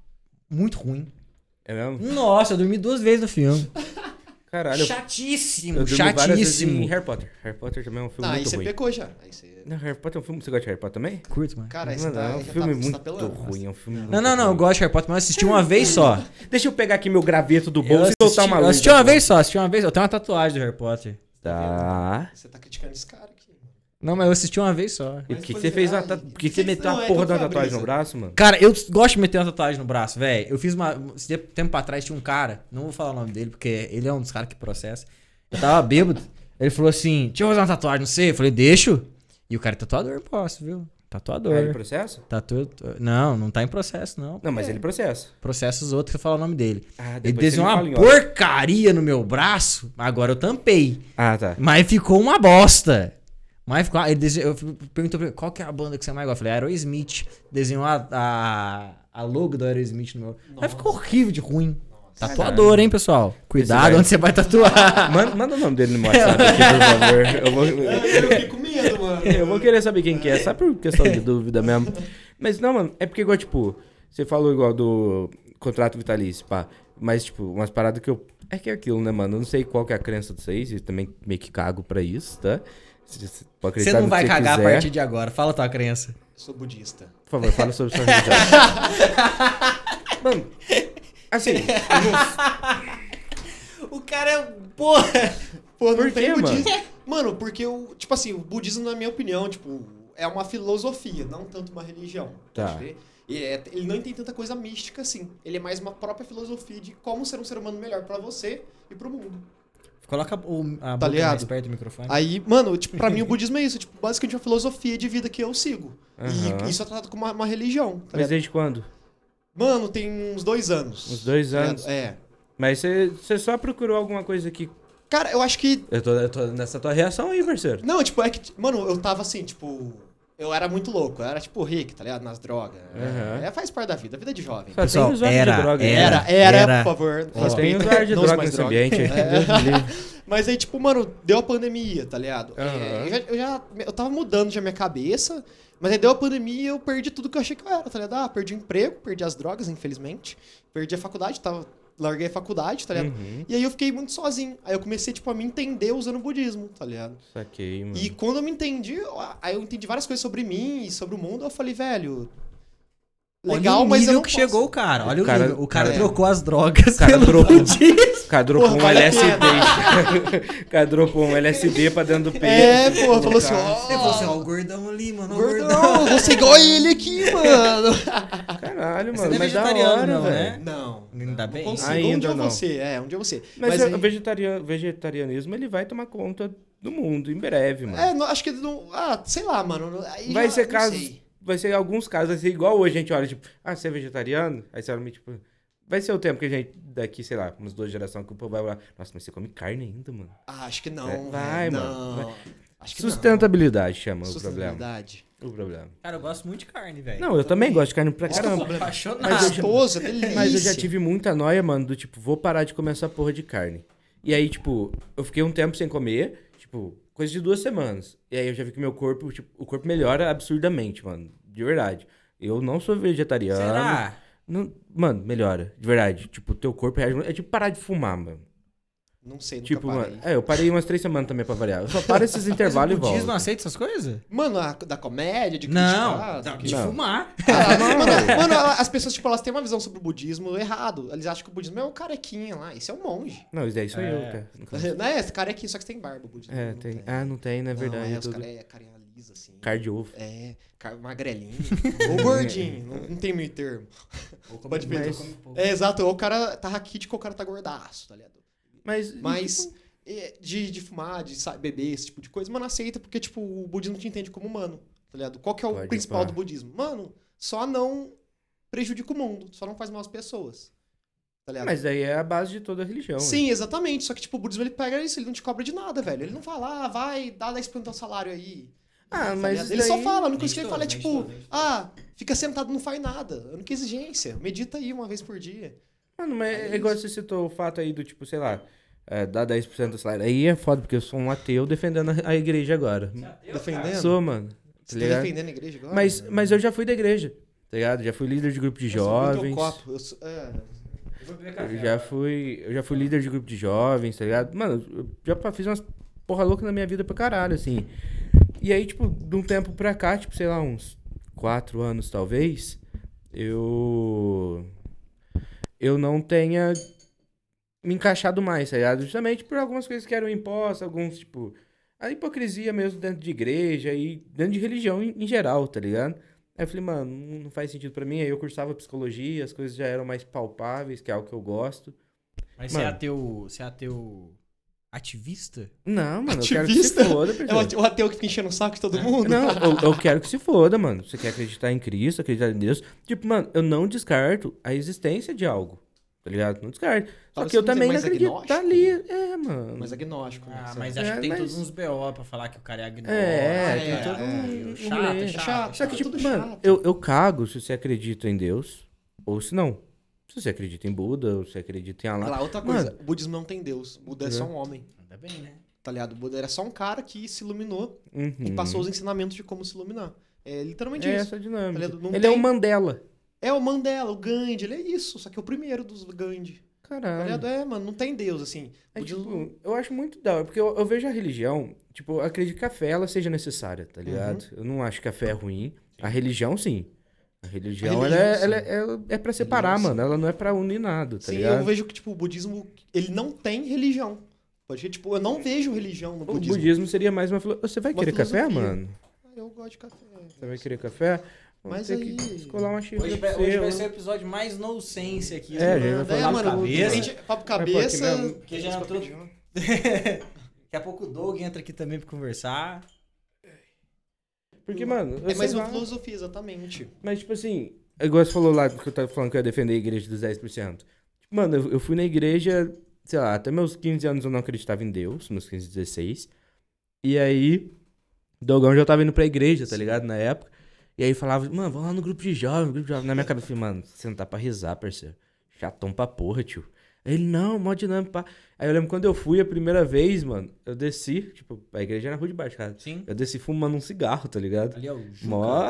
B: Muito ruim.
A: É mesmo?
B: Nossa, eu dormi duas vezes no filme.
A: Caralho, eu-
B: chatíssimo,
A: eu dormi várias vezes em
B: chatíssimo.
A: Harry Potter. Harry Potter também é um filme
E: Não, aí
A: muito
E: você
A: ruim.
E: pecou já. Aí você.
A: Não, Harry Potter é um filme... Você gosta de Harry Potter também?
B: Curto, mano.
E: Cara, aí você
A: Mano,
E: tá.
A: é um
E: já
A: filme
E: tá, você tá
A: muito
E: pelando.
A: ruim, é um filme
B: Não, não, não, eu
A: gosto.
B: gosto de Harry Potter, mas eu assisti uma vez só.
A: Deixa eu pegar aqui meu graveto do
B: Eu
A: bolso e
B: assisti,
A: soltar uma né?
B: eu
A: luz.
B: assisti uma vez só, assisti uma vez. Eu tenho uma tatuagem do Harry Potter.
A: Tá.
E: Você tá criticando esse cara aqui.
B: Não, mas eu assisti uma vez só.
A: E por
E: Mas
A: que que
E: foi
A: você fez uma
E: verdade.
A: tatuagem? Por que
E: Por
A: você
E: que
A: meteu
E: não
A: uma
E: é?
A: porra
E: Qual
A: da
E: foi a
A: tatuagem no
E: brisa?
A: braço, mano?
B: Cara, eu gosto de meter uma tatuagem no braço, velho. Eu fiz uma. esse dia- Tempo atrás tinha um cara, não vou falar o nome dele, porque ele é um dos caras que processa. Eu tava bêbado. Ele falou assim: Deixa eu fazer uma tatuagem, não sei. Eu falei: Deixo. E o cara é tatuador, posso, viu?
A: Ah, ele
B: Tatuador.
A: processa?
B: Tatu... Tá Não, não tá em processo, não.
A: Não, mas ele processa.
B: Processa os outros que eu falo o nome dele.
A: Ah,
B: Ele
A: depois você
B: desenhou
A: me
B: uma
A: fala em off.
B: porcaria no meu braço, agora eu tampei.
A: Ah, tá.
B: Mas ficou uma bosta. Mas ficou. Ele desenhou, eu fui- perguntou pra ele qual que é a banda que você mais gosta. Eu falei, Aerosmith. Desenhou a, a, a logo do Aerosmith no meu. Mas ficou horrível de ruim. Tatuador, hein, pessoal? Cuidado
A: vai-
B: onde você vai tatuar.
A: Manda, manda o nome dele no WhatsApp aqui, por favor. Eu vou,
D: É, Eu fiquei com medo, mano.
A: eu vou querer saber quem que é, só por questão de dúvida mesmo. Mas não, mano, é porque igual, tipo, você falou igual do contrato vitalício, pá. Mas, tipo, umas paradas que eu. É que é aquilo, né, mano? Eu não sei qual que é a crença de vocês, e também meio que cago pra isso, tá? Você você pode
B: Você
A: acreditar
B: não
A: no que
B: vai cagar
A: quiser.
B: a partir de agora. Fala tua crença.
E: Eu sou budista.
A: Por favor, fala sobre sua religião. mano, assim,
B: O cara é. Porra!
E: Pô, não
A: Por
E: tem
A: quê,
E: budismo. Mano, porque o. Tipo assim, o budismo, na minha opinião, tipo, é uma filosofia, não tanto uma religião.
A: Tá.
E: pode ver? E é- ele não tem tanta coisa mística assim. Ele é mais uma própria filosofia de como ser um ser humano melhor pra você e pro mundo.
B: Coloca o, a
E: Tá
B: boca
E: ligado?
B: mais perto do microfone.
E: Aí, mano, tipo, pra mim o budismo é isso. Tipo, basicamente uma filosofia de vida que eu sigo.
A: Aham.
E: E isso é tratado como uma, uma religião. Tá
A: mas
E: ligado?
A: desde quando?
E: Mano, tem uns dois anos.
A: Uns dois
E: tá ligado?
A: anos.
E: É.
A: Mas você você só procurou alguma coisa que.
E: Cara, eu acho que
A: Eu tô, eu tô nessa tua reação aí, parceiro.
E: Não, tipo, é que, mano, eu tava assim, tipo. Eu era muito louco, eu era tipo o Rick, tá ligado? Nas drogas.
A: Aham.
E: É, faz parte da vida, a vida de jovem.
A: Só
B: Pessoal,
A: tem usuário
B: era,
A: de droga.
B: era.
E: Era, era,
B: era.
E: por favor.
A: Só tem
E: respeita.
A: usuário de
E: Não use
A: droga
E: mais
A: nesse ambiente. Deus me livre.
E: Mas aí, tipo, mano, deu a pandemia, tá ligado?
A: Aham.
E: É, eu, já, eu já- eu tava mudando já minha cabeça, mas aí deu a pandemia e eu perdi tudo que eu achei que eu era, tá ligado? Ah, perdi o emprego, perdi as drogas, infelizmente. Perdi a faculdade, tava, larguei a faculdade, tá ligado?
A: Uhum,
E: E aí eu fiquei muito sozinho. Aí eu comecei, tipo, a me entender usando o budismo, tá ligado?
A: saquei,
B: Uhum.
A: mano.
E: E quando eu me entendi, eu- ah, aí eu entendi várias coisas sobre mim e sobre o mundo, eu falei, velho. Legal,
B: Olha o
E: mas eu
B: nível
E: não
B: que
E: posso.
B: chegou o cara. Olha o,
A: O cara-
B: nível. O cara
E: é.
B: trocou as drogas
A: O cara
B: pelo
A: trocou.
B: budismo.
A: O cara dropou um
E: vale a
A: LSD. O cara dropou um LSD pra dentro do peito.
E: É, pô, falou assim,
B: Ele falou assim,
E: ó.
B: ó, o gordão ali, mano. ó, o
E: Gordão, você igual a ele aqui, mano.
A: Caralho, mano.
B: Você não é
A: Mas da
B: vegetariano,
A: hora,
B: não,
A: velho.
B: né?
E: Não.
B: Ainda
E: Não
B: bem.
E: consigo. um
A: Ainda
E: dia
A: não.
E: você, é, um dia você.
A: Mas,
E: Mas,
A: o
E: aí-
A: vegetaria- vegetarianismo, ele vai tomar conta do mundo em breve, mano.
E: É, não, acho que não. Ah, sei lá, mano. aí
A: Vai
E: já-
A: ser
E: não
A: caso.
E: sei.
A: Vai ser alguns casos, vai ser igual hoje, a gente olha, tipo, ah, você é vegetariano? Aí você olha, tipo, vai ser o tempo que a gente, daqui, sei lá, umas duas gerações, que o povo vai olhar, nossa, mas você come carne ainda, mano.
E: Ah, acho que não.
A: É,
E: velho,
A: vai,
E: não.
A: mano,
E: Acho que
A: Sustentabilidade
E: não. é
A: chama o problema.
E: Sustentabilidade.
A: O problema.
B: Cara, eu gosto muito de carne, velho.
A: Não, eu também gosto de carne pra
E: Esse que é o
A: caramba.
E: problema.
B: apaixonado.
A: Mas eu-
E: Gostoso, é delícia.
A: Mas eu já tive muita noia, mano, do tipo, vou parar de comer essa porra de carne. E aí, tipo, eu fiquei um tempo sem comer, tipo, coisa de duas semanas. E aí eu já vi que meu corpo, tipo, o corpo melhora absurdamente, mano. De verdade. Eu não sou vegetariano.
B: Será?
A: Não- mano, melhora. De verdade. Tipo, teu corpo reage. muito- É tipo parar de fumar, mano.
E: Não sei, nunca
A: tipo,
E: parei.
A: mano. É, eu parei umas três semanas também pra variar. Eu só paro esses
B: Mas o
A: intervalos e volto.
B: budismo
E: é assim.
B: aceita essas coisas?
E: Mano, a- da comédia, de
B: Não,
E: criticar,
B: da-
E: do que-
B: de
A: Não.
B: fumar.
E: Ah, mano, mano, as pessoas, tipo, elas têm uma visão sobre o budismo errado. Eles acham que o budismo é um carequinha lá. Isso é um monge.
A: Não, isso daí sou eu,
B: É.
A: cara. No caso.
E: Não é esse carequinha, só que você tem barba, o budismo.
A: É,
E: não
A: tem. Ah, não tem, na
E: Não,
A: verdade.
E: é,
A: é
E: os
A: tudo
E: caras é carinha lisa, assim.
A: carne de ovo.
E: É, car... magrelinho. ou gordinho. não, não tem meio termo. Pode ver.
A: Mas,
E: É, exato. Ou o cara tá raquítico ou o cara tá gordaço, tá ligado?
A: mas, então,
E: Mas... é, De, de fumar, de sa- beber, esse tipo de coisa, mano, aceita, porque, tipo, o budismo te entende como humano, tá ligado? Qual que é o
A: Pode
E: principal
A: pá.
E: do budismo? Mano, só não prejudica o mundo, só não faz mal às pessoas, tá ligado?
A: mas daí é a base de toda a religião. né?
E: Sim, exatamente. Só que, tipo, o budismo ele pega isso, ele não te cobra de nada, velho. Ele não fala, ah, vai, dá 10% do teu salário aí.
A: Ah,
E: tá
A: mas
E: ligado?
A: isso
E: Ele só
A: daí-
E: fala, a única coisa que ele
B: Meditou,
E: fala é tipo,
B: meditou,
A: né?
B: meditou.
E: ah, fica sentado, não faz nada. Eu não que exigência. Medita aí uma vez por dia.
A: Mano, mas
E: É
A: é igual você citou o fato aí do tipo, sei lá, é, dá 10% do salário. Aí é foda, porque eu sou um ateu defendendo a- a igreja agora.
E: defendendo?
A: Sou, mano. tá
E: Você tá
A: ligado?
E: defendendo a igreja agora?
A: Mas, mas eu já fui da igreja, tá ligado? Já fui líder de grupo de
E: Eu sou muito
A: jovens.
E: copo, eu sou- é.
C: Vou beber
A: Eu
C: café.
A: já fui. Eu já fui líder de grupo de jovens, tá ligado? Mano, eu já pa- fiz umas porra louca na minha vida pra caralho, assim. E aí, tipo, de um tempo pra cá, tipo, sei lá, uns quatro anos talvez, eu. Eu não tenha me encaixado mais, tá ligado? Justamente por algumas coisas que eram impostas, alguns, tipo. A hipocrisia mesmo dentro de igreja e dentro de religião em, em geral, tá ligado? Aí eu falei, mano, não não faz sentido pra mim. Aí eu cursava psicologia, as coisas já eram mais palpáveis, que é algo que eu gosto.
B: Mas
A: Mano.
B: você é ateu. Você é ateu. Ativista?
A: Não, mano,
E: Ativista?
A: eu quero que se foda,
E: É
A: parceiro.
E: o ateu- o ateu que fica enchendo o saco de
A: É.
E: todo mundo?
A: Não, eu, eu quero que se foda, mano. Você quer acreditar em Cristo, acreditar em Deus. Tipo, mano, eu não descarto a existência de algo. Tá ligado? Não descarto. Só
E: Talvez
A: que eu
E: assim, você não
A: também não
E: seja mais
A: acredito. Tá ali.
E: agnóstico.
A: É, mano.
E: Mas agnóstico, né?
B: Ah,
E: Sei
B: mas
E: lá.
B: acho
A: É,
B: que tem
A: mas-
B: todos uns BO pra falar que o cara é agnóstico.
A: É,
E: tem
B: cara,
E: todo
A: um- um
B: chato,
A: rolê.
B: é
E: Chato,
B: chato,
A: Só que,
E: tá
A: tipo,
E: tudo
A: mano,
E: chato.
A: eu, eu cago se você acredita em Deus ou se não. Se você acredita em Buda ou se você acredita em Allah.
E: Lá, outra coisa, o budismo não tem Deus. O Buda é,
A: É.
E: só um homem,
B: Ainda bem, né?
E: tá ligado? O Buda era só um cara que se iluminou
A: Uhum.
E: e passou os ensinamentos de como se iluminar. É literalmente
A: É
E: isso.
A: essa dinâmica.
E: Tá ligado? Não
A: Ele é
E: tem-
A: um Mandela.
E: É o Mandela, o Gandhi, ele é isso, só que é o primeiro dos Gandhi. Tá
A: Caralho.
E: ligado? É, mano, não tem Deus, assim.
A: É,
E: Budismo-
A: tipo, eu acho muito da hora, porque eu, eu vejo a religião, tipo, eu acredito que a fé ela seja necessária,
E: Uhum.
A: tá ligado? Eu não acho que a fé é ruim. A religião, sim. A religião,
E: A
A: ela, é-
E: religião,
A: ela é, ela é pra separar,
E: Religião,
A: mano. Ela não é pra unir nada, tá
E: Sim,
A: ligado?
E: eu vejo que, tipo, o budismo, ele não tem religião. Pode ser, tipo, eu não vejo religião no
A: O
E: um budismo.
A: budismo seria mais uma filo... Você vai
E: Uma
A: querer café,
E: filosofia.
A: mano?
E: Ah, Eu gosto de café.
A: Você vai querer café? Vamos
E: Mas
A: ter
E: aí-
A: que descolar uma xícara
B: Hoje,
A: pra
B: vai-
A: você,
B: hoje vai
A: ó.
B: ser o episódio mais no sense aqui.
A: tipo, É,
B: né?
A: gente. vai
E: Daí,
A: falar
E: mano,
B: cabeça.
E: a gente- papo
A: Vai pôr aqui
E: cabeça.
A: mesmo.
B: Porque já é entrou- Daqui a pouco o Doug entra aqui também pra conversar.
A: Porque, mano, eu
E: É mais
A: sei
E: uma
A: lá.
E: filosofia, exatamente.
A: Mas, tipo assim, igual você falou lá que eu tava falando que eu ia defender a igreja dos 10%. Tipo, Mano, eu, eu fui na igreja, sei lá, até meus 15 anos eu não acreditava em Deus, meus 15, 16. E aí, Dogão já tava indo pra igreja, tá ligado? Na época. E aí falava, mano, vamos lá no grupo de jovens, grupo de jovens. Na minha cabeça, eu falei, mano, sentar pra rezar, parceiro. Chatão pra porra, tio. Aí Ele, não, mó dinâmico, pá. Aí eu lembro quando eu fui a primeira vez, mano, eu desci, tipo, a igreja era na rua de baixo, cara.
B: Sim.
A: Eu desci fumando um cigarro, tá ligado?
B: Ali é o Juca.
A: Mó.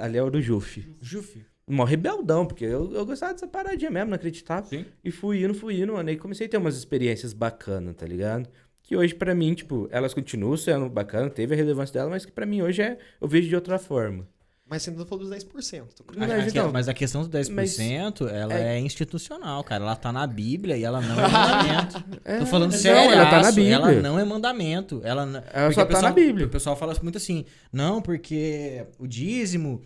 A: Ali é o do Jufi
B: Jufi.
A: mó rebeldão, porque eu, eu gostava dessa paradinha mesmo, não acreditava.
B: Sim.
A: E fui indo, fui indo, mano. Aí comecei a ter umas experiências bacanas, tá ligado? Que hoje, pra mim, tipo, elas continuam sendo bacanas, teve a relevância dela, mas que pra mim hoje é, eu vejo de outra forma.
E: Mas você ainda falou dos 10%. tô
A: Não,
E: curioso.
B: A- a que-
A: então,
B: mas a questão dos 10% ela é... institucional, cara. Ela tá na Bíblia e ela não é mandamento.
A: É,
B: Tô falando
A: não,
B: sério.
A: ela tá na Bíblia.
B: Ela não é mandamento. Ela, n-
A: Ela
B: porque
A: só
B: o
A: tá
B: pessoal-
A: na Bíblia.
B: O pessoal fala muito assim, não, porque o dízimo,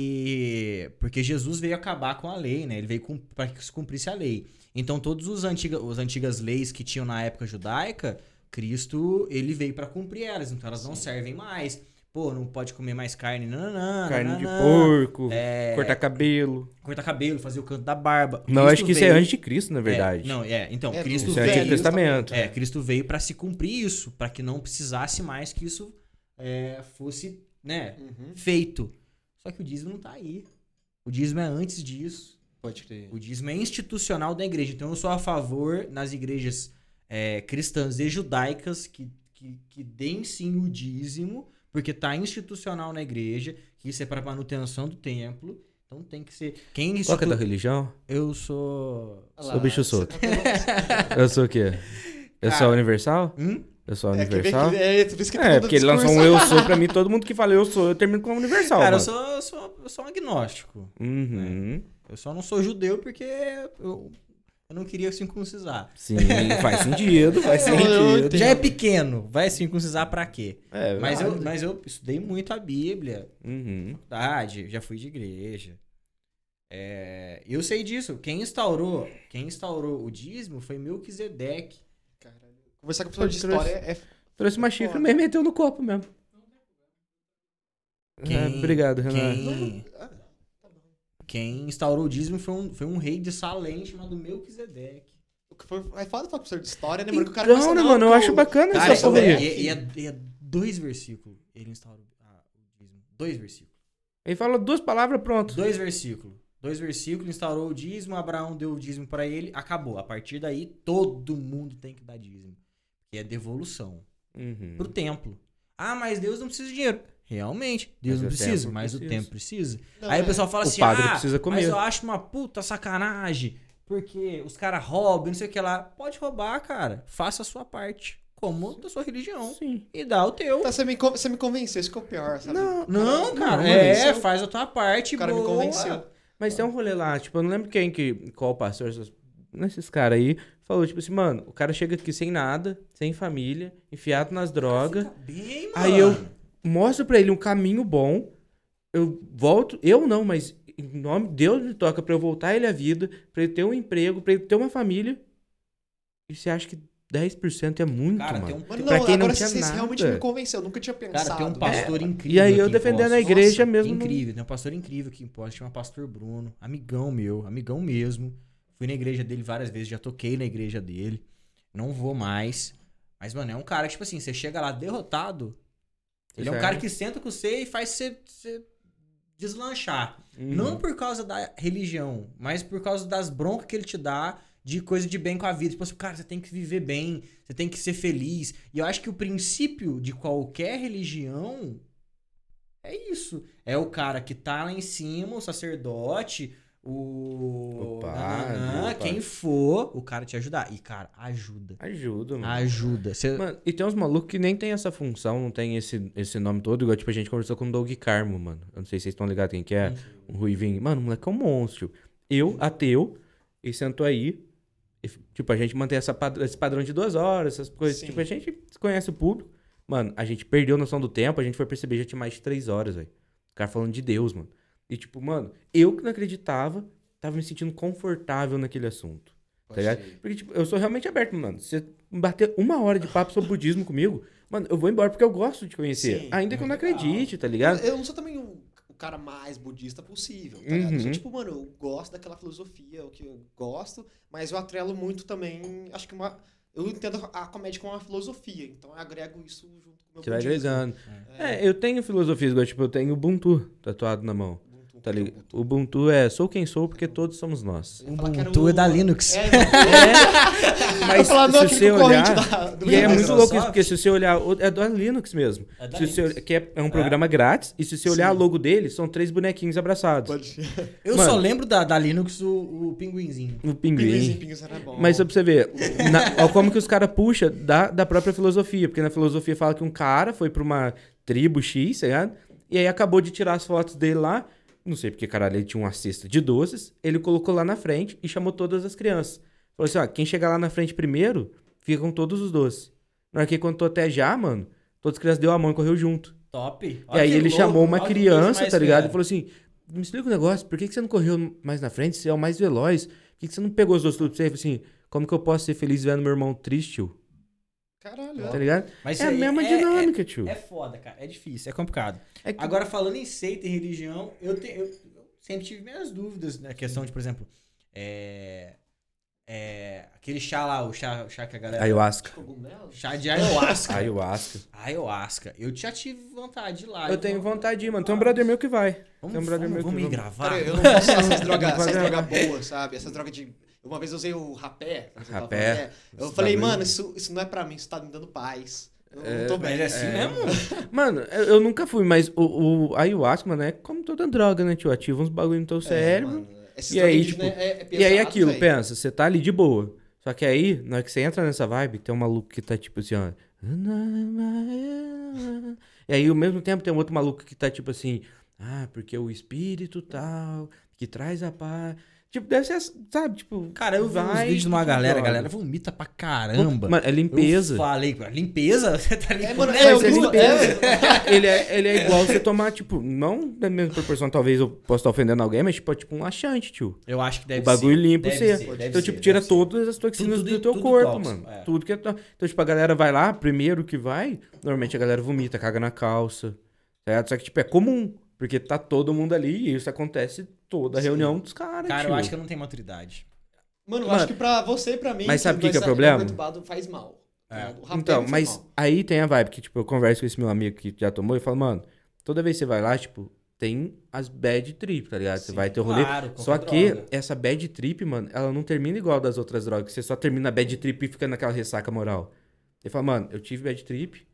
B: ele... Porque Jesus veio acabar com a lei, né? Ele veio cum- pra que se cumprisse a lei. Então, todas os antiga, as antigas leis que tinham na época judaica, Cristo, ele veio pra cumprir elas. Então, elas não servem mais. Pô, não pode comer mais carne, nananã,
A: Carne de
B: nananã.
A: porco,
B: É,
A: cortar cabelo.
B: cortar cabelo, fazer o canto da barba.
A: Não,
B: Cristo
A: acho que isso é
B: veio-
A: antes de Cristo, na verdade.
B: É, não, é. Então,
E: É,
B: Cristo
A: isso é
E: velho,
A: Antigo
E: Cristo
B: veio.
A: Testamento.
B: É, Cristo veio pra se cumprir isso, pra que não precisasse mais que isso é, fosse, né,
E: Uhum,
B: feito. Só que o dízimo não tá aí. O dízimo é antes disso.
E: Pode crer.
B: O dízimo é institucional da igreja. Então eu sou a favor nas igrejas é, cristãs e judaicas que, que, que deem sim o dízimo, porque tá institucional na igreja, que isso é pra manutenção do templo. Então tem que ser. Quem
A: Qual que é
B: institu...
A: da religião?
B: Eu sou.
E: Olha lá,
A: Sou bicho
E: você
A: solto.
E: tá falando-
A: Eu sou o quê? Eu sou
B: Cara.
A: a Universal?
B: Hum?
A: Eu sou a
E: É, quer ver
A: Universal?
E: que- é, por isso que
A: É,
E: todo
A: porque ele
E: discurso-
A: lançou um eu sou pra mim, todo mundo que fala eu sou, eu termino com a Universal.
B: Cara,
A: mano.
B: eu sou, É. eu, sou, eu sou um agnóstico.
A: Uhum.
B: Eu só não sou judeu porque eu, eu não queria circuncisar.
A: Sim, faz sentido, faz
E: Eu- eu
A: sentido.
E: entendo.
B: Já é pequeno, vai circuncisar pra quê?
A: É,
B: Mas eu,
A: verdade.
B: mas eu estudei muito a Bíblia,
A: Uhum.
B: faculdade, já fui de igreja. É, eu sei disso. Quem instaurou, quem instaurou o dízimo foi Melquisedeque.
E: Caralho. Conversar com o pessoal de
A: um
E: história é
A: Trouxe uma xícara e meteu no copo mesmo.
B: Quem-
A: É, obrigado, Renan.
B: Quem,
E: ah,
B: quem instaurou o dízimo foi um, foi um rei de Salém chamado Melquisedeque.
E: É foda falar com o professor de história, né, mano? Que o cara
A: Então,
E: pensa,
A: né,
E: não,
A: mano, eu
E: pô,
A: acho bacana
B: Cara,
A: essa
E: isso
A: porra
B: e,
A: aí.
E: é-
B: e- e é, e é dois versículos. Ele instaurou ah, o dízimo. Dois versículos.
A: Ele fala duas palavras, pronto.
B: Dois versículos. Dois versículos, instaurou o dízimo, Abraão deu o dízimo pra ele, acabou. A partir daí, todo mundo tem que dar dízimo. Que é devolução.
A: Uhum.
B: Pro templo. Ah, mas Deus não precisa de dinheiro. Realmente, Deus
A: Mas
B: não
A: o
B: precisa,
A: templo
B: mas o
A: precisa.
B: templo precisa.
E: não,
B: Aí
E: é.
B: o pessoal fala
A: O
B: assim,
A: padre
B: ah,
A: precisa comer."
B: mas eu acho uma puta sacanagem. porque os caras roubam, não sei o que lá. Pode roubar, cara. Faça a sua parte. Como da sua religião.
A: Sim.
B: E dá o teu.
A: Tá,
E: Então, você, me, con- você me convenceu, isso que é o pior, sabe?
B: Não, não,
A: não,
B: cara.
A: me
B: é,
E: convenceu.
B: faz a tua parte,
E: o cara me
B: boa.
E: convenceu.
A: Mas tem um rolê lá, tipo, eu não lembro quem que. Qual pastor, esses- nesses caras aí, falou, tipo assim, mano, o cara chega aqui sem nada, sem família, enfiado nas drogas.
B: Fica bem,
A: Aí eu
B: mano.
A: mostro pra ele um caminho bom. Eu volto, eu não, mas em nome de Deus me toca pra eu voltar ele à vida, pra ele ter um emprego, pra ele ter uma família. E você acha que 10% é muito,
B: Cara,
A: mano?
B: tem um,
E: Mas
A: Pra
E: não,
A: quem não
E: agora
A: tinha
E: vocês
A: nada.
E: realmente me convenceu, eu nunca tinha pensado. É.
B: Cara, tem um pastor incrível.
A: E aí eu
B: aqui em
A: defendendo a
B: Foz.
A: igreja
B: É
A: mesmo. não-
B: Incrível, tem um pastor incrível aqui em Poços, chama Pastor Bruno, amigão meu, amigão mesmo. Fui na igreja dele várias vezes, já toquei na igreja dele. Não vou mais. Mas, mano, é um cara que, tipo assim, você chega lá derrotado.
A: Você
B: ele é um
A: já-
B: cara que senta com você e faz você, você deslanchar.
A: Uhum.
B: Não por causa da religião, mas por causa das broncas que ele te dá de coisa de bem com a vida. Tipo assim, cara, você tem que viver bem, você tem que ser feliz. E eu acho que o princípio de qualquer religião é isso. É o cara que tá lá em cima, o sacerdote, o.
A: O padre,
B: nananã,
A: o
B: quem
A: padre.
B: for, o cara te ajudar. E, cara, ajuda.
A: Ajuda, mano.
B: Ajuda. Você-
A: Hum. Mano, e tem uns malucos que nem tem essa função, não tem esse, esse nome todo, igual tipo, a gente conversou com o Doug Carmo, mano. Eu não sei se vocês estão ligados quem que é, o Ruivinho. Mano, o moleque é um monstro. tio. Eu, ateu, ele sentou aí. e, tipo, a gente mantém essa pad- esse padrão de duas horas, essas coisas.
E: Sim.
A: Tipo, a gente conhece o público. Mano, a gente perdeu a noção do tempo, a gente foi perceber já tinha mais de três horas, velho. O cara falando de Deus, mano. E tipo, mano, eu que não acreditava, tava me sentindo confortável naquele assunto. Tá ligado? Porque, tipo, eu sou realmente aberto, mano. Se você bater uma hora de papo sobre budismo comigo, mano, eu vou embora porque eu gosto de te conhecer.
E: Sim,
A: ainda que eu não
E: legal.
A: acredite, tá ligado?
E: Eu não sou também o, o cara mais budista possível, tá ligado? Eu sou
A: Uhum.
E: tipo, mano, eu gosto daquela filosofia, é o que eu gosto, mas eu atrelo muito também, acho que uma... Eu entendo a comédia como uma filosofia, então eu agrego isso junto com o meu
A: Você vai
E: budismo.
A: agregando. É, eu tenho filosofias, igual, tipo, eu tenho Ubuntu tatuado na mão.
E: Ubuntu,
A: Tá ligado?
E: Ubuntu.
A: Ubuntu é sou quem sou porque todos somos nós.
E: Eu ia falar que era
B: Ubuntu é
E: o-
B: da Linux.
E: É,
A: Mas
E: não, É, eu ia falar, não,
A: se
E: aquele
A: você
E: concorrente
A: olhar.
E: da- do
A: E é
E: Windows.
A: muito louco isso,
B: Microsoft?
A: porque se você olhar. o- É do Linux mesmo.
B: É da
A: Se você
B: Linux.
A: olhar- que é é um programa grátis. E se você olhar é a logo dele, são três bonequinhos abraçados.
E: Pode-
B: Eu
A: Mano.
B: só lembro da, da Linux o, o pinguinzinho.
A: O Um
E: Pinguins
A: pinguim.
E: e Pinguins era bom.
A: Mas só pra você ver, na- ó, como que os caras puxam da, da própria filosofia. Porque na filosofia fala que um cara foi pra uma tribo X, tá ligado? E aí acabou de tirar as fotos dele lá. Não sei porque, caralho, ele tinha uma cesta de doces. Ele colocou lá na frente e chamou todas as crianças. Falou assim: ó, quem chegar lá na frente primeiro, fica com todos os doces. Na hora que contou até já, mano, todas as crianças deu a mão e correu junto.
B: Top.
A: e
B: Olha
A: aí
B: Ah, que
A: ele
B: louco,
A: chamou uma
B: olha que é, coisa
A: criança,
B: mais
A: tá ligado? E
B: fera.
A: falou assim: me explica um negócio, por que, que você não correu mais na frente? Você é o mais veloz. Por que, que você não pegou os dois tudo pra você? Ele falou assim: como que eu posso ser feliz vendo meu irmão triste, tio?
E: Caralho.
A: Tá ligado?
B: Mas
A: é a
B: aí
A: mesma
B: é-
A: dinâmica, tio.
B: É foda, cara. É difícil, é complicado.
A: É que-
B: Agora, falando em seita e religião, eu, te- eu- eu sempre tive minhas dúvidas na questão de, por exemplo, é, é, aquele chá lá, o chá, o chá que a galera...
A: Ayahuasca.
E: Cogumelos?
B: Chá de ayahuasca.
A: Ayahuasca.
B: ayahuasca. Eu já tive vontade de ir lá.
A: Eu tenho vontade de ir, mano. Tem um brother meu que vai.
B: Vamos,
A: tem um brother
B: vamos,
A: meu
B: vamos
A: que
B: ir
A: não-
B: gravar?
E: Cara, eu não posso usar essas drogas,
A: Fazer-
E: essas drogas
A: né?
E: boas, sabe? Essas drogas de. Uma vez eu usei o rapé. que você tava
A: Rapé. Tá
E: falando, né? Eu
A: Esse
E: falei,
A: bagulho.
E: mano, isso, isso não é pra mim, isso tá me dando paz. Eu não tô bem.
B: Mas é assim mesmo?
A: Mano, eu, eu nunca fui, mas o, o ayahuasca, mano, é como toda droga, né, tio? Ativa uns bagulho no
B: É,
E: É,
A: teu cérebro.
E: Esses
A: E aí,
E: drogas
A: tipo,
E: indígenas é, é
A: E aí é
E: pesado,
A: aquilo,
E: velho.
A: pensa, você tá ali de boa. Só que aí, na hora que você entra nessa vibe, tem um maluco que tá tipo assim, ó. E aí, ao mesmo tempo, tem um outro maluco que tá tipo assim, ah, porque o espírito tal, que traz a paz. Tipo, deve ser, sabe, tipo.
B: Cara, eu vi uns
A: vai
B: vídeos de uma
A: que
B: galera, a
A: joga.
B: galera vomita pra caramba.
A: Mano, é limpeza.
B: Eu falei, limpeza? Você tá
E: É,
B: limpando?
E: mano,
A: Mas
E: é, eu,
A: é
E: eu,
A: limpeza. ele, é, ele é igual você tomar, tipo, não na mesma proporção, talvez eu possa estar ofendendo alguém, mas tipo, é tipo um laxante, tio.
B: Eu acho que deve
A: o bagulho
B: ser.
A: limpa
B: deve
A: você.
B: ser, deve
A: então,
B: ser,
A: tipo, tira
B: deve ser.
A: todas as toxinas
B: Tudo-
A: do teu
B: tudo
A: corpo,
B: tóxico,
A: mano.
B: é.
A: Tudo que é tó- Então, tipo, a galera vai lá, primeiro que vai, normalmente a galera vomita, caga na calça. Certo? Só que, tipo, é comum, porque tá todo mundo ali e isso acontece toda a reunião dos caras,
B: Cara,
A: tio.
B: eu acho que é eu não tenho maturidade.
E: Mano, eu
A: Mano,
E: acho que pra você e pra mim.
A: mas sabe o que que é o
E: dois
A: problema?
E: perturbado faz mal.
B: É.
E: O rapé
A: Então,
E: faz
A: mas
E: mal.
A: aí tem a vibe que, tipo, eu converso com esse meu amigo que já tomou e falo, mano, toda vez que você vai lá, tipo, tem as bad trip, tá ligado? você vai ter o rolê.
B: Claro,
A: Só
B: qualquer
A: que é
B: droga.
A: essa bad trip, mano, ela não termina igual das outras drogas. Você só termina a bad trip e fica naquela ressaca moral. Ele fala, mano, eu tive bad trip.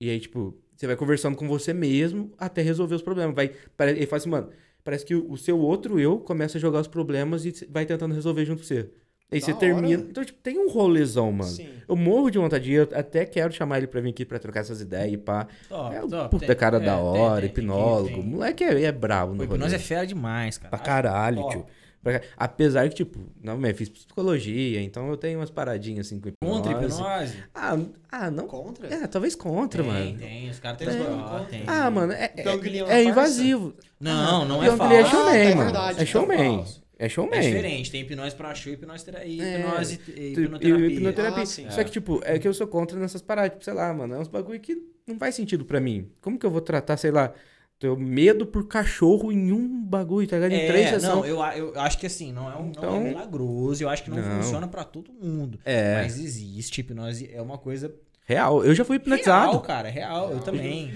A: E aí, tipo, você vai conversando com você mesmo até resolver os problemas. Vai, pare- ele fala assim, mano, parece que o o seu outro eu começa a jogar os problemas e vai tentando resolver junto com você. Aí
E: Da
A: você
E: hora.
A: termina. Então, tipo, tem um rolezão, mano.
E: Sim.
A: Eu morro de vontade, eu até quero chamar ele pra vir aqui pra trocar essas ideias e pá.
B: Top,
A: é um
B: top,
A: puta
B: tem-
A: cara
B: é,
A: da
B: tem-
A: hora,
B: tem- tem que-
A: hipnólogo.
B: tem-
A: O moleque é, é brabo no
B: O hipnose
A: rolê.
B: é fera demais, cara.
A: Pra caralho,
B: Ó.
A: tio. Pra ca- Apesar que, tipo, não, eu fiz psicologia, então eu tenho umas paradinhas assim com hipnose.
B: Contra a hipnose?
A: Ah, ah, não.
E: Contra?
A: É, talvez contra,
B: Tem,
A: mano.
B: tem. Então, Os caras
D: Tem
B: têm
D: os
B: os
D: bagulho
B: bagulho,
D: contra.
B: tem.
A: Ah, mano, é, é-
D: Ganglion
A: é
D: farsa?
A: invasivo.
B: Não, não é
A: Ganglion é
B: falso.
E: Ah,
A: showman,
E: tá, é
A: mano.
E: verdade,
A: é
E: então
A: showman.
D: falso.
A: É showman.
B: É diferente. Tem hipnose pra show, hipnose terapia,
A: É.
B: hipnose
A: E-
B: e
A: e
B: hipnoterapia.
A: hipnoterapia.
E: Ah, sim.
A: Só que, tipo, é que eu sou contra nessas paradas. Tipo, sei lá, mano, é uns bagulho que não faz sentido pra mim. Como que eu vou tratar, sei lá, teu medo por cachorro em um bagulho, tá ligado? Em três
B: é, não,
A: sessões.
B: eu, a- eu acho que assim, não é um não
A: Então-
B: é milagroso, eu acho que não,
A: Não.
B: funciona pra todo mundo.
A: É,
B: Mas existe, hipnose é uma coisa
A: real. Eu já fui hipnotizado.
B: real, cara, é real, eu também.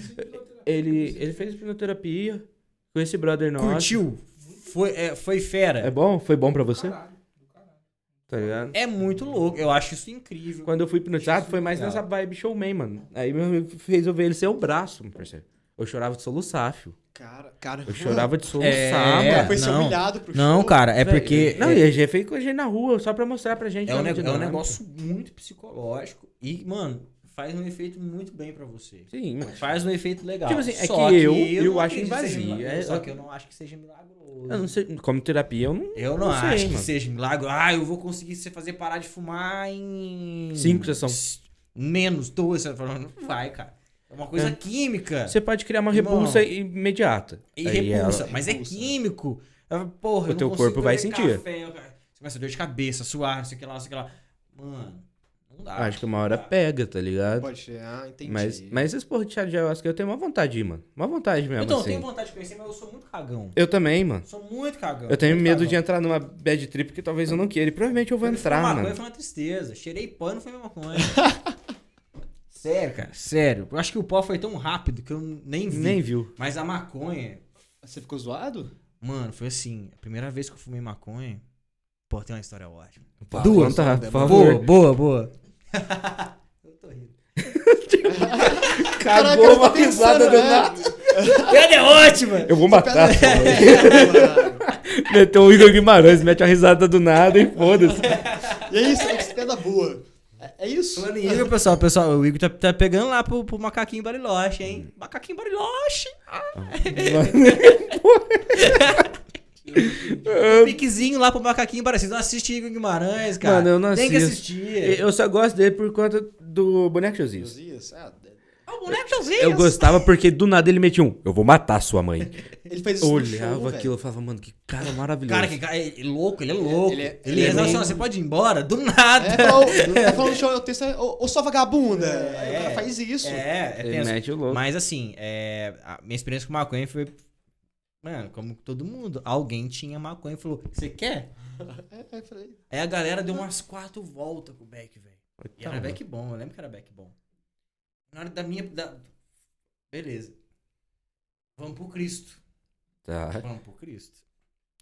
A: Ele, ele fez hipnoterapia com esse brother nosso.
B: Curtiu? Foi, é, foi fera.
A: É bom? Foi bom pra você?
C: Caralho, do caralho.
A: Tá ligado?
B: É muito louco, eu acho isso incrível.
A: Quando eu fui hipnotizado, foi mais
B: Legal.
A: nessa vibe showman, mano. Aí meu amigo fez eu ver ele ser o braço, meu parceiro. Eu chorava de soluçar, fio.
E: Cara, cara.
A: Eu chorava de soluçar,
B: É,
E: Cara,
A: mano.
E: foi ser
B: não.
E: humilhado pro
B: Não,
E: show.
B: cara, é
A: Véi,
B: porque
A: Não,
B: é,
A: e a gente fez com a gente na rua só pra mostrar pra gente.
B: é um,
A: a
B: neg- é um
A: dinâmica.
B: negócio muito psicológico e, mano, faz um efeito muito bem pra você.
A: Sim, mano.
B: Faz um efeito legal.
A: Tipo assim, é
B: Só
A: que eu- eu
B: não
A: acho
B: acredito que seja
A: invasivo,
B: milagroso,
A: é-
B: Só que eu não acho que seja milagroso.
A: Eu não sei, como terapia, eu não.
B: Eu não,
A: Não sei,
B: acho que
A: mano.
B: seja milagre. Ah, eu vou conseguir você fazer parar de fumar em.
A: Cinco sessões.
B: S- Menos duas. Você fala, não vai, cara. É uma coisa
A: É.
B: química.
A: Você pode criar uma
B: Irmão.
A: repulsa imediata.
B: E
A: Aí
B: repulsa.
A: ela-
B: Mas é
E: repulsa.
B: químico. Eu, Porra,
A: O
B: eu não
A: teu
B: consigo
A: corpo vai
B: beber
A: sentir.
B: café, eu- Você começa a dor de cabeça, suar, não sei o que lá, não sei o que lá. Mano, não dá.
A: Acho que uma hora
B: Não dá.
A: pega, tá ligado?
E: Pode ser, ah, entendi.
A: Mas, mas esse porra de chá de ayahuasca eu tenho uma vontade, de ir, mano. Uma vontade mesmo,
B: Então, eu
A: assim.
B: tenho vontade de conhecer, mas eu sou muito cagão.
A: Eu também, mano.
B: Sou muito cagão.
A: Eu tenho
B: muito
A: medo
B: cagão.
A: de entrar numa bad trip que talvez eu não queira. E provavelmente eu vou entrar,
B: maconha
A: mano.
B: foi uma tristeza. Cheirei pó e não foi a mesma coisa. sério, cara, sério. Eu acho que o pó foi tão rápido que eu nem vi.
A: Nem viu.
B: Mas a maconha,
E: Você ficou zoado?
B: mano, foi assim. A primeira vez que eu fumei maconha, pô, tem uma história ótima.
A: Duas. Conta, por
B: Boa,
A: favor.
B: boa, boa. eu tô rindo.
E: Caraca, eu tava pensando, né?
B: Pedra é ótima!
A: Eu vou matar.
E: É, Mano.
A: Meteu o Igor Guimarães, mete uma risada do nada e foda-se.
E: E é isso, é que se pega boa. É, é isso?
B: Falando em Igor, pessoal, pessoal, o Igor tá, tá pegando lá pro, pro macaquinho bariloche, hein? Macaquinho bariloche! Um piquezinho lá pro macaquinho bariloche. Vocês não assistem Igor Guimarães, cara.
A: Mano, eu não
B: Tem que
A: assisto.
B: assistir.
A: Eu só gosto dele por conta do boneco Josias.
E: Josias, é,
B: Ah, o boneco Josias.
A: Eu gostava porque do nada ele metia um. Eu vou matar sua mãe.
E: Ele fez isso
A: Eu
E: no
A: olhava
E: show,
A: aquilo e falava, mano, que cara maravilhoso.
B: Cara, que cara, é louco, ele é louco. Ele,
E: Ele
B: é,
E: é-
B: ele
E: ele é
B: resolve assim,
E: bem-
B: ó, você pode ir embora do
E: velho. É,
B: nada.
E: falou, tá falando no show, o texto é, ô, ô sua vagabunda. Aí o cara faz isso.
B: É, é
A: ele um
B: tenso.
A: mete o louco.
B: Mas assim, é, a minha experiência com maconha foi. Mano, como todo mundo, alguém tinha maconha e falou: Você quer?
E: É, eu falei,
B: Aí a galera deu umas quatro voltas com o Beck, velho. E era
A: Tá,
B: Beck bom, eu lembro que era Beck bom. Na hora da minha. da- Beleza. Vamos pro Cristo.
A: Tá.
B: Vamos pro Cristo.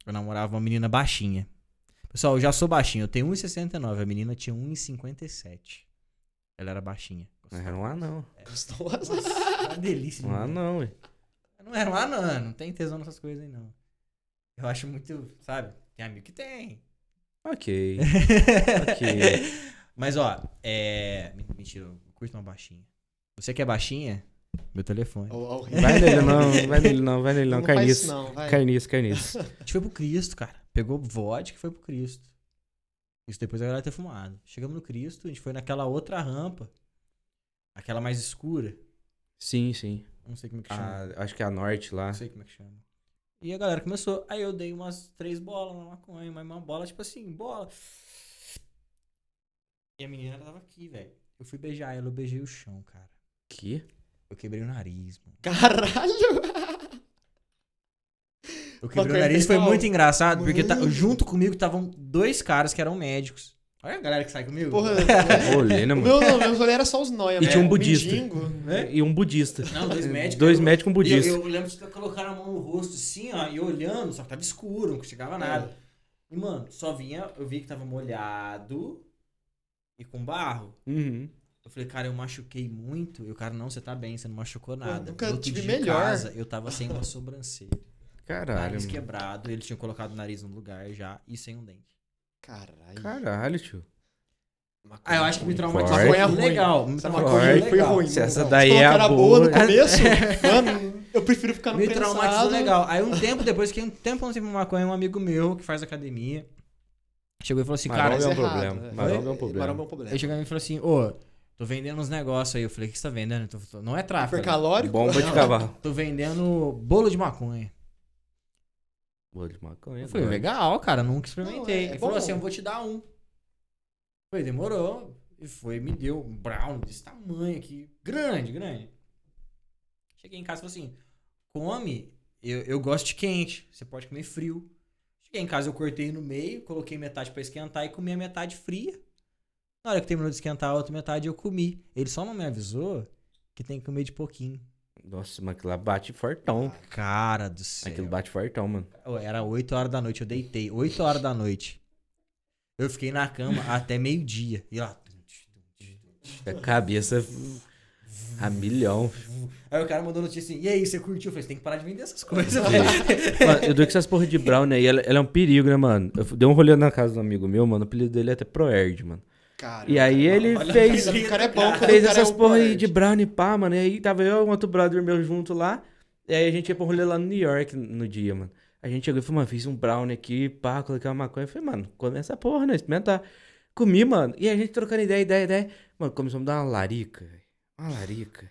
B: Eu namorava uma menina baixinha. Pessoal, eu já sou baixinho. Eu tenho 1,69. A menina tinha 1,57. Ela era baixinha.
A: Mas era um anão.
E: gostosa.
B: Nossa, era uma delícia. de
A: Um
B: mulher.
A: anão, ué.
B: Não era um anã, não tem tesão nessas coisas aí, não. Eu acho muito, sabe? Tem amigo que tem.
A: Ok. Ok.
B: Mas, ó, é. men- Mentira, eu curto uma baixinha. Você que é baixinha? Meu telefone.
E: Ó, ó, o rico.
A: Vai nele não, vai nele não, vai nele não.
E: Não faz
A: Carniço.
E: isso não, vai.
A: Carniço, carniço.
B: A gente foi pro Cristo, cara. Pegou vodka e foi pro Cristo. Isso depois da galera ter fumado. Chegamos no Cristo, a gente foi naquela outra rampa. Aquela mais escura.
A: Sim, sim.
B: Não sei como é que chama.
A: A- acho que é a norte lá.
B: Não sei como é que chama. E a galera começou. Aí eu dei umas três bolas na maconha, mas uma bola, tipo assim, bola. E a menina tava aqui, velho. Eu fui beijar ela, eu beijei o chão, cara.
A: Que?
B: Eu quebrei o nariz, mano.
E: Caralho!
B: Eu quebrei o
E: Maconha
B: nariz,
E: fez
B: foi
E: mal.
B: muito engraçado, porque tá-
E: Mano.
B: junto comigo estavam dois caras que eram médicos. Olha a galera que sai comigo.
E: Porra,
A: Olê, né,
E: o
A: mano?
E: meu, não, meu rolê era só os noia,
A: E tinha um
E: velho.
A: budista.
E: Mendigo.
A: E um budista.
B: Não, dois médicos.
A: Dois
B: Eu-
A: médicos e um
B: e eu,
A: budista.
B: eu lembro de colocar a mão no rosto assim, ó, e olhando, só que tava escuro, não chegava nada. E, mano, só vinha, eu vi que tava molhado e com barro.
A: Uhum.
B: Eu falei, cara, eu machuquei muito. E o cara, não, você tá bem, você não machucou nada.
E: nunca
B: No outro
E: tive
B: dia em
E: melhor.
B: Casa, eu tava sem uma sobrancelha.
A: Caralho,
B: nariz
A: mano.
B: quebrado, ele tinha colocado o nariz no lugar já e sem um dente. é.
E: Caralho.
A: Caralho, tio.
B: Ah, eu acho que me traumatizou.
A: Forte.
B: Foi legal. Me
E: Essa
B: traumatizou
A: maconha
E: foi
B: é legal.
E: ruim.
A: Se essa
E: Não,
A: daí
E: você
A: é
E: falou
A: a
E: que era boa no
A: boa.
E: começo, mano, eu prefiro ficar no
B: Me
E: prensado.
B: traumatizou legal. Aí um tempo depois, que um tempo eu não sei maconha, um amigo meu que faz academia chegou e falou assim, cara,
A: Maromba
E: Mas
A: é um
E: errado,
A: problema.
E: né?
A: Maromba é um
E: Foi-
A: problema.
E: Maromba é um
B: Ele
E: problema.
B: chegou em mim e falou assim, ô, tô vendendo uns negócios aí. Eu falei, o que você tá vendendo? Tô- tô- não é tráfico. né?
E: Hipercalórico?
A: Bomba de cavalo.
B: Tô vendendo bolo de maconha.
A: Boa de maconha.
B: Eu falei,
A: agora.
B: legal, cara, nunca experimentei.
E: Não, é- é
B: Ele falou
E: bom.
B: assim, eu vou te dar um. Eu falei, demorou. E foi, me deu um brown desse tamanho aqui. Grande, grande. Cheguei em casa e falei assim, come, eu, eu gosto de quente, você pode comer frio. Cheguei em casa, eu cortei no meio, coloquei metade pra esquentar e comi a metade fria. Na hora que terminou de esquentar a outra metade, eu comi. Ele só não me avisou que tem que comer de pouquinho.
A: Nossa, mas aquilo lá bate fortão.
B: Cara do céu.
A: Aquilo bate fortão, mano.
B: Ô, Era 8 horas da noite, eu deitei. 8 horas da noite. Eu fiquei na cama até meio-dia. E lá.
A: A cabeça a milhão.
B: Aí o cara mandou notícia assim: e aí, você curtiu? Eu falei: você tem que parar de vender essas coisas, velho.
A: Mano, eu dou que essas porra de Brown aí, ela, ela é um perigo, né, mano? Eu dei um rolê na casa de um amigo meu, mano. O apelido dele é até Proerd, mano.
E: Cara,
A: E aí ele
E: olha,
A: fez-
E: O cara é bom. quando
A: Fez
E: o cara é
A: essas
E: um
A: porra aí
E: nerd.
A: de Brown e pá, mano. E aí tava eu e um outro brother meu junto lá. E aí a gente ia pra um rolê lá no New York no dia, mano. A gente chegou e falou, mano, fiz um brownie aqui, pá, coloquei uma maconha. Eu falei, mano, come essa porra, né? Experimenta. Comi, mano. E a gente trocando ideia, ideia, ideia. Mano, começou a me dar uma larica. velho. Uma larica.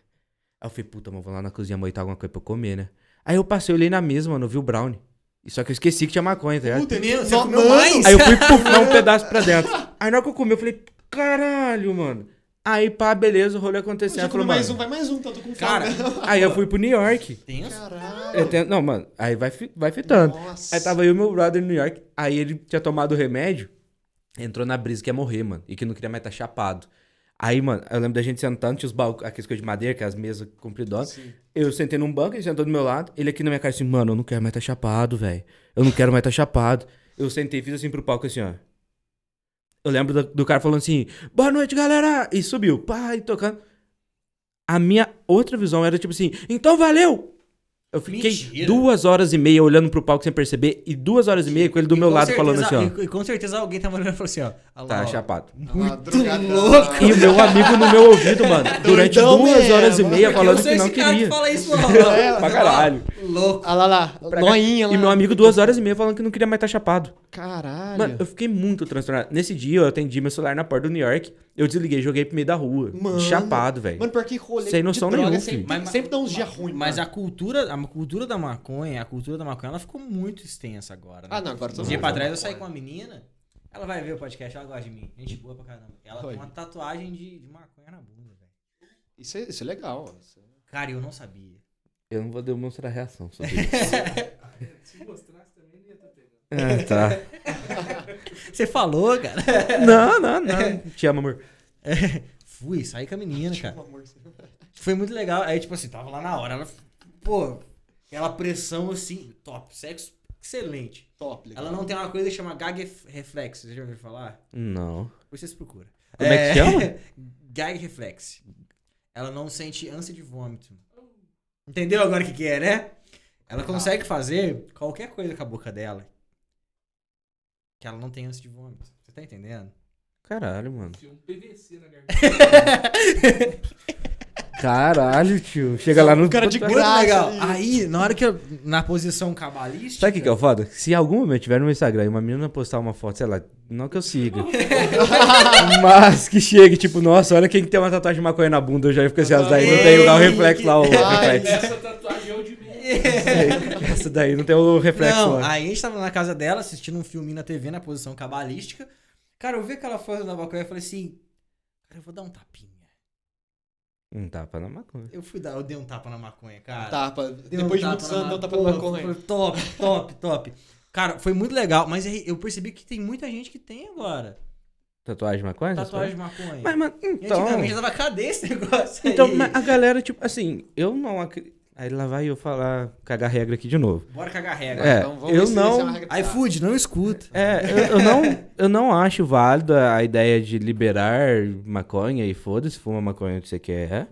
A: Aí eu falei, puta, mano, vou lá na cozinha moitar alguma coisa pra eu comer, né? Aí eu passei, olhei na mesa, mano, eu vi o brownie. E só que eu esqueci que tinha maconha, tá ligado?
E: Puta,
B: Menino, você
E: no-
B: comeu
E: mano,
B: mais?
A: Aí eu fui pufar um pedaço pra dentro. Aí na hora que eu comi, eu falei, caralho, mano. Aí pá, beleza, o rolê
E: eu já
A: aconteceu. Aí,
E: comi
A: falou,
E: mais
A: mano.
E: um, vai mais um, tá? Eu tô com fome.
B: Cara,
A: aí eu fui pro New York.
B: tenso.
E: Caralho.
A: Eu tenho- Não, mano, aí vai, fi- vai fitando.
E: Nossa.
A: Aí tava eu e meu brother no New York. Aí ele tinha tomado o remédio, entrou na brisa que ia morrer, mano. E que não queria mais estar chapado. Aí, mano, eu lembro da gente sentando, tinha os balcões, aquelas coisas de madeira, aquelas mesas compridonas.
E: Sim.
A: Eu sentei num banco, ele sentou do meu lado. Ele aqui na minha cara assim, mano, eu não quero mais estar chapado, velho. Eu não quero mais estar chapado. Eu sentei e fiz assim pro palco assim, ó. Eu lembro do, do cara falando assim, boa noite, galera! E subiu, pá, e tocando. A minha outra visão era tipo assim, então valeu! Eu fiquei
B: Mentira.
A: duas horas e meia olhando pro palco sem perceber e duas horas e meia com ele do
B: E
A: meu
B: com
A: lado
B: certeza-
A: falando assim, ó.
B: E, e com certeza alguém tava olhando e falou assim: ó. "Ah lá,
A: Tá
B: ó,
A: chapado.
E: Muito
B: louco.
A: E o meu amigo no meu ouvido, mano, durante
E: Doidão
A: duas
E: mesmo,
A: horas e
E: mano.
A: meia
B: Eu
A: falando
B: sei
A: que não
B: esse cara
A: queria.
B: fala isso, mano.
E: É,
A: pra caralho.
B: Louco.
E: Ah lá lá,
A: Pra cá.
E: noinha lá.
A: E meu amigo duas horas e meia falando que não queria mais estar chapado.
E: Caralho.
A: Mano, eu fiquei muito transtornado. Nesse dia, eu atendi meu celular na porta do New York. Eu desliguei, joguei pro meio da rua.
E: Mano.
A: chapado, velho.
E: Mano, pior que rolê
A: Sem
E: de
A: noção
E: droga
A: nenhuma,
E: sempre,
A: filho.
B: Mas-
E: sempre dá uns dias ruins.
B: Mas a cultura, a cultura da maconha, a cultura da maconha, ela ficou muito extensa agora. Né?
E: Ah, não, agora
B: Um
E: todo
B: dia
E: mundo.
B: pra trás eu saí com uma menina, ela vai ver o podcast, ela gosta de mim. Gente boa pra caramba. Ela
E: Oi.
B: tem uma tatuagem de, de maconha na bunda, velho.
E: Isso é, isso é legal. ó. Isso-
B: Cara, eu não sabia.
A: Eu não vou demonstrar reação sobre isso.
C: Se mostrasse também, ele ia estar pegando.
A: ah, tá.
B: Você falou, cara.
A: Não, não, não. Te amo, amor.
B: Fui, saí com a menina, cara.
E: Pelo amor de Deus.
B: Foi muito legal. Aí, tipo assim, tava lá na hora. Ela, pô, aquela pressão assim, top. Sexo excelente.
E: Top, legal.
B: Ela não tem uma coisa que chama gag ref- reflex. Você já ouviu falar?
A: Não.
B: Depois vocês procuram.
A: Como é que chama?
B: Gag reflex. Ela não sente ânsia de vômito. Entendeu agora o que, que é, né? Ela consegue fazer qualquer coisa com a boca dela. Que ela não tem ânsia de vômito. Você tá entendendo?
A: Caralho, mano.
C: Tinha um PVC na garganta.
A: Caralho, tio. Chega lá no.
E: cara de
B: Muito
E: Graça,
B: legal.
E: e-
B: Aí, na hora que eu. Na posição cabalística.
A: Sabe o que, que é o foda? Se em algum momento tiver no meu Instagram e uma menina postar uma foto, sei lá, não que eu siga. mas que chegue, tipo, nossa, olha quem que tem uma tatuagem de maconha na bunda, eu já fico assim, as daí não tem o o reflexo lá, o
E: Ai.
A: reflexo.
C: Essa tatuagem é o de mim.
A: Essa daí não tem o reflexo
B: É.
A: né?
B: Não,
A: lá.
B: aí a gente tava na casa dela assistindo um filminho na TV na posição cabalística. Cara, eu vi aquela foto da maconha e falei assim. Cara, eu vou dar um tapinha.
A: Não tapa na maconha.
B: Eu fui dar, eu dei um tapa na maconha, cara.
A: Tá.
E: Tapa.
B: Deu um
E: Depois de
B: tapa
E: muitos
B: na
E: anos,
B: ma-
E: não tapa
B: Porra,
E: na maconha.
B: foi Top, top, top. Cara, foi muito legal, mas aí eu percebi que tem muita gente que tem agora
A: Tatuagem de maconha? essas
B: tatuagem de maconha.
A: é Mas, mano,
B: E
A: então.
B: Antigamente tava cadê esse negócio aí?
A: Então, mas a galera, tipo, assim, eu não acredito. Aí lá vai eu falar, cagar regra aqui de novo.
B: Bora cagar regra.
A: É,
E: Então, vamos ver
A: eu
E: se isso é uma
A: não.
E: regra-
B: iFood, não escuta.
A: É, eu, eu não, eu não acho válida a ideia de liberar maconha e foda-se, fuma maconha onde você quer.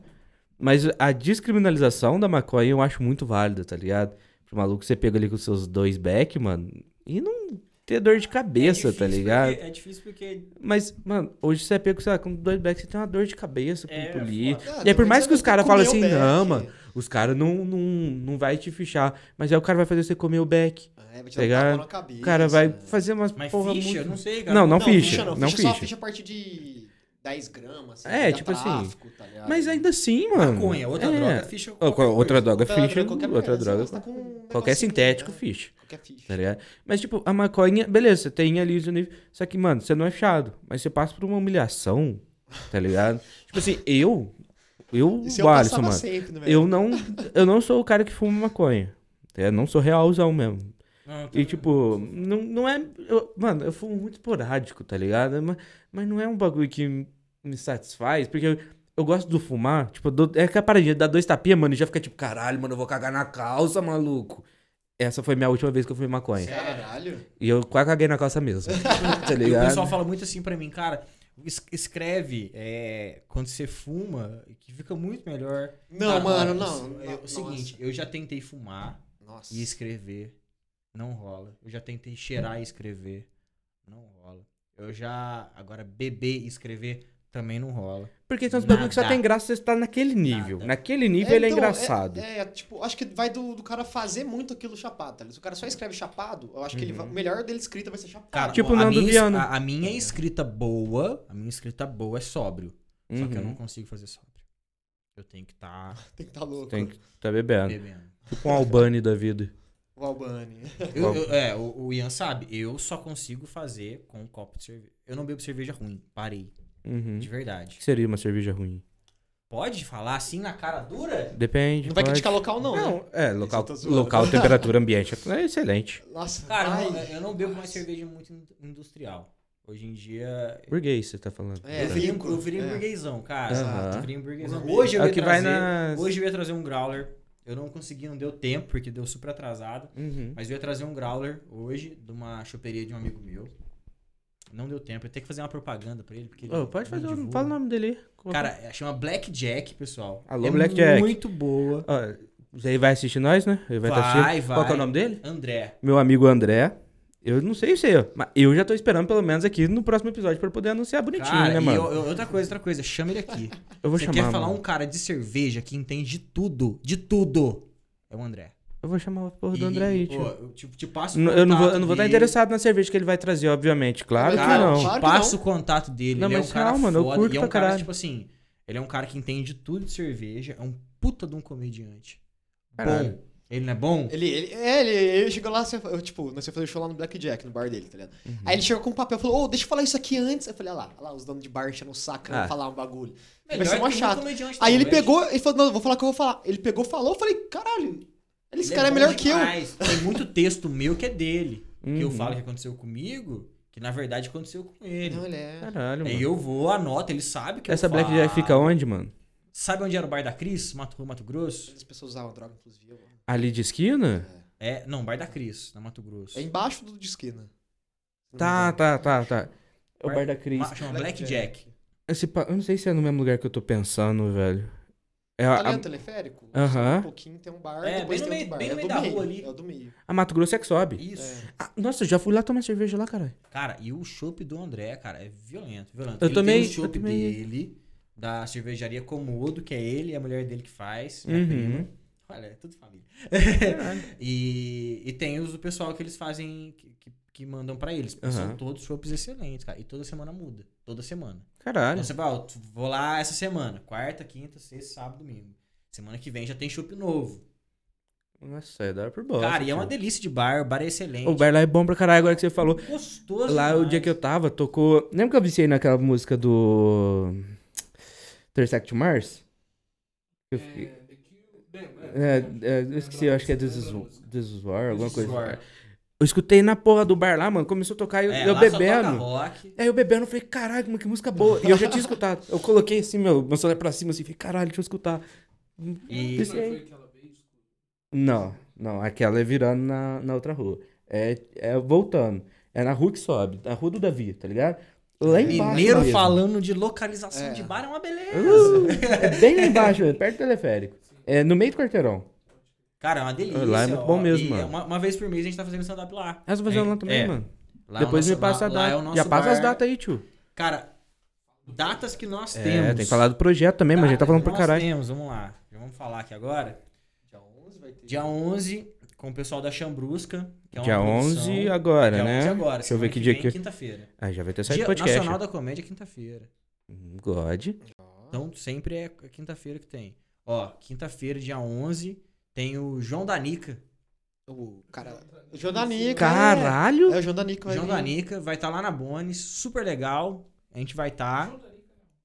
A: Mas a descriminalização da maconha eu acho muito válida, tá ligado? pro maluco ser pego ali com seus dois back, mano, e não ter dor de cabeça, tá ligado?
B: é difícil porque.
A: Mas, mano, hoje você é pego, sei lá, com dois backs, você tem uma dor de cabeça com
B: É,
A: polícia.
E: foda.
A: E aí, por
E: Ah,
A: mais
E: depois
A: que os
E: você
A: caras falem assim,
E: comeu o
A: não,
E: back."
A: mano, os caras não, não, não vai te fichar. Mas aí o cara vai fazer você comer o back.
E: É, vai te
A: Pegar-
E: dar um tapa na cabeça.
A: O cara vai
E: né?
A: fazer umas
B: Mas
A: porra
B: ficha?
A: muito...
B: Não sei, cara.
A: Não, não, ficha, não
E: ficha. é Só
A: ficha.
E: ficha a partir de 10 gramas, assim,
A: É,
E: dá
A: tipo assim,
E: tráfico, tá ligado?
A: Mas ainda assim, mano.
B: Maconha, outra
A: é.
B: droga, ficha.
A: Ou qual- Outra droga é
E: Outra
A: ficha,
E: qualquer
A: outra
E: merda, você
A: droga.
E: tá com um
A: Qualquer
E: negocinho,
A: sintético
E: né?
A: ficha,
E: Qualquer ficha.
A: tá ligado? Mas, tipo, a maconha, beleza, você tem ali o seu nível. Só que, mano, você não é fechado. Mas você passa por uma humilhação, tá ligado? tipo assim, eu. Eu,
E: Isso eu
A: Alisson,
E: passava
A: Tá mano.
E: sempre, né, velho?
A: Eu não, eu não sou o cara que fuma maconha. Eu não sou realzão mesmo. E, tipo, não, não é. eu- mano, eu fumo muito esporádico, tá ligado? Mas, mas não é um bagulho que me satisfaz, porque eu, eu gosto do fumar. Tipo, eu dou- é que a paradinha dá dois tapinhas, mano, e já fica tipo, caralho, mano, eu vou cagar na calça, maluco. Essa foi minha última vez que eu fumei maconha.
E: Caralho.
A: E eu quase caguei na calça mesmo. tá
B: E o
A: ligado?
B: pessoal fala muito assim pra mim, cara. es- Escreve é, quando você fuma, que fica muito melhor.
E: Não,
B: Cara,
E: mano,
B: isso-
E: não.
B: é o
E: Nossa.
B: seguinte, eu já tentei fumar
E: Nossa.
B: e escrever, não rola. Eu já tentei cheirar e escrever, não rola. Eu já, agora, beber e escrever, também não rola.
A: Porque tem uns bagulho que só
B: Nada.
A: tem graça se você tá naquele nível.
B: Nada.
A: Naquele nível ele é
E: então,
A: engraçado.
E: É, tipo, acho que vai do, do cara fazer muito aquilo chapado, tá ligado? Se o cara só escreve chapado, eu acho que ele
A: Uhum.
E: vai- o melhor dele escrita vai ser chapado.
B: Cara,
A: Tipo
B: a,
A: Nando
B: minha, es-
A: Viana.
B: a, a minha escrita boa, a minha escrita boa é sóbrio. Só que eu
A: Uhum.
B: não consigo fazer sóbrio. Eu tenho que estar
E: Tem que estar tá louco.
A: Tem que tá bebendo.
B: bebendo.
A: Tipo um Albani da vida.
E: O Albani.
B: Eu- eu- é, o, o Ian sabe, eu só consigo fazer com um copo de cerveja. Eu não bebo cerveja ruim, parei,
A: Uhum.
B: de verdade.
A: que seria uma cerveja ruim?
B: Pode falar assim na cara dura?
A: Depende.
E: Não vai
A: pode.
E: criticar local, não. né?
A: Não, é,
E: eu
A: local,
E: tô zoando.
A: local temperatura ambiente é excelente.
E: Nossa,
B: Cara, eu não-
E: ai.
B: eu não bebo mais cerveja muito in- industrial. Hoje em dia.
A: Burguês, você tá falando.
E: É,
B: eu virei, um-
E: vínculo,
B: eu virei um
E: é.
B: burguesão, cara.
A: Aham.
B: Eu virei um burguesão.
E: Gourmet.
B: Hoje eu
A: É
B: ia
A: o que vai
B: trazer.
A: nas.
B: Hoje eu ia trazer um growler. Eu não consegui, não deu tempo, porque deu super atrasado.
A: Uhum.
B: Mas eu ia trazer um growler hoje de uma choperia de um amigo meu. Não deu tempo. Eu tenho que fazer uma propaganda pra ele, porque ele.
A: Ô, pode
B: não
A: fazer, o-
B: divulga.
A: fala o nome dele. aí. Coloca-
B: Cara, é- chama Black Jack, pessoal.
A: Alô,
B: é
A: Black Jack.
B: Muito boa.
A: Ó, você vai assistir nós, né? Ele vai, estar
B: Vai,
A: assistindo. Qual que é
B: vai.
A: o nome dele?
B: André.
A: Meu amigo André. Eu não sei se eu, mas eu já tô esperando pelo menos aqui no próximo episódio pra eu poder anunciar bonitinho,
B: cara,
A: né,
B: e
A: mano?
B: eu-
A: Eu,
B: eu- outra coisa, outra coisa. Chama ele aqui.
A: vou
B: Você
A: chamar.
B: quer falar
A: mano.
B: um cara de cerveja que entende de tudo, de tudo, é o André.
A: Eu vou chamar o porra do
B: E-
A: André aí,
B: pô,
A: tio.
B: eu te, te passo o
A: N- Eu não vou, eu não vou
B: contato
A: estar
B: dele.
A: interessado na cerveja que ele vai trazer, obviamente. Claro que
B: Cara, tá
A: não.
B: eu te
E: Claro que
B: passo o contato dele.
A: Não,
B: ele é
A: mas
B: um cara
A: real, mano, eu
B: foda.
A: curto
B: e é um
A: pra
B: cara,
A: caralho.
B: tipo assim, ele é um cara que entende de tudo de cerveja. É um puta de um comediante.
A: Caralho.
B: Bom. Ele não é bom?
E: Ele, ele, é, ele, ele chegou lá, assim, eu, tipo, nós ia fazer show lá no Blackjack, no bar dele, tá ligado?
A: Uhum.
E: Aí ele chegou com um papel e falou, ô, deixa eu falar isso aqui antes. Eu falei, olha lá, olha lá, os donos de bar enchendo o saco, não
A: Ah.
E: falar um bagulho.
B: Melhor
E: vai ser mó
B: que muito
E: chato.
B: comediante,
E: Aí ele
B: talvez.
E: pegou, ele falou, não, vou falar o que eu vou falar. Ele pegou, falou, eu falei, caralho, esse
B: Ele
E: cara é,
B: bom
E: melhor que eu.
B: demais. Tem muito texto meu que é dele. Que eu
A: Uhum.
B: falo que aconteceu comigo, que na verdade aconteceu com ele.
E: Não, ele é...
A: Uhum. Caralho, mano.
B: Aí eu vou, anoto, ele sabe que
A: Essa
B: eu
A: Black Jack
B: falo.
A: fica onde, mano?
B: Sabe onde era o bar da Cris? Mato, Mato Grosso?
E: As pessoas usavam droga, inclusive. eu-
A: Ali de esquina?
B: É, não, bar da Cris, na Mato Grosso.
E: É embaixo do de esquina.
A: Tá, tá, tá, tá. É o
B: Bar-
A: bar da Cris.
B: Ma- chama Black Jack.
A: Esse pa- Eu não sei se é no mesmo lugar que eu tô pensando, velho. É
E: Tá
A: a,
E: ali
A: a,
E: no teleférico?
A: Aham.
E: Um pouquinho tem um bar,
B: É,
E: depois
B: bem
E: tem
B: no
E: outro
B: meio-
E: bar. é
B: bem no
E: do
B: meio da
E: meio,
B: rua ali.
E: É o do meio.
A: a Mato Grosso é que sobe.
B: Isso.
E: É.
A: Ah, nossa, eu já fui lá tomar cerveja lá, caralho.
B: Cara, e o chopp do André, cara, é violento, violento.
A: Eu
B: ele
A: tomei-
B: tem o
A: eu
B: chopp
A: tomei.
B: dele, da cervejaria Comodo, que é ele e a mulher dele que faz. minha prima.
A: Uhum.
B: Olha, é tudo família. É.
A: Caralho.
B: E, e tem os do pessoal que eles fazem, que, que, que mandam pra eles.
A: Aham.
B: São todos chopps excelentes, cara. E toda semana muda. Toda semana.
A: Caralho.
B: Então você vai, ó, tu- vou lá essa semana. Quarta, quinta, sexta, sábado, domingo. Semana que vem já tem chopp novo.
A: Nossa, é da hora por bosta.
B: Cara, e é uma
A: tio.
B: delícia de bar, o bar é excelente.
A: O bar lá é bom pra caralho, agora que você falou.
B: gostoso.
A: Lá é o
B: demais.
A: dia que eu tava, tocou. Lembra que eu viciei naquela música do. Intersect Mars? Eu fiquei-
C: É, é que o- bem,
A: É, é, eu esqueci, eu acho que é This is, This is War, alguma coisa. assim. Eu escutei na porra do bar lá, mano. Começou a tocar e eu,
B: É,
A: eu
B: lá só toca
A: bebendo.
B: rock.
A: Aí eu bebendo, eu falei, caralho, mano, que música boa. E eu já tinha escutado. Eu coloquei assim, meu, meu celular pra cima, assim, falei, caralho, deixa eu escutar.
B: E-
A: Esse aí. Não, não, aquela é virando na, na outra rua. É, é voltando. É na rua que sobe, na rua do Davi, tá ligado? Lá embaixo.
B: Mineiro
A: mesmo.
B: falando de localização
E: É.
B: de bar é uma beleza.
A: Uh, é bem lá embaixo, mesmo, perto do teleférico. É no meio do quarteirão.
B: Cara, é uma delícia.
A: Lá é muito
B: ó.
A: bom mesmo,
B: E
A: mano.
B: é Uma, uma vez por mês a gente tá fazendo stand-up lá.
A: Ah, você vai fazer
B: É,
A: lá também,
B: é.
A: mano.
B: Lá é o
A: Depois
B: nosso-
A: me passa
B: lá- lá
A: a
B: é o
A: data.
B: nosso
A: Já passa as
B: bar.
A: datas aí, tio.
B: Cara, datas que nós
A: É,
B: temos.
A: tem que falar do projeto também, mas a gente tá falando pra
B: Nós
A: caralho.
B: temos, vamos lá. Já vamos falar aqui agora.
E: Dia 11 vai ter.
B: Dia 11, com o pessoal da Chambrusca. Que é uma
A: Dia
B: produção.
A: 11 agora,
B: Dia
A: né?
B: 11
A: Deixa
B: agora.
A: eu ver
B: semana
A: que dia
B: vem,
A: que.
B: Quinta-feira.
A: Ah, já vai ter saído
B: Dia
A: podcast.
B: Nacional da Comédia, quinta-feira.
A: Hum, God.
B: Então, sempre é quinta-feira que tem. Ó, quinta-feira, dia 11, tem o João Danica.
E: O cara.
B: Tá.
E: O João Danico.
A: Caralho!
E: É, é o João Danico. vai
B: João
E: vir.
B: Danica vai estar lá na Bones, super legal. A gente vai tá. estar.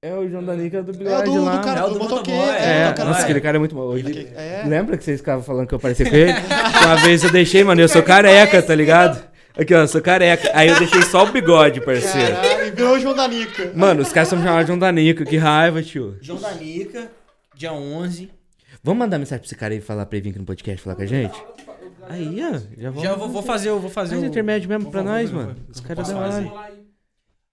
A: É o João Danica do
E: É o do, do
B: É
E: cara
B: o
E: do,
B: do
E: motoqueiro.
B: motoboy,
A: É,
E: É, o
A: nossa,
E: cara
B: vai.
A: aquele Né, cara é muito bom. Ele-
E: Aquele- é.
A: Lembra que vocês ficavam falando que eu parecia com ele? Uma vez eu deixei, mano, eu sou careca, tá ligado? Aqui, ó, eu sou careca. Aí eu deixei só o bigode, parceiro.
E: Caralho, virou o João Danico.
A: Mano, os caras estão me chamando de João Danica, que raiva, tio.
B: João Danica, dia 11.
A: Vamos mandar mensagem pra esse cara e falar pra ele vir aqui no podcast falar com a gente? Aí, ó, já vamos.
B: Já eu vou, vou fazer, eu vou fazer
A: Faz
B: o...
A: intermédio mesmo
B: vou-
A: pra
B: vou-
A: nós,
B: vou-
A: mano.
B: vou-
A: Os
B: vou
A: caras da
B: passar
A: hora.
B: fazer.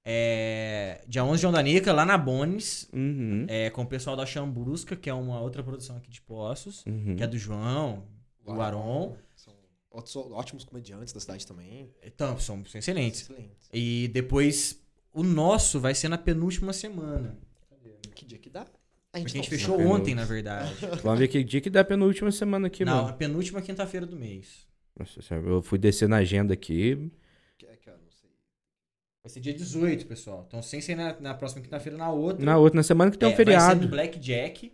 B: É, dia 11, João Danica, lá na Bones,
A: Uhum.
B: é, com o pessoal da Chambrusca, que é uma outra produção aqui de Poços,
A: Uhum.
B: que é do João, do Aron.
E: São ótimos- ótimos comediantes da cidade também.
B: Então, são, são excelentes.
E: Excelente.
B: E depois, o nosso vai ser na penúltima semana.
E: Que dia que dá?
B: Porque a gente
E: tá-
B: fechou
A: Na
B: ontem, na verdade.
A: Vamos ver que dia que dá a penúltima semana aqui,
B: na
A: mano.
B: penúltima quinta-feira do mês.
A: Nossa, senhora, eu fui descer na agenda aqui.
E: É que eu não sei.
B: Vai ser dia 18, pessoal. Então, sem ser na, na próxima quinta-feira, na outra.
A: Na outra, na semana que tem
B: É,
A: um
B: Vai ser
A: feriado.
B: no Blackjack.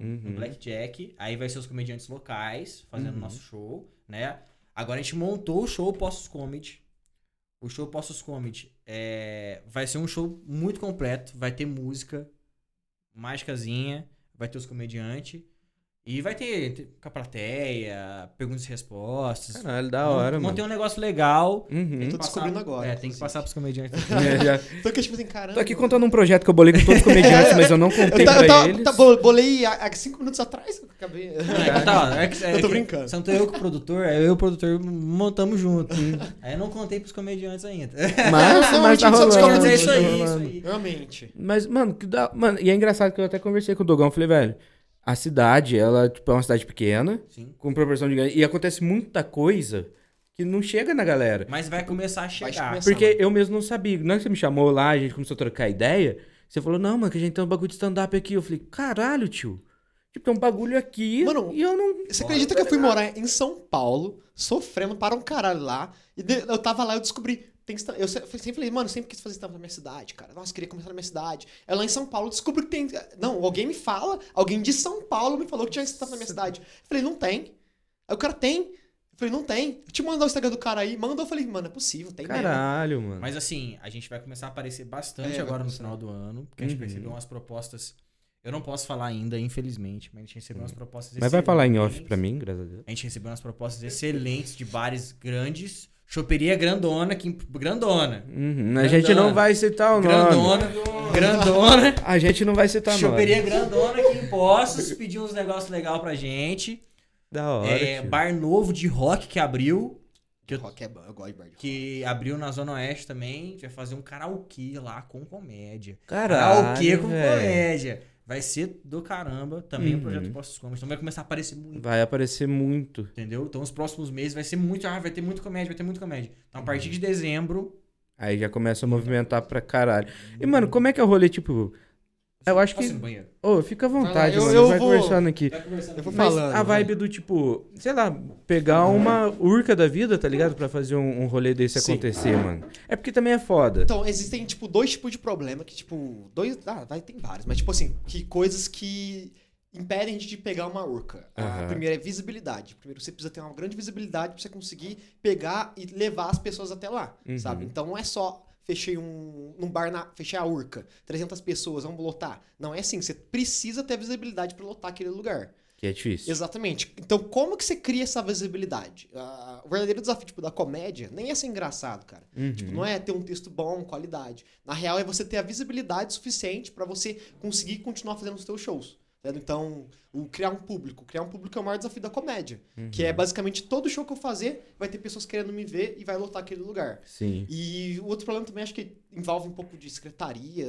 B: no
A: Uhum.
B: Blackjack. Aí vai ser os comediantes locais fazendo
A: Uhum.
B: nosso show, né? Agora a gente montou o show Postos Comedy. O show Postos Comedy é... vai ser um show muito completo. Vai ter música, mágicazinha, vai ter os comediantes. E vai ter, ter com a plateia, perguntas e respostas.
A: Caralho, da hora,
B: Montei
A: mano.
B: um negócio legal.
A: Uhum.
E: Tô descobrindo agora,
B: É, tem que
E: inclusive.
B: passar pros comediantes.
A: É, já-
E: Tô aqui, tipo assim, caramba.
A: Tô aqui contando um projeto que eu bolei com todos os comediantes, mas eu não contei
E: Eu, tá,
A: pra
E: eu tá,
A: eles.
E: tá- bo- bolei há há cinco minutos atrás, eu acabei.
B: Não, é que tá, é que- é
E: Eu tô
B: que-
E: brincando.
B: Santo eu com o produtor, é eu e o produtor montamos junto. aí eu não contei pros comediantes ainda.
A: Mas,
E: Não,
A: mas tá
E: a gente só descobre
A: rolando.
B: Mas
E: Não,
B: é isso
E: não,
B: aí,
E: não,
B: isso
A: rolando.
B: aí.
E: Realmente.
A: Mas, mano, que da... mano, e é engraçado que eu até conversei com o Dogão, falei, velho, a cidade, ela tipo, é uma cidade pequena,
B: Sim.
A: com proporção de grande, e acontece muita coisa que não chega na galera.
B: Mas vai começar a
E: Vai
B: chegar.
E: começar.
A: Porque eu mesmo não sabia. Na hora que você me chamou lá, a gente começou a trocar ideia. Você falou, não, mano, que a gente tem um bagulho de stand-up aqui. Eu falei, caralho, tio. Tipo, tem um bagulho aqui
E: Mano,
A: e eu não.
E: Você acredita que eu fui morar em São Paulo, sofrendo para um caralho lá, e de- eu tava lá e eu descobri. Tem stand- eu se- sempre falei, mano, eu sempre quis fazer stand na minha cidade, cara. Nossa, queria começar na minha cidade. Eu lá em São Paulo descobri que tem. Não, alguém me fala, alguém de São Paulo me falou que tinha stand na minha cidade. Eu falei, não tem. Aí o cara tem. Eu falei, não tem. Eu te mandar o Instagram do cara aí. Mandou, eu falei, mano, é possível, tem mesmo.
A: Caralho, mano.
B: Mas assim, a gente vai começar a aparecer
E: É,
B: bastante
E: vai
B: agora no
E: começar.
B: final do ano. Porque a gente
A: Uhum.
B: recebeu umas propostas. Eu não posso falar ainda, infelizmente, mas a gente recebeu umas propostas
A: Mas vai falar em off
B: excelentes.
A: pra mim, graças a Deus.
B: A gente recebeu umas propostas excelentes de bares grandes. Choperia grandona, que grandona.
A: Uhum, A gente não vai citar o nome.
B: Grandona, grandona.
A: A gente não vai citar o nome.
B: Choperia é grandona aqui em Poços, pediu uns negócios legais pra gente.
A: Da hora.
B: É,
A: tio.
B: bar novo de rock que abriu, que eu-
E: Rock é bom, eu gosto de bar de rock.
B: que abriu na Zona Oeste também. A gente vai fazer um karaokê lá com comédia.
A: Caralho.
B: Karaokê com
A: velho.
B: comédia. Vai ser do caramba também
A: Uhum.
B: o projeto Postos Comedy. Então vai começar a aparecer muito,
A: Vai aparecer muito.
B: entendeu? Então os próximos meses vai ser muito. Ah, vai ter muito comédia, vai ter muito comédia. Então a partir de dezembro.
A: Aí já começa a movimentar pra caralho. E, mano, como é que é o rolê, tipo. Eu acho
B: Posso ir
A: que.
B: no banheiro?
A: Ô, fica à vontade,
E: eu-
A: mano.
E: eu
A: vai
E: vou-
A: conversando aqui.
B: Vai conversando.
E: Eu vou
A: Mas
E: falando.
A: a vibe do tipo, sei lá, pegar uma urca da vida, tá ligado? Pra fazer um, um rolê desse
E: Sim.
A: acontecer, mano. É porque também é foda.
E: Então, existem, tipo, dois tipos de problema que, tipo, dois. Ah, vai, tem vários, mas, tipo assim, que coisas que impedem a gente de pegar uma urca. A
A: Aham.
E: primeira é visibilidade. Primeiro, você precisa ter uma grande visibilidade pra você conseguir pegar e levar as pessoas até lá,
A: Uhum.
E: sabe? Então, não é só fechei um, num bar, na, fechei a urca, 300 pessoas, vamos lotar. Não é assim, você precisa ter visibilidade pra lotar aquele lugar.
A: Que é difícil.
E: Exatamente. Então, como que você cria essa visibilidade? Ah, o verdadeiro desafio, tipo, da comédia nem é ser engraçado, cara.
A: Uhum.
E: Tipo, não é ter um texto bom, qualidade. Na real, é você ter a visibilidade suficiente pra você conseguir continuar fazendo os seus shows. entendeu? Então, o criar um público. Criar um público é o maior desafio da comédia. Que é basicamente todo show que eu fazer, vai ter pessoas querendo me ver e vai lotar aquele lugar.
A: Sim.
E: E o outro problema também acho que envolve um pouco de secretaria.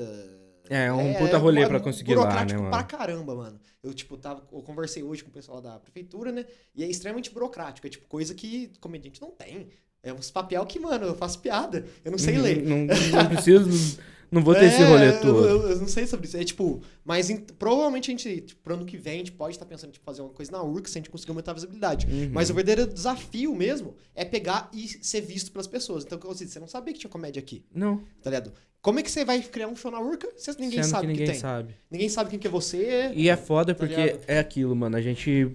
A: É, um puta rolê pra conseguir lá, né,
E: burocrático
A: mano?
E: pra caramba, mano. Eu, tipo, tava, eu conversei hoje com o pessoal da prefeitura, né? E é extremamente burocrático. É, tipo, coisa que comediante não tem. É uns papel que, mano, eu faço piada. Eu não sei
A: Uhum,
E: ler.
A: Não, não preciso. Não vou ter esse
E: É,
A: rolê
E: eu-
A: todo.
E: Eu, eu não sei sobre isso. É tipo, mas em- provavelmente a gente, tipo, pro ano que vem, a gente pode estar pensando em fazer uma coisa na URCS se a gente conseguir aumentar a visibilidade.
A: Uhum.
E: Mas o verdadeiro desafio mesmo é pegar e ser visto pelas pessoas. Então, como eu disse, você não sabia que tinha comédia aqui,
A: Não,
E: tá ligado? Como é que você vai criar um show na Urca se ninguém
A: sendo
E: sabe
A: que
E: o que
A: ninguém
E: tem?
A: sabe.
E: Ninguém sabe quem que é você.
A: E é foda
E: Tá
A: porque
E: ligado?
A: é aquilo, mano. A gente.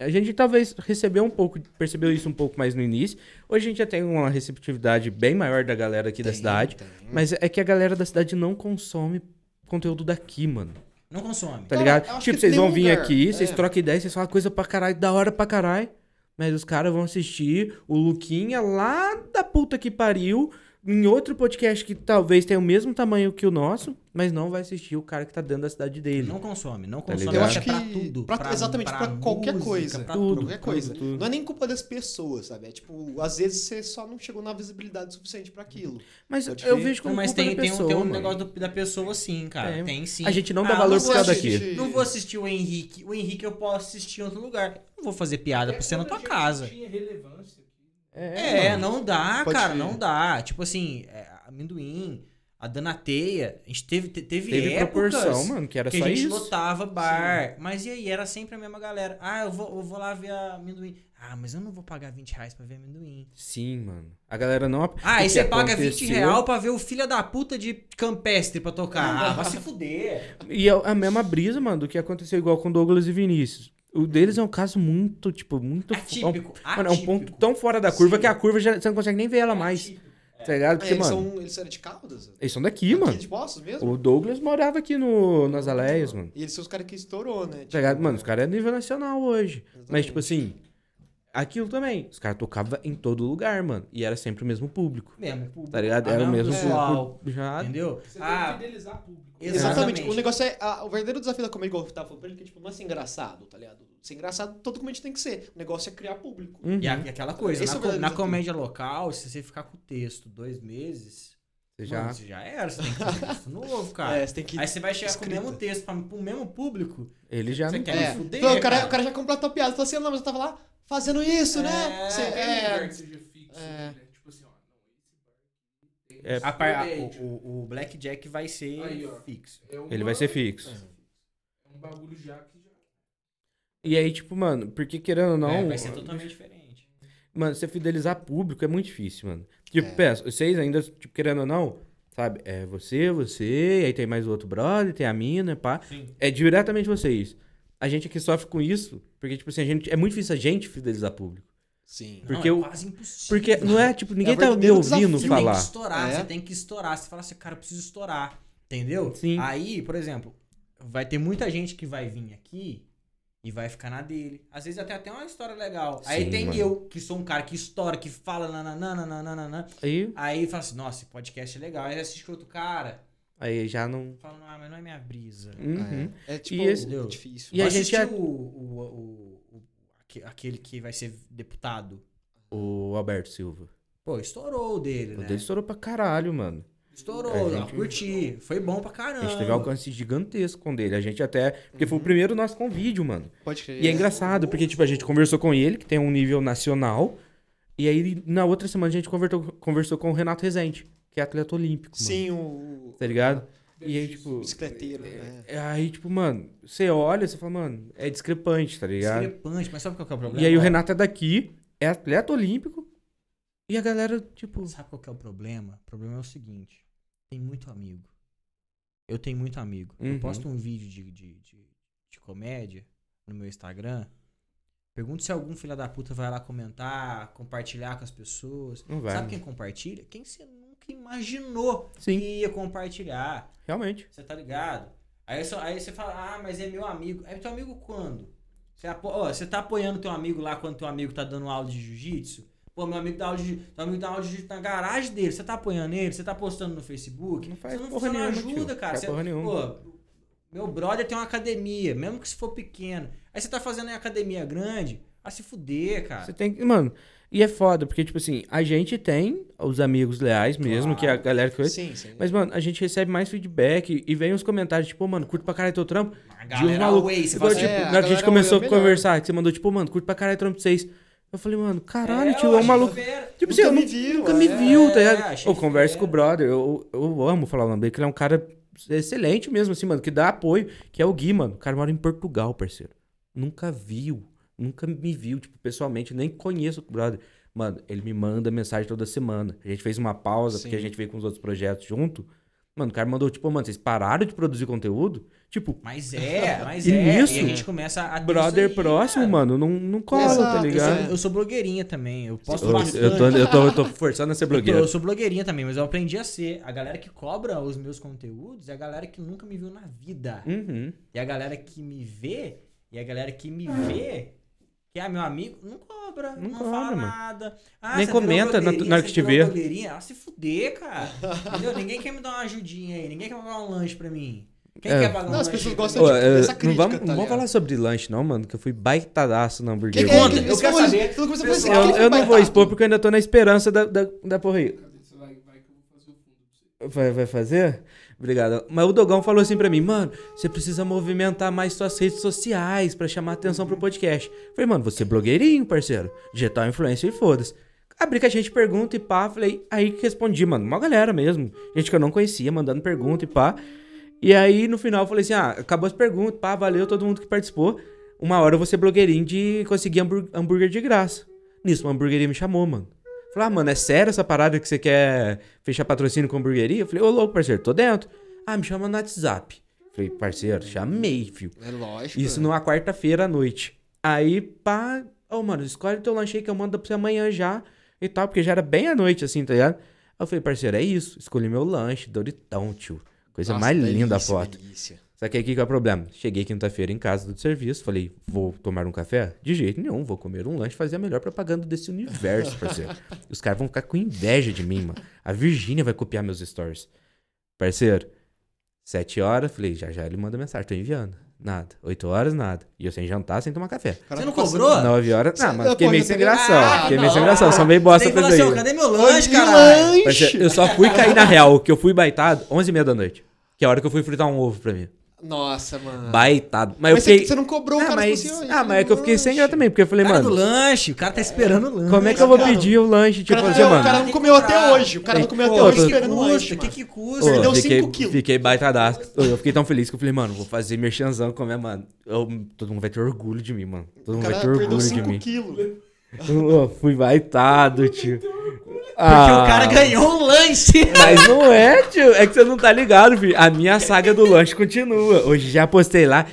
A: A gente talvez recebeu um pouco, percebeu isso um pouco mais no início. Hoje a gente já tem uma receptividade bem maior da galera aqui da cidade. Mas é que a galera da cidade não consome conteúdo daqui, mano.
B: Não consome.
A: Tá
E: Cara, eu
A: ligado?
E: acho
A: Tipo,
E: que
A: vocês vão
E: nenhum
A: vir
E: lugar,
A: aqui,
E: é.
A: vocês trocam ideia, vocês falam coisa pra caralho, da hora pra caralho. Mas os caras vão assistir o Luquinha lá da puta que pariu, em outro podcast que talvez tenha o mesmo tamanho que o nosso, mas não vai assistir o cara que tá dentro da cidade dele.
B: Não consome, não consome.
A: ligado?
B: Eu
A: Eu
B: acho
E: acho
B: que é pra
E: que
B: tudo.
E: pra- exatamente, pra qualquer coisa.
B: pra
A: Tudo,
E: Qualquer coisa.
A: tudo, tudo.
E: Não é nem culpa das pessoas, sabe? É tipo, às vezes você só não chegou na visibilidade suficiente pra aquilo.
A: Mas
E: Pode
A: eu
E: ver.
A: vejo
B: Não,
A: como
B: mas
A: culpa
B: tem,
A: da
B: tem um,
A: pessoa,
B: tem um
A: mano.
B: negócio do- da pessoa sim, cara.
A: Tem.
B: Tem, sim.
A: A gente não dá
B: Ah,
A: valor
B: não
A: por
B: vou
A: causa
B: assistir.
A: daqui.
B: Não vou assistir o Henrique. O Henrique eu posso assistir em outro lugar. Não vou fazer piada pra você na tua casa.
C: Tinha relevância.
B: É, não dá,
E: Pode
B: cara,
E: ser.
B: não dá. Tipo assim, é, amendoim, a Danateia, a gente teve, te- teve,
A: Teve
B: épocas
A: proporção, mano, que era
B: é, que
A: só
B: a gente
A: isso.
B: lotava bar. Mas e aí, era sempre a mesma galera. Ah, eu vou, eu vou lá ver a amendoim. Ah, mas eu não vou pagar 20 reais pra ver amendoim.
A: Sim, mano. A galera não.
B: Ah, aí
A: o que
B: você paga 20
A: aconteceu-
B: real pra ver o filho da puta de campestre pra tocar. Ah, vai se fuder.
A: E é a mesma brisa, mano, do que aconteceu igual com Douglas e Vinícius. O deles é um caso muito, tipo, muito. é um-
B: Atípico,
A: Mano, é um ponto
B: atípico.
A: tão fora da curva
B: Sim. É,
A: que a curva já, você não consegue nem ver ela mais. Tá ligado?
E: Ah,
A: Porque,
E: eles,
A: mano,
E: são, eles eram de Caldas? é
A: eles são daqui, mano.
E: De Boston
B: tipo,
E: mesmo?
A: O Douglas morava aqui no, nas Aleias, mano.
E: E eles são os caras que estourou, né?
A: Tá ligado? Mano, os caras é nível nacional hoje. Mas, tipo assim, aquilo também. Os caras tocavam em todo lugar, mano. E era sempre o mesmo público.
B: Mesmo, público.
A: Tá ligado? Era
B: Ah,
A: o mesmo
B: pessoal,
A: público. Já.
B: Entendeu?
C: Você tem que
B: Ah,
C: fidelizar público.
E: Exatamente.
B: Exatamente.
E: O negócio é. a- o verdadeiro desafio da comédia, igual eu tava falando pra ele, que tipo, não é ser engraçado, tá ligado? Ser engraçado, todo comediante tem que ser. O negócio é criar público.
A: Uhum.
B: E a- e aquela coisa,
E: Esse
B: na,
E: é o
B: co- na
E: verdadeiro
B: comédia local, se você ficar com o texto dois meses,
A: Você
B: mano,
A: já.
B: você já era, você tem que fazer um texto novo, cara.
E: É, você tem que.
B: Aí você vai chegar
E: escrita.
B: com o mesmo texto pra, pro mesmo público.
A: Ele já
B: Você
A: não.
B: quer
E: É.
B: me fuder,
E: Então, o, cara,
B: cara.
E: o cara já completou a piada. Falou assim, não, mas eu tava lá fazendo isso, né?
B: É,
E: Você-
C: Não tem lugar
E: é,
C: que seja fixo.
E: é.
C: né? Tipo assim, ó. Não, esse bar aqui tem
A: É.
C: esse
B: A par- a-
C: médio.
B: o, o- o Blackjack vai ser
C: Aí, ó.
B: fixo.
C: É uma-
A: Ele vai ser fixo.
C: É um bagulho já que já.
A: E aí, tipo, mano, porque querendo ou não.
B: É, vai ser totalmente diferente.
A: Mano, você fidelizar público é muito difícil, mano. Tipo,
E: É.
A: pensa, vocês ainda, tipo, querendo ou não, sabe? É você, você, aí tem mais o outro brother, tem a mina, pá.
B: Sim.
A: É diretamente vocês. A gente aqui sofre com isso, porque, tipo assim, a gente, é muito difícil a gente fidelizar público.
E: Sim.
A: Porque
B: não,
A: o-
B: é quase impossível.
A: Porque não é, tipo, ninguém
E: É o
A: tá me
E: verdadeiro
A: ouvindo
E: desafio.
B: Você tem que
A: falar.
B: estourar,
E: É.
B: você tem que estourar. Você fala assim, cara, eu preciso estourar. Entendeu?
A: Sim.
B: Aí, por exemplo, vai ter muita gente que vai vir aqui e vai ficar na dele. Às vezes até até uma história legal. Aí
A: Sim,
B: tem
A: mano.
B: eu, que sou um cara que estoura, que fala nananana.
A: Aí,
B: Aí fala assim, nossa, esse podcast é legal. Aí assiste com outro cara,
A: aí já não.
B: fala, ah, mas não é minha brisa.
A: Uhum.
E: É, é tipo,
A: E esse-
E: é difícil.
A: E a
B: Vou
A: gente
B: assistir
A: é-
B: o, o- o- o- aque- aquele que vai ser deputado.
A: O Alberto Silva.
B: Pô, estourou o dele,
E: É.
A: O
B: né?
A: dele estourou pra caralho, mano.
B: Estourou,
A: A
B: eu
A: gente-
B: curti. Foi bom pra caramba.
A: A gente
E: Ah.
A: teve alcance gigantesco com o dele. A gente até. Porque foi o
E: Uhum.
A: primeiro nosso convite, mano.
E: Pode crer.
A: E é engraçado, porque, tipo, a gente conversou com ele, que tem um nível nacional. E aí, na outra semana, a gente convertou- conversou com o Renato Rezende, que é atleta olímpico. mano,
E: Sim, o.
A: tá ligado? E aí, tipo.
E: Bicicleteiro, né?
A: é- Aí, tipo, mano, você olha, você fala, mano, é discrepante, tá ligado?
B: Discrepante, mas sabe qual que é o problema?
A: E aí o Renato é daqui, é atleta olímpico. E a galera, tipo.
B: Sabe qual que é o problema? O problema é o seguinte: tem muito amigo. Eu tenho muito amigo.
A: Uhum.
B: Eu posto um vídeo de, de, de, de comédia no meu Instagram. Pergunto se algum filho da puta vai lá comentar, compartilhar com as pessoas.
A: Não vai.
B: Sabe
A: mano.
B: quem compartilha? Quem você nunca imaginou
A: Sim.
B: que ia compartilhar.
A: Realmente.
B: Você tá ligado? Aí, só- aí você fala, ah, mas é meu amigo. É teu amigo quando? Você, apo... ó, você tá apoiando teu amigo lá quando teu amigo tá dando aula de jiu-jitsu? Pô, meu amigo dá aula de jiu-jitsu. Teu amigo dá aula de jiu-jitsu na garagem dele. Você tá apoiando ele? Você tá postando no Facebook?
A: Não faz
B: você não,
A: porra
B: você não
A: nenhuma,
B: ajuda,
A: tio.
B: cara.
A: Faz
B: Você,
A: porra nenhuma.
B: Pô, meu brother tem uma academia, mesmo que se for pequeno. Aí você tá fazendo em academia grande. a se fuder, cara.
A: Você tem que. Mano, e é foda, porque, tipo assim, a gente tem os amigos leais mesmo, que é a galera que.
E: Sim, sim.
A: Mas, mano, a gente recebe mais feedback e- e vem uns comentários, tipo, "Ô, mano, curto pra caralho teu trampo.
B: A
A: De uns
B: galera,
A: malucos.
B: away, você
A: Igual,
B: fala
E: gosta-
A: tipo,
B: assim,
E: É,
A: na hora
E: a
A: que a gente
E: galera
A: começou
E: é
A: a
E: melhor.
A: conversar, que você mandou, tipo, mano, curto pra caralho o trampo de vocês. Eu falei, mano, caralho, tio, é um
B: acho
A: maluco.
B: fera.
A: Tipo
E: Nunca
A: assim, eu
E: me
A: nu-
E: viu,
A: nunca me
E: é.
A: viu, tá
B: É,
A: ligado?
B: achei
A: Eu converso
B: fera.
A: com o brother, eu, eu amo falar o nome dele, que ele é um cara excelente mesmo, assim, mano, que dá apoio, que é o Gui, mano. O cara mora em Portugal, parceiro. Nunca viu, nunca me viu, tipo, pessoalmente, nem conheço o brother. Mano, ele me manda mensagem toda semana. A gente fez uma pausa, porque a gente veio com os outros projetos junto. Mano, o cara mandou, tipo, mano, vocês pararam de produzir conteúdo? Tipo,
B: Mas é, mas
A: E
B: é.
A: nisso,
B: e a gente começa a. ter isso
A: brother
B: aí,
A: próximo,
B: cara.
A: mano, não, não cola, tá
E: Exato,
A: ligado?
E: exato.
B: é um, Eu sou blogueirinha também. Eu posso
A: Eu, eu, tô, eu, tô, eu tô forçando a ser blogueiro.
B: Eu sou blogueirinha também, mas eu aprendi a ser. A galera que cobra os meus conteúdos é a galera que nunca me viu na vida.
A: Uhum.
B: E a galera que me vê, e a galera que me
A: Hum.
B: vê, que é meu amigo, não cobra,
A: Não
B: não,
A: cobra,
B: fala
A: mano.
B: nada. Ah,
A: Nem
B: você virou
A: comenta na- na hora
B: blogueirinha,
A: que
B: você
A: te
B: virou
A: vê.
B: blogueirinha? Ah, se fuder, cara. Entendeu? Ninguém quer me dar uma ajudinha aí, ninguém quer pagar um lanche pra mim. Quem
A: É.
B: quer pagar um
E: Não, as
B: lanche?
E: pessoas
B: pra
E: gostam
B: mim?
A: Ô,
E: tipo,
A: é,
E: essa crítica,
A: não vamos,
E: tá
A: não vamos
E: ligado?
A: falar sobre lanche, não, mano, que eu fui baitadaço na
E: Que-
A: hamburgueria.
E: é,
B: Conta,
E: que-
B: eu
E: isso
B: quero
E: é uma-
B: saber.
E: tudo começa a
B: Pessoal,
A: eu
E: fazer- quem que
A: eu não
E: vai
A: vou
E: dar?
A: expor porque eu ainda tô na esperança da, da, da porra aí.
C: Cadê? Você vai, vai que eu vou fazer o fundo pra você.
A: Vai, vai fazer? Obrigado. Mas o Dogão falou assim pra mim, mano, você precisa movimentar mais suas redes sociais pra chamar atenção pro podcast. Eu Falei, mano, você é blogueirinho, parceiro. Digital influencer e foda-se. Abri que a gente pergunta e pá, falei, aí que respondi, mano, uma galera mesmo. Gente que eu não conhecia, mandando pergunta e pá. E aí, no final, eu falei assim, ah, acabou as perguntas, pá, valeu todo mundo que participou. Uma hora eu vou ser blogueirinho de conseguir hambúrguer, hambúrguer de graça. Nisso, uma hamburgueria me chamou, mano. Falei, ah, mano, é sério essa parada que você quer fechar patrocínio com hamburgueria? Eu falei, ô louco, parceiro, tô dentro. Ah, me chama no WhatsApp. Falei, parceiro, chamei, fio.
E: É lógico.
A: Isso
E: é.
A: numa quarta-feira à noite. Aí, pá, ô, mano, escolhe teu lanche aí que eu mando pra você amanhã já e tal, porque já era bem à noite, assim, tá ligado? Aí eu falei, parceiro, é isso. Escolhi meu lanche, Doritão, tio. Coisa
E: Nossa, tá
A: mais
E: delícia,
A: linda a foto.
E: delícia.
A: Só que aqui que é o problema. Cheguei quinta-feira em casa do serviço, falei, vou tomar um café? De jeito nenhum, vou comer um lanche, fazer a melhor propaganda desse universo, parceiro. Os caras vão ficar com inveja de mim, mano. A Virgínia vai copiar meus stories. Parceiro, sete horas, falei, já já ele manda mensagem, tô enviando. Nada. Oito horas, nada. E eu sem jantar, sem tomar café.
E: O cara
B: Você não
E: tá passando-
B: cobrou?
A: Nove horas, não,
E: Cê-
A: mas
E: Ah,
A: fiquei
E: pô,
A: meio
E: já
A: sem
E: tá-
A: graça.
E: Ah,
A: Fiquei meio sem
B: não.
A: graça, só meio bosta
B: Tem que
A: pra
B: falar assim,
A: isso
B: ó,
A: aí.
B: cadê meu
E: Lanche,
B: lanche, caralho?
E: caralho.
A: Parceiro, eu só fui cair na real, que eu fui baitado 11 e meia da noite. Que é a hora que eu fui fritar um ovo pra mim.
E: Nossa, mano.
A: Baitado. Mas, eu
E: Ah. Mas
A: fiquei...
E: você, você não cobrou o
A: Ah,
E: cara
A: mas,
E: tipo assim, ó,
A: ah, mas é que eu fiquei sem graça também, porque eu falei,
B: Cara do
A: mano,
B: lanche, o cara tá esperando o lanche.
A: como é que eu vou
E: né? Cara,
A: pedir o lanche?
E: O cara,
A: Tipo,
E: não-
A: assim,
E: o cara
A: mano.
E: não comeu até
B: Cara,
E: hoje. O cara não
A: tem-
E: comeu até
A: pô,
E: hoje
A: tô-
E: esperando o lanche,
B: O que
E: mano.
B: que
A: Ô,
B: custa?
E: Perdeu
A: fiquei,
E: cinco quilos.
A: fiquei baitadaço. Ô, Eu fiquei tão feliz que eu falei, mano, vou fazer merchanzão com a minha mano. Eu- todo mundo vai ter orgulho de mim, mano. Todo
E: O
A: mundo vai
E: cara
A: ter
E: perdeu
A: orgulho de mim.
E: 5 quilos.
A: Eu fui baitado, tio.
B: Porque
A: ah.
B: o cara ganhou um lanche.
A: Mas não é, tio. É que você não tá ligado, filho. A minha saga do lanche continua. Hoje já postei lá.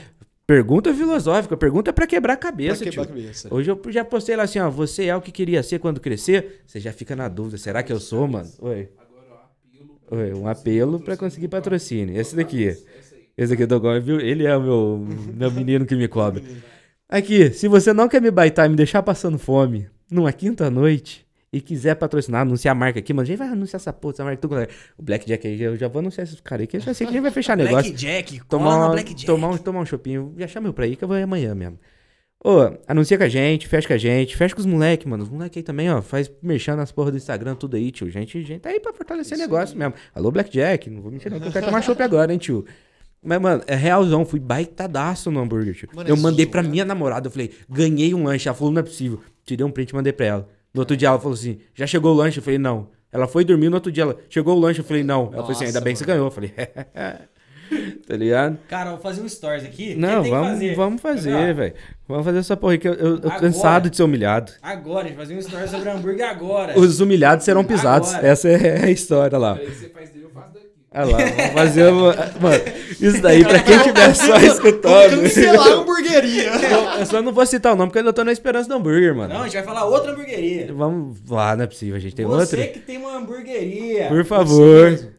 A: Pergunta filosófica, pergunta pra quebrar a
E: Pra
A: cabeça,
E: quebrar
A: tio.
E: a cabeça.
A: Hoje eu já postei lá assim, ó, você é o que queria ser quando crescer? Você já fica na dúvida, será que eu sou, mano? Oi.
C: Agora, ó, apelo.
A: Oi, um apelo um pra conseguir patrocínio. Esse daqui.
C: Essa aí.
A: Esse aqui do Gol, viu? Ele é o meu, meu menino que me cobra. Aqui, se você não quer me baitar e me deixar passando fome numa quinta-noite e quiser patrocinar, anunciar a marca aqui, mano, a gente vai anunciar essa porra, essa marca. tudo, galera. O Blackjack aí, eu já vou anunciar esses caras aí, que eu já sei que a gente vai fechar negócio
B: Blackjack, cola
A: tomar,
B: na
A: uma-
B: Blackjack.
A: tomar, um, tomar um chopinho. Já chamei pra ir que eu vou ir amanhã mesmo. Ô, anuncia com a gente, fecha com a gente, fecha com os moleques, mano. Os moleques aí também, ó, faz mexendo nas porras do Instagram, tudo aí, tio. Gente, gente tá aí pra fortalecer negócio mesmo. Alô, Blackjack, não vou mentir não, que eu quero tomar chopp agora, hein, tio. Mas, mano, é realzão, fui baitadaço no hambúrguer, tio.
E: Mano,
A: eu
E: é
A: mandei pra
E: surreal.
A: minha namorada, eu falei, ganhei um lanche. Ela falou, não é possível. Tirei um print e mandei pra ela. No outro dia ela falou assim, já chegou o lanche? Eu falei, não. Ela foi dormir, no outro dia ela, chegou o lanche? Eu falei, não. Ela falou assim,
E: Nossa,
A: ainda bem que você
E: mano.
A: ganhou. Eu falei, tá ligado?
B: Cara, eu vou fazer um stories aqui.
A: Não,
B: Quem tem que
A: vamos
B: fazer?
A: fazer, vamos fazer,
B: Gabriel,
A: velho. Vamos fazer essa porra aí que eu, eu, eu tô
B: Agora.
A: cansado de ser humilhado.
B: Agora, a gente fazer um stories sobre hambúrguer agora.
A: Os humilhados serão pisados.
B: Agora.
A: Essa é a história lá.
C: Peraí, você faz dele, eu faço daqui.
A: Olha lá, vamos fazer uma... Mano, isso daí pra quem tiver só
E: Cancelar a
A: escutando.
E: hamburgueria.
A: Eu- Eu só não vou citar o nome porque eu ainda tô na esperança do hambúrguer,
B: Não, a
A: mano.
B: gente vai falar outra hambúrgueria.
A: Vamos. Ah, não é possível, a gente tem
B: Você
A: outra.
B: que é tem uma hambúrgueria.
A: Por favor.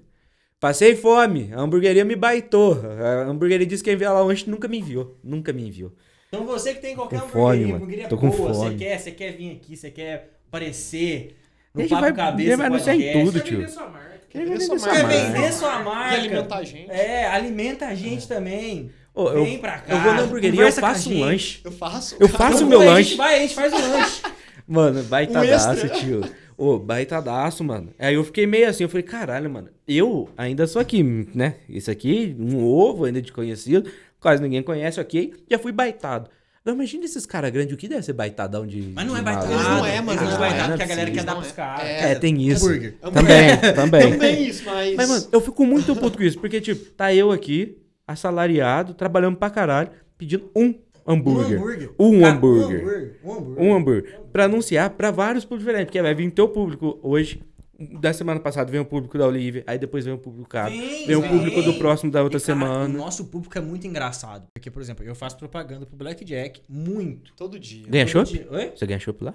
A: Passei fome, a hamburgueria me baitou. A hamburgueria disse que ia enviar lá um lanche nunca me enviou. Nunca me enviou.
B: Então você que tem qualquer
A: com fome,
B: hambúrgueria,
A: mano.
B: hambúrgueria
A: Tô com
B: boa, você
A: fome.
B: quer, você quer vir aqui, você quer aparecer
A: A
B: no
A: gente
B: papo
A: vai- a
B: cabeça,
A: gente vai anunciar em
B: podcast.
A: tudo.
C: Você vai
A: tio.
C: vender sua marca.
E: Quer vender sua
A: Quer
E: marca.
B: Quer
A: marca.
B: vender sua
E: E
B: marca.
E: alimentar a gente.
B: É, alimenta a gente também.
A: Ô, eu,
B: Vem pra cá.
A: eu vou na hamburgueria, eu
B: conversa com a
A: faço um
B: gente.
A: lanche.
E: Eu faço.
A: Eu faço o meu
B: Vamos aí, A
A: lanche.
B: gente vai, a gente faz o lanche.
A: Mano, baitadaço,
B: Um
E: extra.
A: tio. Ô, baitadaço, mano. Aí eu fiquei meio assim, eu falei, caralho, mano. Eu ainda sou aqui, né? Isso aqui, um ovo ainda de conhecido. Quase ninguém conhece, ok? Já fui baitado. Agora, imagina esses caras grandes, o que deve ser baitadão de.
B: Mas não é
A: de
B: baitado.
A: malandro?
E: Eles não é, mano.
B: Eles não é
A: Ah,
B: baitado
A: não é
B: porque a galera quer
A: possível.
B: dar
E: Não
B: pros
E: é.
B: caras.
E: É.
A: É, tem isso.
D: Hambúrguer.
A: Também, também.
E: Também isso, mas.
A: Mas, mano, eu fico muito puto com isso, porque, tipo, tá eu aqui, assalariado, trabalhando pra caralho, pedindo um hambúrguer. Um
B: Cara,
A: hambúrguer.
B: Um Tá, hambúrguer.
A: Um hambúrguer. Pra anunciar pra vários públicos diferentes. Porque vai vir teu público hoje. Da semana passada vem o público da Olive, aí depois vem o público do Cabo.
B: Vem,
A: Vem o
B: vem.
A: público do próximo da outra
B: E, cara,
A: semana.
B: O nosso público é muito engraçado. Porque, por exemplo, eu faço propaganda pro Blackjack muito.
E: Todo dia.
A: Ganha
B: Todo
A: chopp?
B: dia. Oi?
A: Você ganha chopp lá?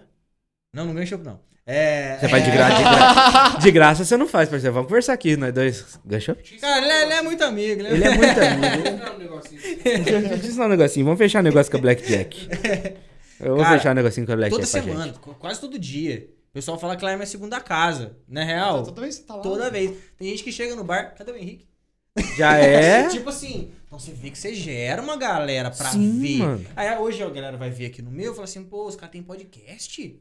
B: Não, não ganho chopp, não. É.
A: Você vai de graça, de graça. De graça você não faz, parceiro. Vamos conversar aqui, nós dois. Ganha chopp?
B: Cara, ele é, ele é muito amigo. Ele é...
A: Ele é muito amigo.
C: Não, um negocinho.
A: Deixa eu ensinar um negocinho. Vamos fechar o negócio com a Blackjack. Eu vou
B: Cara,
A: fechar o negocinho com a Blackjack
B: Toda
A: É pra gente.
B: semana, qu- quase todo dia. O pessoal fala que lá é minha segunda casa. Não é real?
E: Então, toda vez que você tá lá.
B: Toda vez. Tem gente que chega no bar, cadê o Henrique?
A: Já é?
B: Tipo assim, então você vê que você gera uma galera pra
A: Sim,
B: ver.
A: mano.
B: Aí ah, hoje a galera vai ver aqui no meu e fala assim, pô, os caras têm podcast?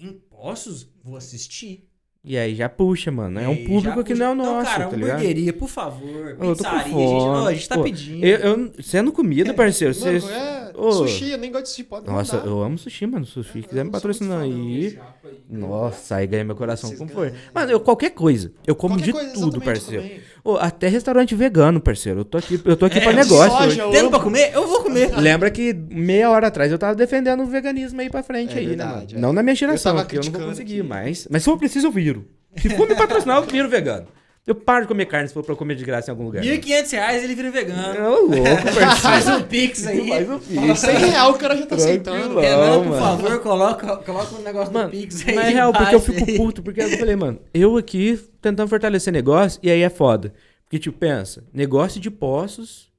B: Em Poços? Vou assistir.
A: E aí já puxa, mano. É
B: E
A: um
B: aí
A: público
B: já
A: que não é o
B: puxa.
A: nosso,
B: Então, cara,
A: tá ligado?
B: hamburgueria, por favor.
A: Eu tô com
B: Pizzaria, gente,
A: fome,
B: ó, a gente tá
A: pô.
B: pedindo.
A: Eu, eu- sendo comida, parceiro,
E: Mano,
A: vocês.
E: é.
A: Ô.
E: Sushi, eu nem gosto de sushi. Pode
A: Nossa,
E: mandar.
A: eu amo sushi, mano. Sushi,
E: Eu-
A: quiser
E: eu
A: me
E: não sou muito
A: patrocinar
E: fã, não,
A: aí.
C: Japa aí.
A: Nossa, aí ganha meu coração
E: Vocês
A: com força.
E: ganham.
A: Mano, eu qualquer coisa. Eu como
E: Qualquer
A: de
E: coisa,
A: tudo,
E: exatamente,
A: parceiro.
E: também.
A: Ô, até restaurante vegano, parceiro. Eu tô aqui, eu tô aqui pra
B: de
A: negócio.
E: soja,
A: hoje.
E: eu
B: Tendo
E: amo.
B: pra comer? Eu vou comer.
A: Lembra que meia hora atrás eu tava defendendo o veganismo aí pra frente
E: É
A: aí, né, mano?
E: verdade, é.
A: Não na minha geração,
E: Eu tava
A: porque eu não vou
E: criticando
A: conseguir,
E: aqui.
A: mas. Mas se for preciso, eu viro. Se for me patrocinar, eu viro vegano. Eu paro de comer carne se for pra eu comer de graça em algum lugar.
B: 1.500 reais ele vira vegano.
A: Ô, louco,
B: Faz
A: parceiro.
B: um pix aí.
A: Mais É. um
E: Fala
A: pix.
E: 100 real o cara já tá
A: Tranquilo.
E: aceitando.
B: Renan,
A: Não,
B: por
A: mano.
B: favor, coloca, coloca um negócio
A: Mano,
B: do Pix aí.
A: Mas é real, porque eu
B: embaixo
A: fico
B: aí.
A: puto, porque eu falei, mano, eu aqui tentando fortalecer negócio, e aí é foda. Porque, tipo, pensa, negócio de poços,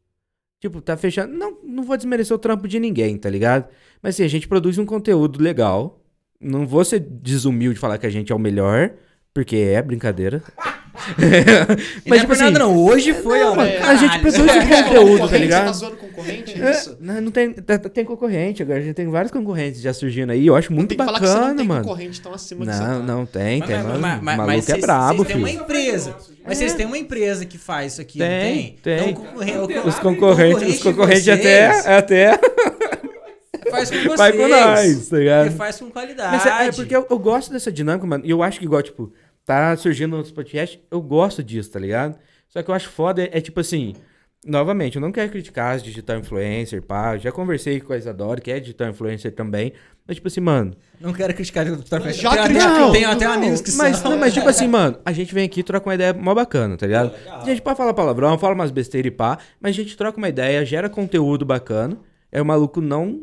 A: tipo, tá fechando. Não, não vou desmerecer o trampo de ninguém, tá ligado? Mas assim, a gente produz um conteúdo legal. Não vou ser desumilde e falar que a gente é o melhor, porque é brincadeira. tipo assim,
B: E não é por nada, não. Hoje foi, ó.
A: mano,
B: mano,
A: a gente
B: caralho.
A: produz um conteúdo, tá
E: Concorrente, Você tá
A: ligado?
E: zoando concorrente, é isso?
A: É, não, não tem, tá- tem concorrente agora, a gente tem vários concorrentes já surgindo aí. Eu acho muito
E: Tem que falar que você não
A: bacana,
E: tem
A: mano.
E: concorrente tão acima que você
A: Não,
E: tá.
A: não tem, tem.
B: Mas-
A: Mas,
B: mas- mas-
A: maluco
B: mas
A: é
B: vocês-
A: brabo,
B: Vocês têm uma
A: filho. É.
B: empresa. Mas vocês têm uma empresa que faz isso aqui, não
A: Tem,
B: tem?
A: tem.
B: Então, concorre-
A: Os
B: o concorrente,
A: concorrentes, os concorrentes
B: de
A: até, é
B: vocês
A: até
B: Faz com vocês. É
A: vai com nós, tá
B: E
A: ligado?
B: faz com qualidade.
A: Mas é, é porque eu, eu gosto dessa dinâmica, mano. E eu acho que, igual, tipo, tá surgindo outros podcasts, eu gosto disso, tá ligado? Só que eu acho foda, é, é tipo assim, novamente, eu não quero criticar as digital influencer, pá. Já conversei com a Isadora, que é digital influencer também. Mas, tipo assim, mano.
B: Não quero criticar o Dr. Fest.
E: Já
B: Tenho até-
E: criticou.
B: Tenho até
E: Não,
B: amigos que
A: Mas,
B: são. É,
A: não, mas tipo assim, mano, a gente vem aqui e troca uma ideia mó bacana, tá ligado? a gente pode falar palavrão, fala umas besteiras e pá, mas a gente troca uma ideia, gera conteúdo bacana. É o maluco não.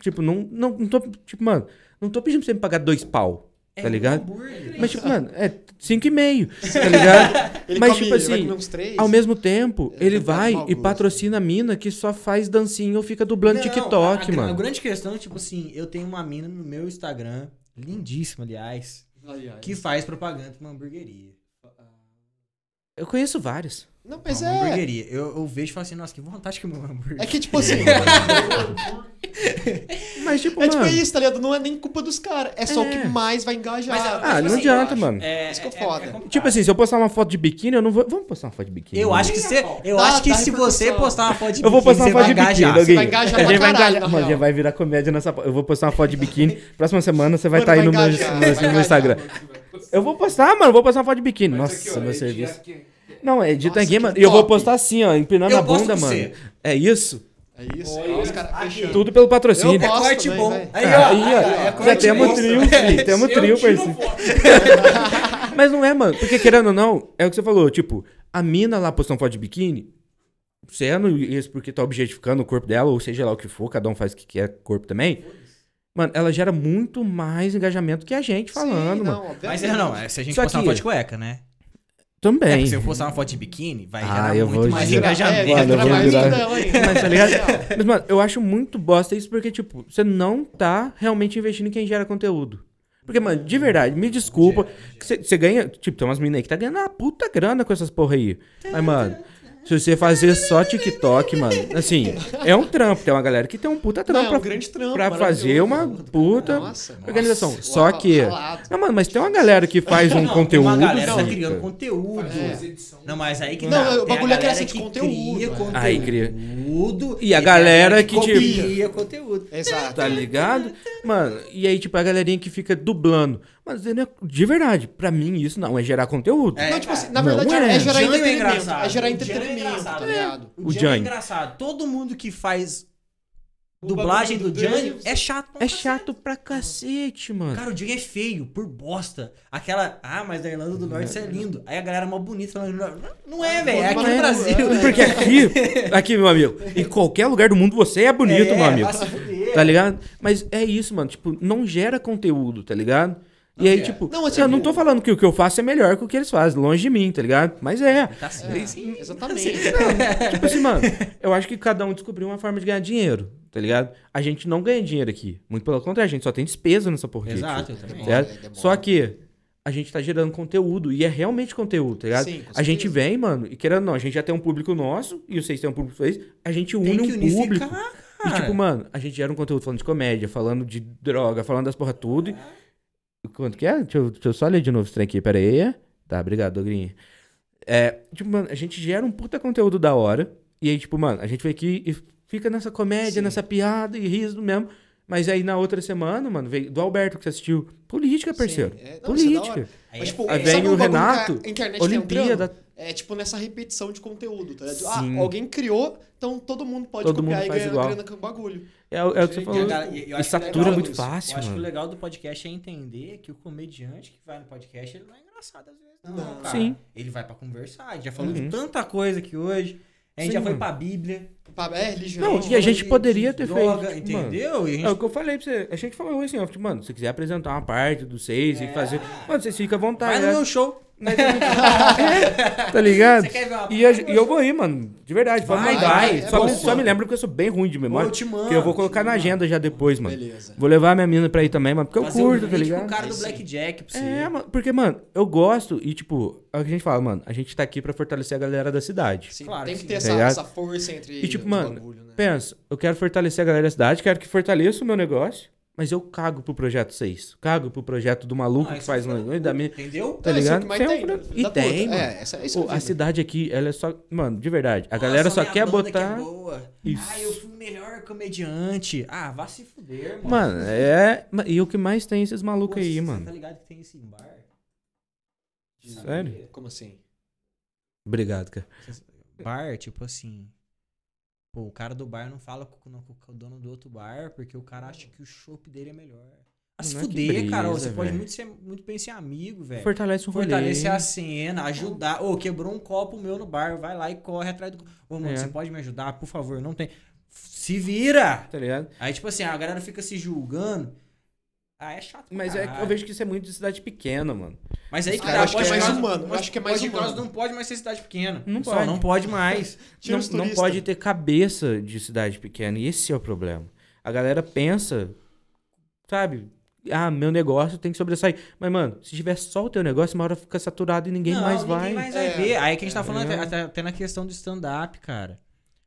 A: Tipo, não. Não, não tô. Tipo, mano, não tô pedindo pra você me pagar dois pau,
B: É
A: tá ligado? Mas, tipo, mano, é cinco e meio, tá ligado?
E: Ele
A: Mas,
E: come-
A: tipo
E: ele vai
A: assim,
E: comer uns três.
A: Ao mesmo tempo,
B: É,
E: Ele
A: ele
B: um
E: tá com
A: vai
E: mau
A: e
E: gosto.
A: patrocina a mina que só faz dancinha ou fica dublando
B: Não,
A: TikTok,
B: a- a- A
A: mano.
B: grande questão, tipo assim, eu tenho uma mina no meu Instagram, lindíssima, aliás,
E: Ai, ai.
B: que faz propaganda pra uma hamburgueria.
A: Eu conheço vários.
E: Não, mas
B: uma
E: é.
B: hamburgueria. Eu, eu vejo e falo assim, nossa, que vontade que o meu hambúrguer.
E: É que, tipo assim.
A: Mas, tipo,
E: é
A: mano.
E: tipo isso, tá ligado? Não é nem culpa dos caras. É só o
A: É.
E: que mais vai engajar.
B: Mas,
A: ah,
B: tipo
A: não
B: assim,
A: adianta,
E: eu acho.
A: mano.
B: É,
E: Isso que é foda.
B: complicado.
A: Tipo assim, se eu postar uma foto de biquíni, eu não vou. Vamos postar uma foto de biquíni.
B: Eu
A: né?
B: acho que, você, eu
E: Dá-
B: acho que
E: dá
B: se você
E: repercussão.
B: postar uma foto de
A: Eu vou postar uma
B: biquíni,
A: foto
B: você
A: de biquíni,
B: vai engajar.
A: alguém.
E: vai engajar
A: a gente
E: pra
A: vai
E: caralho,
A: engajar.
E: na
A: Mano, já
E: real.
A: vai virar comédia nessa. po- Eu vou postar uma foto de biquíni. Próxima semana você vai
E: Mano,
A: estar aí
E: vai
A: no meu,
E: engajar,
A: no-
E: vai
A: no
E: engajar.
A: meu Instagram. Eu vou postar, mano. eu Vou postar uma foto de biquíni.
C: Mas
A: Nossa,
C: aqui, ó,
A: meu
C: é
A: serviço.
C: dia-
A: Não, é de
E: Nossa,
A: tanguinha,
E: que
A: mano. E eu vou
E: top.
A: postar assim, ó, empinando
B: Eu
A: a
B: posto
A: bunda,
B: com
A: mano.
B: você.
A: É isso?
E: É isso.
C: Olha,
E: Olha, os caras
C: aqui.
E: fechando.
A: Tudo assim, né? Tá pelo patrocínio.
E: Eu
B: É
E: gosto
B: corte
E: também, Tá.
B: bom.
E: vai.
B: Aí, ó.
A: Aí,
B: é
A: ó. Já
B: corte
A: temos
B: bom.
A: trio, filho. Temos
C: Eu
A: trio,
C: tiro
A: parceiro.
C: foto.
A: Mas não é, mano. Porque querendo ou não, é o que você falou. Tipo, a mina lá postou uma foto de biquíni, sendo isso porque tá objetificando o corpo dela, ou seja lá o que for, cada um faz o que quer com o corpo também. Mano, ela gera muito mais engajamento que a gente falando,
E: Sim,
A: mano.
E: não, obviamente.
B: Mas é, não, é se a gente
A: Só
B: postar uma
A: que-
B: foto de cueca, né? É,
A: Também.
B: porque se eu postar uma foto de biquíni, vai
A: Ah,
B: gerar
A: eu
B: muito
A: vou
B: mais
A: girar.
B: engajamento.
E: É,
A: Mano, eu
E: entra
A: vou
E: mais
A: virar-
E: ainda ela ainda.
A: Mas, tá ligado? Mas, mano, eu acho muito bosta isso porque, tipo, você não tá realmente investindo em quem gera conteúdo. Porque, mano, de verdade, me desculpa. Você ganha. Tipo, tem umas meninas aí que tá ganhando uma puta grana com essas porra aí. Mas, mano, se você fazer só TikTok, mano, assim, é um trampo. Tem uma galera que tem um puta
E: Não,
A: trampo
E: é
A: pra,
E: um grande trampo.
A: pra fazer uma
E: maravilhoso.
A: puta
E: Nossa,
A: organização.
E: nossa,
A: Só
E: uau,
A: que.
E: ralado.
A: Não, mano, mas tem uma galera que faz um
B: Não,
A: conteúdo.
B: Tem uma galera que tá
A: zica.
B: criando conteúdo.
C: Faz edição.
B: Não, mas aí que
E: É. Não,
B: tá.
E: o
B: Tem a
E: bagulho é
B: galera
E: criação de
B: que
E: conteúdo,
B: Cria
E: é.
B: conteúdo.
A: Aí cria.
B: E
A: a galera que, tipo-
B: cria conteúdo.
E: Exato.
A: Tá ligado? Mano, e aí, tipo, a galerinha que fica dublando. Mas né, de verdade, pra mim isso não é gerar conteúdo.
B: É,
E: não, tipo assim,
B: cara.
E: na
A: Não
E: verdade
A: é.
E: é, gerar
B: Jânio é
E: entretenimento.
B: engraçado.
E: É gerar
B: O Jânio é
E: entretenimento,
B: engraçado,
E: tá
B: né?
E: ligado?
A: O
B: Jânio é
A: Jânio.
B: engraçado. Todo mundo que faz
D: O
B: dublagem
D: bagulho
B: do
D: do
B: Jânio
D: Jânio
B: é chato. pra
A: É
B: cacete.
A: chato pra cacete, mano.
B: Cara, o Jânio é feio, por bosta. Aquela, ah, mas da Irlanda do Norte isso é lindo. Aí a galera é mó bonita. falando, Não, não é, velho. É aqui
E: é,
B: no Brasil.
A: Porque aqui, aqui, meu amigo, em qualquer lugar do mundo você é bonito,
B: É,
A: meu amigo.
B: vai se fuder.
A: Tá ligado? Mas é isso, mano. Tipo, não gera conteúdo, tá ligado? E aí, tipo,
E: Não,
A: não,
E: assim,
A: eu não tô falando que o que eu faço é melhor que o que eles fazem, longe de mim, tá ligado? Mas é.
B: Tá sim.
E: É, exatamente.
A: Tipo assim, mano, eu acho que cada um descobriu uma forma de ganhar dinheiro, tá ligado? A gente não ganha dinheiro aqui. Muito pelo contrário, a gente só tem despesa nessa porquê.
B: Exato, eu
A: Tá
B: também.
A: ligado?
E: É, demora.
A: Só que a gente tá gerando conteúdo e é realmente conteúdo, tá ligado?
E: Sim, com
A: a gente
E: certeza.
A: vem, mano, e querendo ou não, a gente já tem um público nosso e vocês têm um público vocês, a gente une
B: Tem que
A: um público.
B: unificar,
A: E
B: cara.
A: tipo, mano, a gente gera um conteúdo falando de comédia, falando de droga, falando das porra tudo. e- Quanto que é? Deixa eu, deixa eu só ler de novo esse trem aqui, pera aí. Tá, obrigado, Dogrinha. É, tipo, mano, a gente gera um puta conteúdo da hora. E aí, tipo, mano, a gente vem aqui e fica nessa comédia, nessa piada e riso mesmo. Mas aí na outra semana, mano, veio do Alberto que você assistiu. Política, parceiro.
E: é- não, isso é da hora.
A: Política.
B: Aí
E: Mas,
B: é
E: tipo,
A: Aí
E: sabe
A: vem
E: um
A: o
E: bagulho que a
A: Renato,
E: internet tem um
A: Olimpíada.
E: drama? É tipo nessa repetição de conteúdo, tá ligado? Ah,
A: Sim.
E: alguém criou, então todo mundo pode
A: Todo
E: copiar
A: mundo
E: e
A: faz
E: ganhar
A: igual.
E: grana com o bagulho.
A: É, o- é o que você
E: E a
A: falou.
B: galera- e eu
A: E
B: acho é
A: satura
B: legal
A: muito
B: isso.
A: fácil,
B: Eu acho que o
A: mano.
B: legal do podcast é entender que o comediante que vai no podcast, ele não é engraçado às vezes, não,
E: Não.
B: cara.
A: Sim.
B: Ele vai pra conversar, a gente já falou
A: Uhum.
B: de tanta coisa aqui hoje. A gente
A: Sim,
B: já foi
A: mano.
B: pra Bíblia.
E: Pá, É, religião.
A: Não, e a gente poderia ter
B: droga,
A: feito, tipo,
B: entendeu? E a gente
A: É o que eu falei pra você. A gente falou assim, ó, tipo, mano, se você quiser apresentar uma parte dos seis
E: É.
A: e fazer. Mano, vocês ficam à vontade.
B: vai no
A: né?
B: meu show.
A: Mas eu não- tá ligado?
B: é Você quer ver uma
A: E, a- e eu vou ir, mano. De verdade. Vai,
B: Vai,
A: vai,
B: vai.
A: Só,
B: Pô,
A: me, só
B: mano.
A: me lembra porque eu sou bem ruim de memória.
B: Pô, eu te
A: que
B: mando,
A: eu vou colocar
B: te
A: na
B: mando.
A: agenda já depois, mano.
E: Beleza.
A: Vou levar minha menina pra ir também, mano. Porque eu
B: fazer
A: curto,
B: um
A: tá
B: vídeo
A: ligado?
B: com o cara do
E: Sim.
B: Blackjack pra você.
A: É, mano, porque, mano, eu gosto e, tipo, é o que a gente fala, mano, a gente tá aqui pra fortalecer a galera da cidade.
E: Sim,
B: Claro
E: tem
B: que sim.
E: que ter
A: Tá
E: essa,
A: ligado?
E: essa força entre
A: E tipo,
E: os
A: mano,
E: bagulho, né?
A: Pensa, eu quero fortalecer a galera da cidade, quero que fortaleça o meu negócio, mas eu cago pro projeto 6. Cago pro projeto do maluco
B: Ah,
A: que
B: isso
A: faz
B: é
A: um. Da minha...
B: Entendeu?
A: Tá
E: Não, isso é o
A: ligado?
E: que mais
A: Tem um
E: tem,
A: problema.
E: filho
A: E
E: da puta.
A: tem, mano.
E: É, essa, isso
A: Pô,
E: é
A: a cidade aqui, ela é só. Mano, de verdade. A galera
B: Nossa,
A: só
B: minha
A: quer
B: banda que
A: botar.
B: é boa.
A: Isso.
B: Ah, eu fui o melhor comediante. Ah, vá se fuder, mano.
A: Mano, é. ma- E o que mais tem esses malucos
B: Pô,
A: aí,
B: você
A: mano?
B: Tá ligado que tem esse bar?
A: Sério?
E: Como assim?
A: Obrigado, cara.
B: Bar, tipo assim. Pô, o cara do bar não fala com, não, com o dono do outro bar porque o cara acha que o chopp dele é melhor. Ah, se
A: Não é que
B: fuder, cara. ó,
A: brisa,
B: Você pode
A: velho.
B: muito, ser, muito bem ser amigo, velho.
A: Fortalece um rolê.
B: Fortalecer É. a cena, ajudar. Ô, quebrou um copo meu no bar, vai lá e corre atrás do. Ô, mano,
A: É.
B: você pode me ajudar? Por favor, não tem. Se vira!
A: Tá ligado?
B: Aí, tipo assim, a galera fica se julgando. Ah, é chato. pra
A: Mas é que eu
B: caralho.
A: vejo que isso é muito de cidade pequena, mano.
B: Mas aí,
E: Ah,
B: cara,
E: eu acho que é
B: pode
E: mais
B: causa-
E: humano, eu
B: pode-
E: acho que é mais
B: pode causa
E: humano.
B: Não pode mais ser cidade pequena.
A: Não
B: Só
A: pode.
B: não pode mais.
E: Tira
A: Não,
E: os
A: não
E: turistas.
A: pode ter cabeça de cidade pequena. E esse é o problema. A galera pensa, sabe? Ah, meu negócio tem que sobressair. Mas, mano, se tiver só o teu negócio, uma hora fica saturado e ninguém
B: não,
A: mais
B: ninguém
A: vai.
B: mais vai
E: É,
B: ver. Aí que a gente tá falando
A: é.
B: até, até- até na questão do stand-up, cara.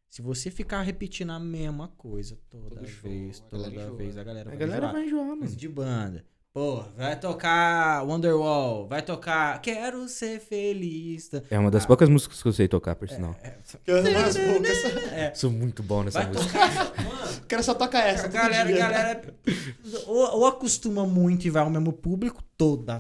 B: Se você ficar repetindo a mesma coisa toda
E: Todo show,
B: vez,
E: a
B: toda
E: galera enjoa.
B: vez, a galera
A: A
B: vai
A: galera
B: enjoar.
A: vai enjoar, mano.
B: Mas de banda. Porra, vai tocar Wonderwall, vai tocar Quero Ser Feliz. tá?
A: É uma das poucas músicas que eu sei tocar,
B: É,
A: por sinal.
E: As bocas.
A: Sou muito bom nessa
B: Vai
A: música.
B: tocar. Mano,
E: O cara só toca essa.
B: a
E: todo
B: galera,
E: dia.
B: galera ou, ou acostuma muito e vai ao mesmo público toda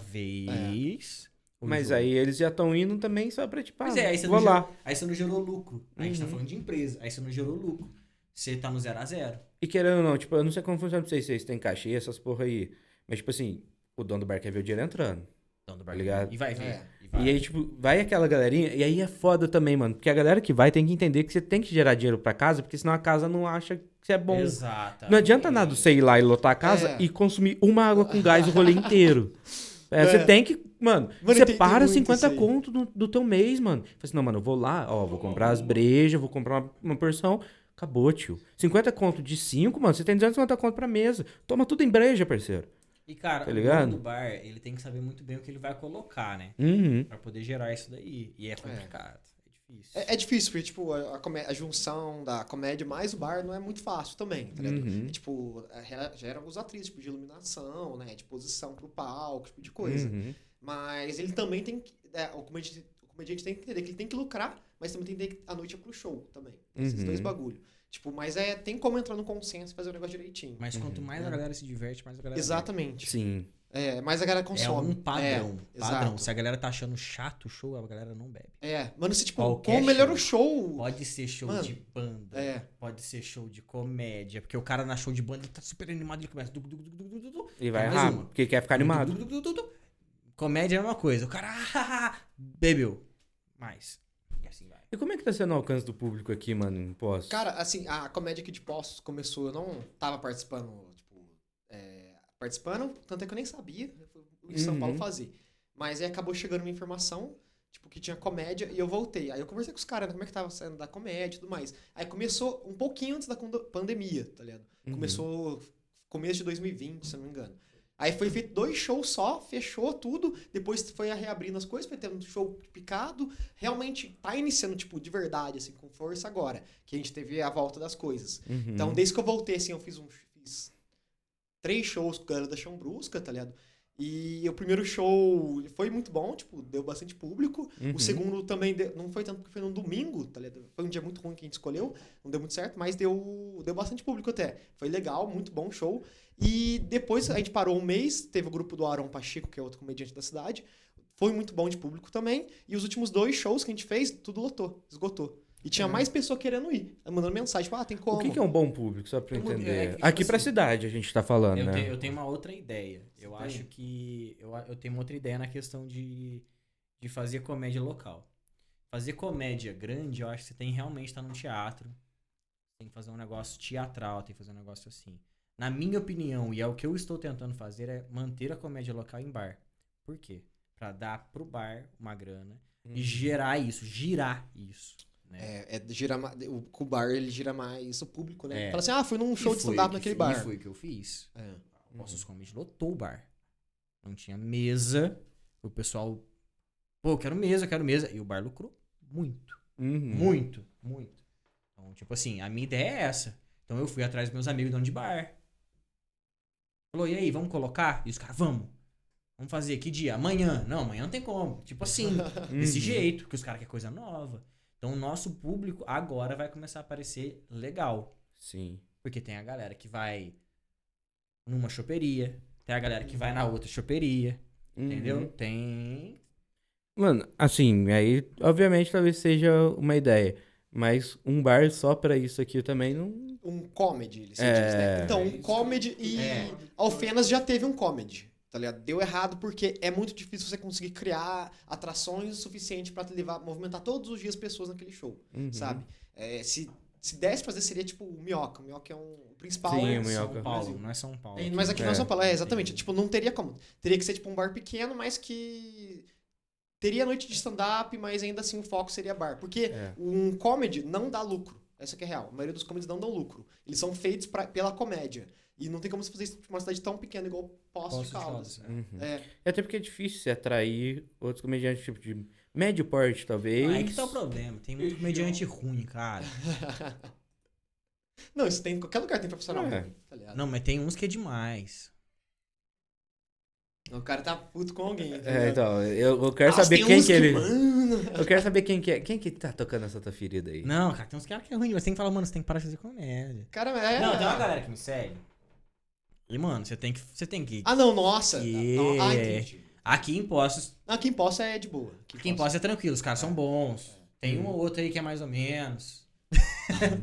B: vez. ou
A: Mas
B: enjoa.
A: aí eles já estão indo também só pra tipo, ah,
B: Pois é, aí você
A: vou
B: não
A: lá.
B: Aí você não gerou lucro. Aí a gente tá
A: Uhum.
B: falando de empresa. Aí você não gerou lucro. Você tá no zero a zero.
A: E querendo ou não, tipo, eu não sei como funciona pra vocês, se vocês têm cachê, essas porra aí. Mas, tipo assim, o dono do bar quer ver o dinheiro entrando.
B: Então, do
A: Tá ligado?
B: E vai ver.
E: É.
B: E vai.
A: E aí, tipo, vai aquela galerinha, e aí é foda também, mano. Porque a galera que vai tem que entender que você tem que gerar dinheiro pra casa, porque senão a casa não acha que você é bom.
B: Exato.
A: Não adianta nada você ir lá e lotar a casa
E: É.
A: e consumir uma água com gás o rolê inteiro. É, Você
E: É.
A: tem que. Mano,
E: Mano, eu entendi
A: separa
E: muito
A: 50
E: isso aí.
A: conto do, do teu mês, mano. Fala assim, não, mano, eu vou lá, ó, vou comprar as brejas, vou comprar uma, uma porção. Acabou, tio. 50 conto de 5, mano, você tem 250 conto pra mesa. Toma tudo em breja, parceiro.
B: E, cara,
A: Tá
B: o
A: ligado?
B: dono do bar, ele tem que saber muito bem o que ele vai colocar, né?
A: Uhum.
B: Pra poder gerar isso daí. E é complicado. É, difícil.
E: É, é difícil, porque, tipo, a, a comé- a junção da comédia mais o bar não é muito fácil também, tá ligado?
A: Uhum.
E: É, tipo, é, re- gera alguns atrizes, tipo, de iluminação, né? De posição pro palco, tipo de coisa.
A: Uhum.
E: Mas ele também tem que. é, o, comediante, o comediante tem que entender que ele tem que lucrar, mas também tem que. A noite é pro show também. Esses
A: Uhum.
E: dois bagulho. Tipo, mas é. Tem como entrar no consenso e fazer o negócio direitinho.
B: Mas quanto mais a galera se diverte, mais a galera.
E: Exatamente.
A: Sim.
E: É, mas a galera
B: bebe. É
E: consome.
B: um padrão.
E: É,
B: padrão.
E: exato.
B: Se a galera tá achando chato o show, a galera não bebe.
E: É, mano, se tipo,
B: Qualquer
E: como melhor o show.
B: Pode ser show
E: Mano,
B: de banda.
E: É.
B: Pode ser show de comédia. Porque o cara na show de banda ele tá super animado ele começa. du- du- du- du- du- du- du-
A: E
E: é
A: vai
B: Mais
A: rápido,
B: uma.
A: porque quer ficar animado.
B: du- du- du- du- du- Comédia é uma coisa. O cara ah, bebeu. Mais. E assim vai.
A: E como é que tá sendo o alcance do público aqui, mano, em pós?
E: Cara, assim, a comédia aqui de Poços começou, eu não tava participando, tipo, é, participando, tanto é que eu nem sabia eu fui em São
A: Uhum.
E: Paulo fazer. Mas aí acabou chegando uma informação, tipo, que tinha comédia, e eu voltei. Aí eu conversei com os caras, né, como é que tava sendo da comédia e tudo mais. Aí começou um pouquinho antes da condo- pandemia, tá ligado?
A: Uhum.
E: Começou começo de 2020, se eu não me engano. Aí foi feito dois shows só, fechou tudo, depois foi reabrindo as coisas, foi tendo show picado, realmente tá iniciando, tipo, de verdade, assim, com força agora, que a gente teve a volta das coisas.
A: Uhum.
E: Então, desde que eu voltei, assim, eu fiz um... Fiz três shows com a galera da Chão Brusca, tá ligado? E o primeiro show foi muito bom, tipo, deu bastante público.
A: Uhum.
E: O segundo também deu- não foi tanto porque foi num domingo, tá ligado? Foi um dia muito ruim que a gente escolheu, não deu muito certo, mas deu, deu bastante público até. Foi legal, muito bom o show. E depois a gente parou um mês, teve o grupo do Arão Pacheco, que é outro comediante da cidade. Foi muito bom de público também. E os últimos dois shows que a gente fez, tudo lotou, esgotou. E tinha mais pessoa querendo ir, mandando mensagem, tipo, ah, tem como.
A: O que, que é um bom público, só pra eu
B: É,
A: entender?
B: é que, tipo
A: Aqui pra
B: assim,
A: cidade a gente tá falando,
B: Eu,
A: né?
B: tenho, eu tenho uma outra ideia. eu
E: tem?
B: acho que. Eu, a- eu tenho uma outra ideia na questão de, de fazer comédia local. Fazer comédia grande, eu acho que você tem que realmente estar num teatro. Tem que fazer um negócio teatral, tem que fazer um negócio assim. Na minha opinião, e é o que eu estou tentando fazer, é manter a comédia local em bar. Por quê? Pra dar pro bar uma grana
A: Uhum.
B: e gerar isso, girar isso. Né?
E: É, é gira, ma- o, o bar ele gira mais o público, né?
B: É.
E: Fala assim, ah, fui num show
B: E
E: de
B: foi
E: stand-up
B: que-
E: naquele
B: e
E: bar.
B: foi o que eu fiz.
E: É.
B: O Nossos Comedy lotou o bar. Não tinha mesa. O pessoal. Pô, eu quero mesa, eu quero mesa. E o bar lucrou muito.
E: Hum.
A: Uhum.
B: Muito, muito. Então, tipo assim, a minha ideia é essa. Então eu fui atrás dos meus amigos dono de bar. Falou, e aí, vamos colocar? E os caras, vamos. Vamos fazer que dia? Amanhã. Não, amanhã não tem como. Tipo assim, desse
A: Uhum.
B: jeito, porque os caras querem coisa nova. Então o nosso público agora vai começar a parecer legal.
A: Sim.
B: Porque tem a galera que vai numa choperia, tem a galera que vai na outra choperia, entendeu?
A: Uhum.
B: Tem.
A: Mano, assim, aí obviamente talvez seja uma ideia. Mas um bar só pra isso aqui também não.
E: um comedy, ele se
A: É.
E: diz, né? Então,
C: É
E: um
C: isso.
E: comedy e
C: É.
E: Alfenas já teve um comedy, tá ligado? Deu errado porque é muito difícil você conseguir criar atrações o suficiente pra te levar, movimentar todos os dias pessoas naquele show,
A: Uhum.
E: sabe? É, se, se desse pra fazer, seria tipo o Minhoca. O Minhoca é um o principal.
A: Sim,
E: né?
A: o Minhoca.
B: São Paulo, não é São Paulo.
E: É, Mas aqui não é
A: É.
E: São Paulo, é, exatamente.
B: Tem-
E: Tipo, não teria como. Teria que ser tipo um bar pequeno, mas que... Teria noite de stand-up, mas ainda assim o foco seria bar. Porque
A: É.
E: um comedy não dá lucro. Essa que é real. A maioria dos comedies não dão lucro. Eles são feitos pra, pela comédia. E não tem como você fazer isso numa cidade tão pequena igual Poços de Caldas.
B: né?
A: Uhum.
E: É.
A: E até porque é difícil se atrair outros comediantes, tipo, de médio porte, talvez.
B: Aí que tá o problema. Tem muito comediante ruim, cara.
E: Não, isso tem em qualquer lugar, tem profissional.
A: É.
E: ruim, Tá ligado?
B: Não, mas tem uns que é demais.
E: O cara tá puto com alguém. tá
A: É,
E: ligado?
A: então, eu, eu quero
E: Ah,
A: saber
E: tem
A: quem
E: uns
A: que ele.
E: mano.
A: Eu quero saber quem que é. Quem que tá tocando essa tua ferida aí?
B: Não, cara, tem uns caras que é ruim, mas tem que falar, mano, você tem que parar de fazer comédia.
E: Cara, é.
B: Não, tem uma galera que me segue. E, mano, você tem que. Você tem que.
E: Ah, não, nossa.
B: Que-
E: Não, ah, entendi.
B: Aqui em Poços
E: Não, quem possa é de boa.
B: Quem
E: possa.
B: possa é tranquilo, os caras são bons. Tem um ou outro aí que é mais ou menos.
E: é-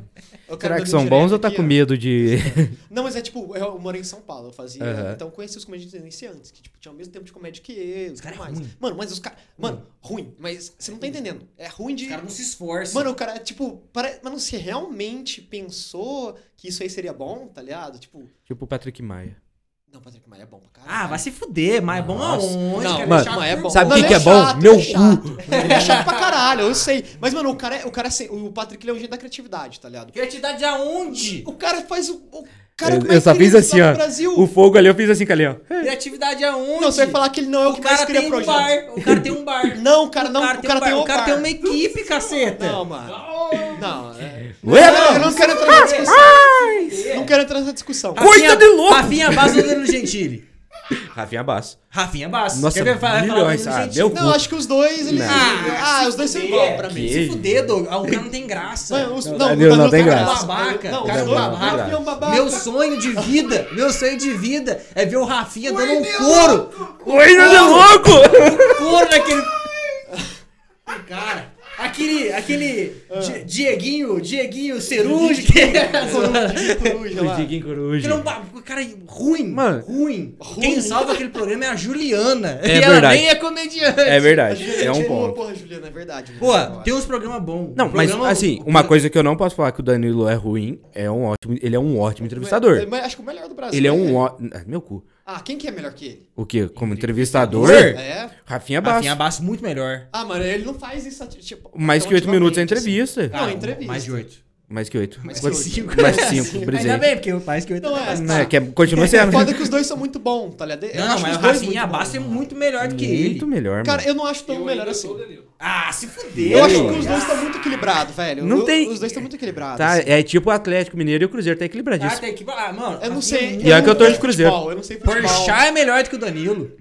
E: Eu quero
A: Será que
E: dormir
A: são
E: direto
A: bons ou tá
E: aqui,
A: com
E: ó.
A: medo de.
E: Não, mas é tipo, eu morei em São Paulo, eu fazia.
A: Aham.
E: Então eu conheci os comediantes iniciantes, que tipo, tinham o mesmo tempo de comédia que eu, os
B: cara
E: caras
B: é
E: mais.
B: ruim.
E: Mano, mas os caras. Mano,
A: Hum.
E: ruim, mas você não tá entendendo. É ruim de.
B: Os caras não se esforçam.
E: Mano, o cara, tipo, pare... mano, você realmente pensou que isso aí seria bom, tá ligado? Tipo,
A: tipo o Patrick Maia.
E: não, Patrick Maia é bom pra caralho.
B: ah, vai se fuder, mas é né? bom
A: Nossa.
B: aonde?
E: Não,
B: cara?
A: mano,
E: Maia é bom.
A: Sabe
E: Não,
A: o que
E: ele
A: que é bom?
E: chato,
A: Meu
E: ele é chato. Ele é chato pra caralho, eu sei. Mas, mano, o cara, é- o cara, é assim, o Patrick ele é um gênio da criatividade, tá ligado?
B: Criatividade aonde?
E: O cara faz o, o Cara,
A: Eu-
E: como é
A: eu só
E: que
A: fiz
E: ele
A: assim,
E: tá no
A: ó.
E: Brasil?
A: O fogo ali, eu fiz assim, ali, ó.
B: Criatividade é onde?
E: Não, você vai falar que ele não é o
B: o
E: que mais
B: cara
E: cria
B: tem um
E: projetos.
B: bar. O cara tem um bar.
E: Não, cara, não.
B: o cara, tem, um bar,
E: o
B: o cara tem
E: bar.
B: uma equipe, caceta.
E: Não, mano. Não, é...
A: Ué,
E: eu não quero entrar nessa discussão. Não quero entrar nessa discussão.
A: Coisa de louco!
B: Rafinha Basso ou Danilo Gentili?
A: Rafinha Basso.
B: Rafinha Basso.
A: Nossa,
B: Quer ver? Vai falar
A: milhões.
B: Danilo
A: Ah,
B: Gentili.
A: meu
E: Não,
A: cu. né?
E: acho que os dois, eles.
A: Não.
E: Ah, os dois são igual pra mim.
B: Se fuder, Doug. Ah, O cara não tem graça.
E: Mano, os-
A: Não,
E: Não,
A: Danilo não tem
E: tá
A: graça.
B: Babaca,
E: Não,
B: cara
E: os dois-
A: babaca.
E: Rafinha é um babaca.
B: Meu sonho de vida, meu sonho de vida é ver o Rafinha dando um couro,
A: Coisa de louco!
B: couro naquele... Cara, aquele, aquele Di- Dieguinho, Dieguinho Ceruja, que
E: Coruja lá.
A: Diguinho
B: Ele
A: Coruja.
B: é um ba- cara ruim,
A: Mano,
B: ruim. Quem salva aquele programa é a Juliana.
A: É
B: e ela
A: verdade.
B: nem é comediante.
A: É
E: A
A: verdade,
E: Juliana
A: é um
E: tirou,
A: ponto.
E: Porra, Juliana, é verdade.
B: Pô,
E: Agora.
B: tem uns programas bons.
A: Não, mas
B: Programa-
A: assim,
B: o-
A: uma coisa que eu não posso falar que o Danilo é ruim, é um ótimo, ele é um ótimo
E: É,
A: entrevistador.
E: mas acho que o melhor do Brasil.
A: Ele é um
E: né?
A: ótimo, meu cu.
E: Ah, quem que é melhor que ele?
A: O quê? Como entrevistador?
E: É.
A: Rafinha
B: Rafinha
A: Basso.
B: Basso Assim, muito melhor.
E: Ah, mano, ele não faz isso. Tipo,
A: Mais que oito minutos é entrevista.
E: Não, entrevista.
B: Mais de oito.
A: Mais que oito. Mais
E: que
A: cinco.
E: oito.
A: Mais cinco, por
B: Ainda
A: exemplo.
B: bem, porque eu- mais que oito.
E: Não,
B: é
E: é,
B: fácil.
A: Né, que é- continua
E: É
A: sendo.
E: foda que os dois são muito bons, tá ligado? Eu
B: Não,
E: acho
B: mas
E: os
B: o
E: dois
B: Rafinha
E: muito bons.
B: Abasso é muito melhor do que
A: Muito
B: ele.
A: melhor,
E: Cara,
A: mano.
E: eu não acho tão melhor assim.
B: Ah, se Ah, tá, fuder.
E: Eu acho que
A: Eu-
E: os dois estão muito equilibrados, velho.
A: Não
E: Eu-
A: tem-
E: Os dois estão muito equilibrados.
A: Tá,
E: assim.
A: é tipo o Atlético Mineiro e o Cruzeiro tá
B: Cara,
A: equilibradíssimo.
B: tem que... Ah, mano,
E: Eu não
B: Rafinha
E: sei.
A: E é
E: não
A: que eu tô de
E: vejo
A: Cruzeiro.
E: futebol, Eu não sei futebol.
B: Porchat é melhor do que o Danilo.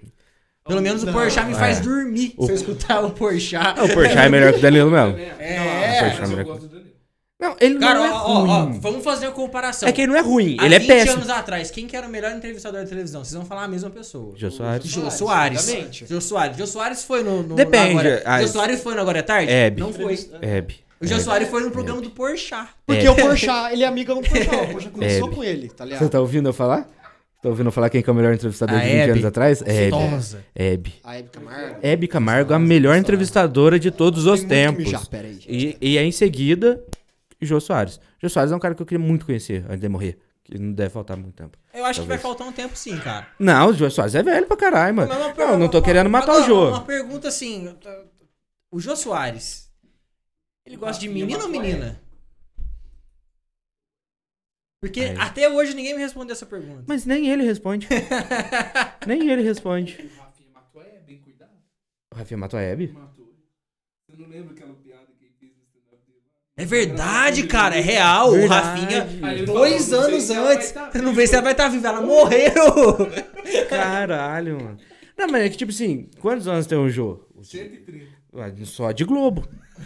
B: Pelo menos o Porchat me faz
A: É.
B: dormir.
A: O-
B: Se eu escutar o Porchat.
A: O Porchat é melhor que o Danilo mesmo.
B: É.
A: Porchat é
C: Mas
A: melhor
C: eu
A: que-
C: gosto do Danilo.
A: Não, ele
B: Cara,
A: não é
B: ó, ó, ó,
A: ruim.
B: vamos fazer uma comparação.
A: É que ele não é ruim,
B: Há
A: ele é
B: 20
A: péssimo.
B: anos atrás, quem que era o melhor entrevistador de televisão? Vocês vão falar a mesma pessoa.
A: Jô Soares.
B: Jô Soares.
E: Exatamente.
B: Jô Soares. Jô Soares foi no... no
A: Depende,
B: no Agora.
A: ah,
B: Jô Soares foi no Agora é Tarde?
A: É, bicho.
B: Não foi.
A: Hebe.
B: O Jô Soares foi no programa do Porchat.
E: Porque
A: É.
E: o Porchat, ele é amigão do Porchat. O Porchat começou
A: É.
E: com ele, tá
A: Você
E: ligado?
A: tá ouvindo eu falar? Tá ouvindo eu falar quem que é o melhor entrevistador
B: A
A: de 20
B: Hebe.
A: anos atrás? Hebe.
B: Gostosa.
A: Hebe.
E: A Hebe Camargo.
A: Hebe Camargo, a melhor entrevistadora de todos É, os tempos.
E: Já, peraí.
A: E, e aí, em seguida, Jô Soares. Jô Soares é um cara que eu queria muito conhecer antes de morrer. Que não deve faltar muito tempo.
B: Eu acho que vai
A: Talvez.
B: faltar um tempo sim, cara.
A: Não, o Jô Soares é velho pra caralho, mano.
B: Mas uma
A: Não,
B: pergunta-
A: não tô querendo matar o
B: Agora,
A: Jô.
B: Uma pergunta assim: o Jô Soares, ele gosta de menino ou menina? Porque
A: Aí.
B: até hoje ninguém me respondeu essa pergunta.
A: Mas nem ele responde. nem ele responde.
C: O Rafinha matou é bem cuidado.
A: O Rafinha matou a Hebe?
C: Matou. Você não lembra aquela piada que ele fez no stand-up dele?
B: É verdade, cara, é real.
A: Verdade.
B: O Rafinha,
C: Aí ele
B: dois
C: falou, não sei
B: anos
C: se ela vai
B: antes,
C: tá
B: não
C: viva.
B: vê se ela vai estar viva, ela morreu.
A: Caralho, mano. Não, mas é que tipo assim, quantos anos tem o Jô?
C: 130.
A: Ah, Só de Globo.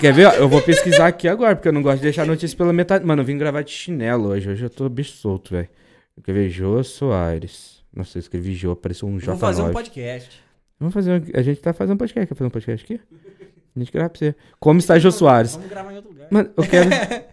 A: Quer ver? ó? Eu vou pesquisar aqui agora, porque eu não gosto de deixar a notícia pela metade. Mano, eu vim gravar de chinelo hoje. Hoje eu tô bicho solto, velho. Quer ver? Jô Soares. Nossa, eu escrevi Jô, apareceu um J9.
B: Vou fazer um podcast.
A: Vamos fazer um- A gente tá fazendo podcast. Quer fazer um podcast aqui? A gente grava pra você. Como está Jô Soares?
B: Vamos gravar em outro lugar.
A: Mano, eu quero.
B: Só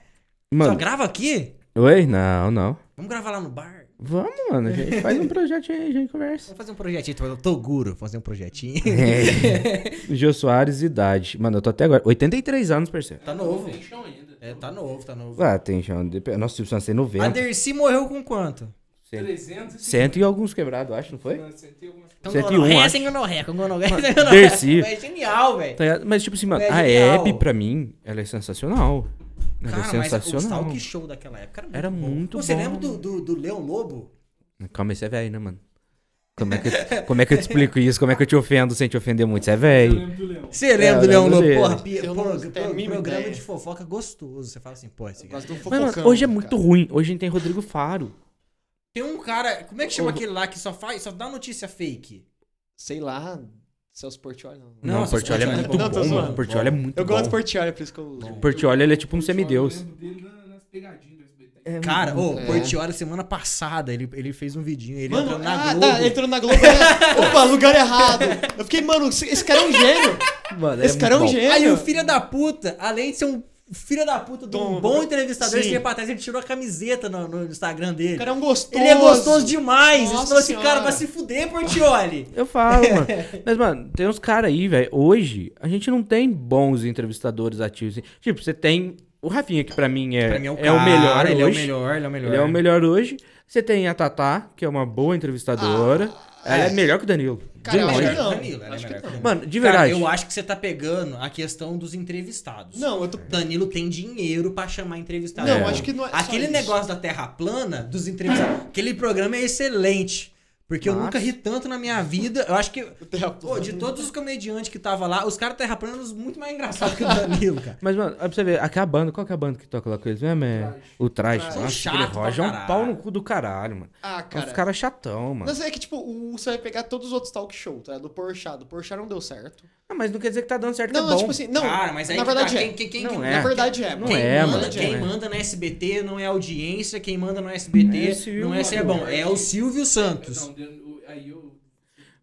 A: Mano,
B: grava aqui?
A: oi? Não, não.
B: Vamos gravar lá no bar?
A: Vamos, mano. A gente faz um projeto aí, a gente conversa.
B: Vamos fazer um projetinho, tô fazendo Toguro, fazer um projetinho.
A: É. Jô Soares, idade. Mano, eu tô até agora. 83 anos, parceiro.
B: Tá novo.
C: Tem chão ainda.
B: É, tá novo, tá novo.
A: Ah, tem chão. de- Nossa, o Silvio Santos tem
B: A
A: 90.
B: Dercy morreu com quanto?
C: 300 e...
A: Cento e alguns quebrados, acho, não foi?
C: Não, 100 e algumas coisas.
B: Então,
A: 101,
B: gonorreia
A: acho.
B: sem gonorreia, com gonorreia sem gonorreia.
A: Dercy.
B: É genial, velho.
A: Tá ligado? Mas, tipo assim, mano,
B: É
A: a
B: genial.
A: Hebe, pra mim, ela é sensacional. Ela
B: Cara,
A: é
B: mas o
A: sensacional.
B: talk show daquela época era muito
A: Era
B: bom.
A: muito
B: Pô, Você
A: bom.
B: lembra do, do, do Leão Lobo?
A: Calma aí, você é velho, né, mano? Como é, que eu, como é que eu te explico isso? Como é que eu te ofendo sem te ofender muito? Você é
C: Eu
A: velho.
C: lembro do Leão.
B: Você
A: É, eu
B: lembra do Leão
A: lembro
B: Lobo?
A: dele.
B: Porra, pi-
E: Eu
B: porra,
E: não tenho a
B: pro-
E: mínima
B: programa
E: ideia.
B: de fofoca gostoso. Você fala assim, pô, esse cara...
E: Gosto do
A: Mas, mano,
E: fofocão,
A: hoje é muito
E: cara.
A: ruim. Hoje a gente tem Rodrigo Faro.
B: Tem um cara, como é que chama aquele lá que só faz, só dá notícia fake?
E: Sei lá, Celso Portioli não.
A: Não, o
B: essas
A: Portioli é
B: coisas-
A: muito
E: Não, tô
A: bom,
E: zoando.
A: mano. O Portioli é muito
E: Eu
A: bom.
E: gosto do Portioli, por isso que eu...
A: O Portioli, ele é tipo um
C: Eu
A: semideus.
C: lembro dele na- nas pegadinhas do SBT.
B: Cara, ô,
E: É.
B: Portioli, semana passada, ele, ele fez um vidinho, ele
E: Mano,
B: entrou na
E: ah,
B: Globo.
E: tá, entrou na Globo. né? Opa, lugar errado. Eu fiquei, mano, esse esse cara é um gênio.
A: Mano,
E: Esse cara é um
A: muito bom.
E: gênio.
B: Aí o filho da puta, além de ser um filho da puta de um
E: Tom,
B: bom entrevistador,
E: sim.
B: esse dia pra trás ele tirou a camiseta no, no Instagram dele.
E: O cara é um gostoso.
B: Ele é gostoso demais.
E: Nossa
B: Ele falou assim,
E: Senhora.
B: cara, vai se fuder, Portioli.
A: Eu falo, mano. Mas, mano, tem uns caras aí, velho. Hoje, a gente não tem bons entrevistadores ativos. assim. Tipo, você tem o Rafinha, que pra mim é, é, o melhor hoje.
B: melhor, ele é o
A: Ele é o melhor hoje. Você tem a Tatá, que é uma boa entrevistadora. Ela é melhor que o Danilo.
E: Cara,
A: de
E: Ah, eu acho
A: longe.
E: que não.
B: Danilo, ela é
E: acho que
B: melhor
E: não.
B: que
A: Mano, de
B: Cara,
A: verdade.
B: eu acho que você tá pegando a questão dos entrevistados.
E: Não, eu tô.
B: Danilo tem dinheiro pra chamar entrevistado.
E: Não,
A: É.
E: acho que não é. só
B: Tá Aquele
E: isso.
B: negócio da terra plana, dos entrevistados. Aquele programa é excelente. Porque eu
A: Nossa.
B: nunca ri tanto na minha vida. Eu acho que.
E: O terra
B: Pô, de todos os comediantes que tava lá, os caras terraplanos muito mais engraçados que o Danilo, cara.
A: Mas, mano, pra você ver, aquela banda, qual que é a banda que toca lá com eles mesmo? É o traje.
B: Traje.
A: Nossa,
B: Chato
A: aquele
B: pra
A: Roger é um
B: caralho.
A: pau no cu do caralho, mano.
E: Ah,
A: Cara.
E: cara.
A: Os caras chatão, mano.
E: Mas é que, tipo, o- você vai pegar todos os outros talk show, tá? Do Porchat. Do Porchat não deu certo.
A: Ah, mas não quer dizer que tá dando certo,
E: Não,
A: que é
E: é
A: bom.
E: tipo assim, não.
B: cara, mas aí
E: na
B: que tá,
E: verdade é.
B: quem, quem, quem,
A: Não
B: quem,
A: é.
E: Na verdade é.
A: Não
E: mano.
B: quem
A: é,
B: manda,
A: mano,
B: quem
A: não é.
B: manda na SBT não é audiência, quem manda no SBT
A: É
B: não
A: o
B: é,
A: Silvio,
B: se é
A: mano.
B: bom, é o Silvio Santos.
C: Não, de- o- aí eu.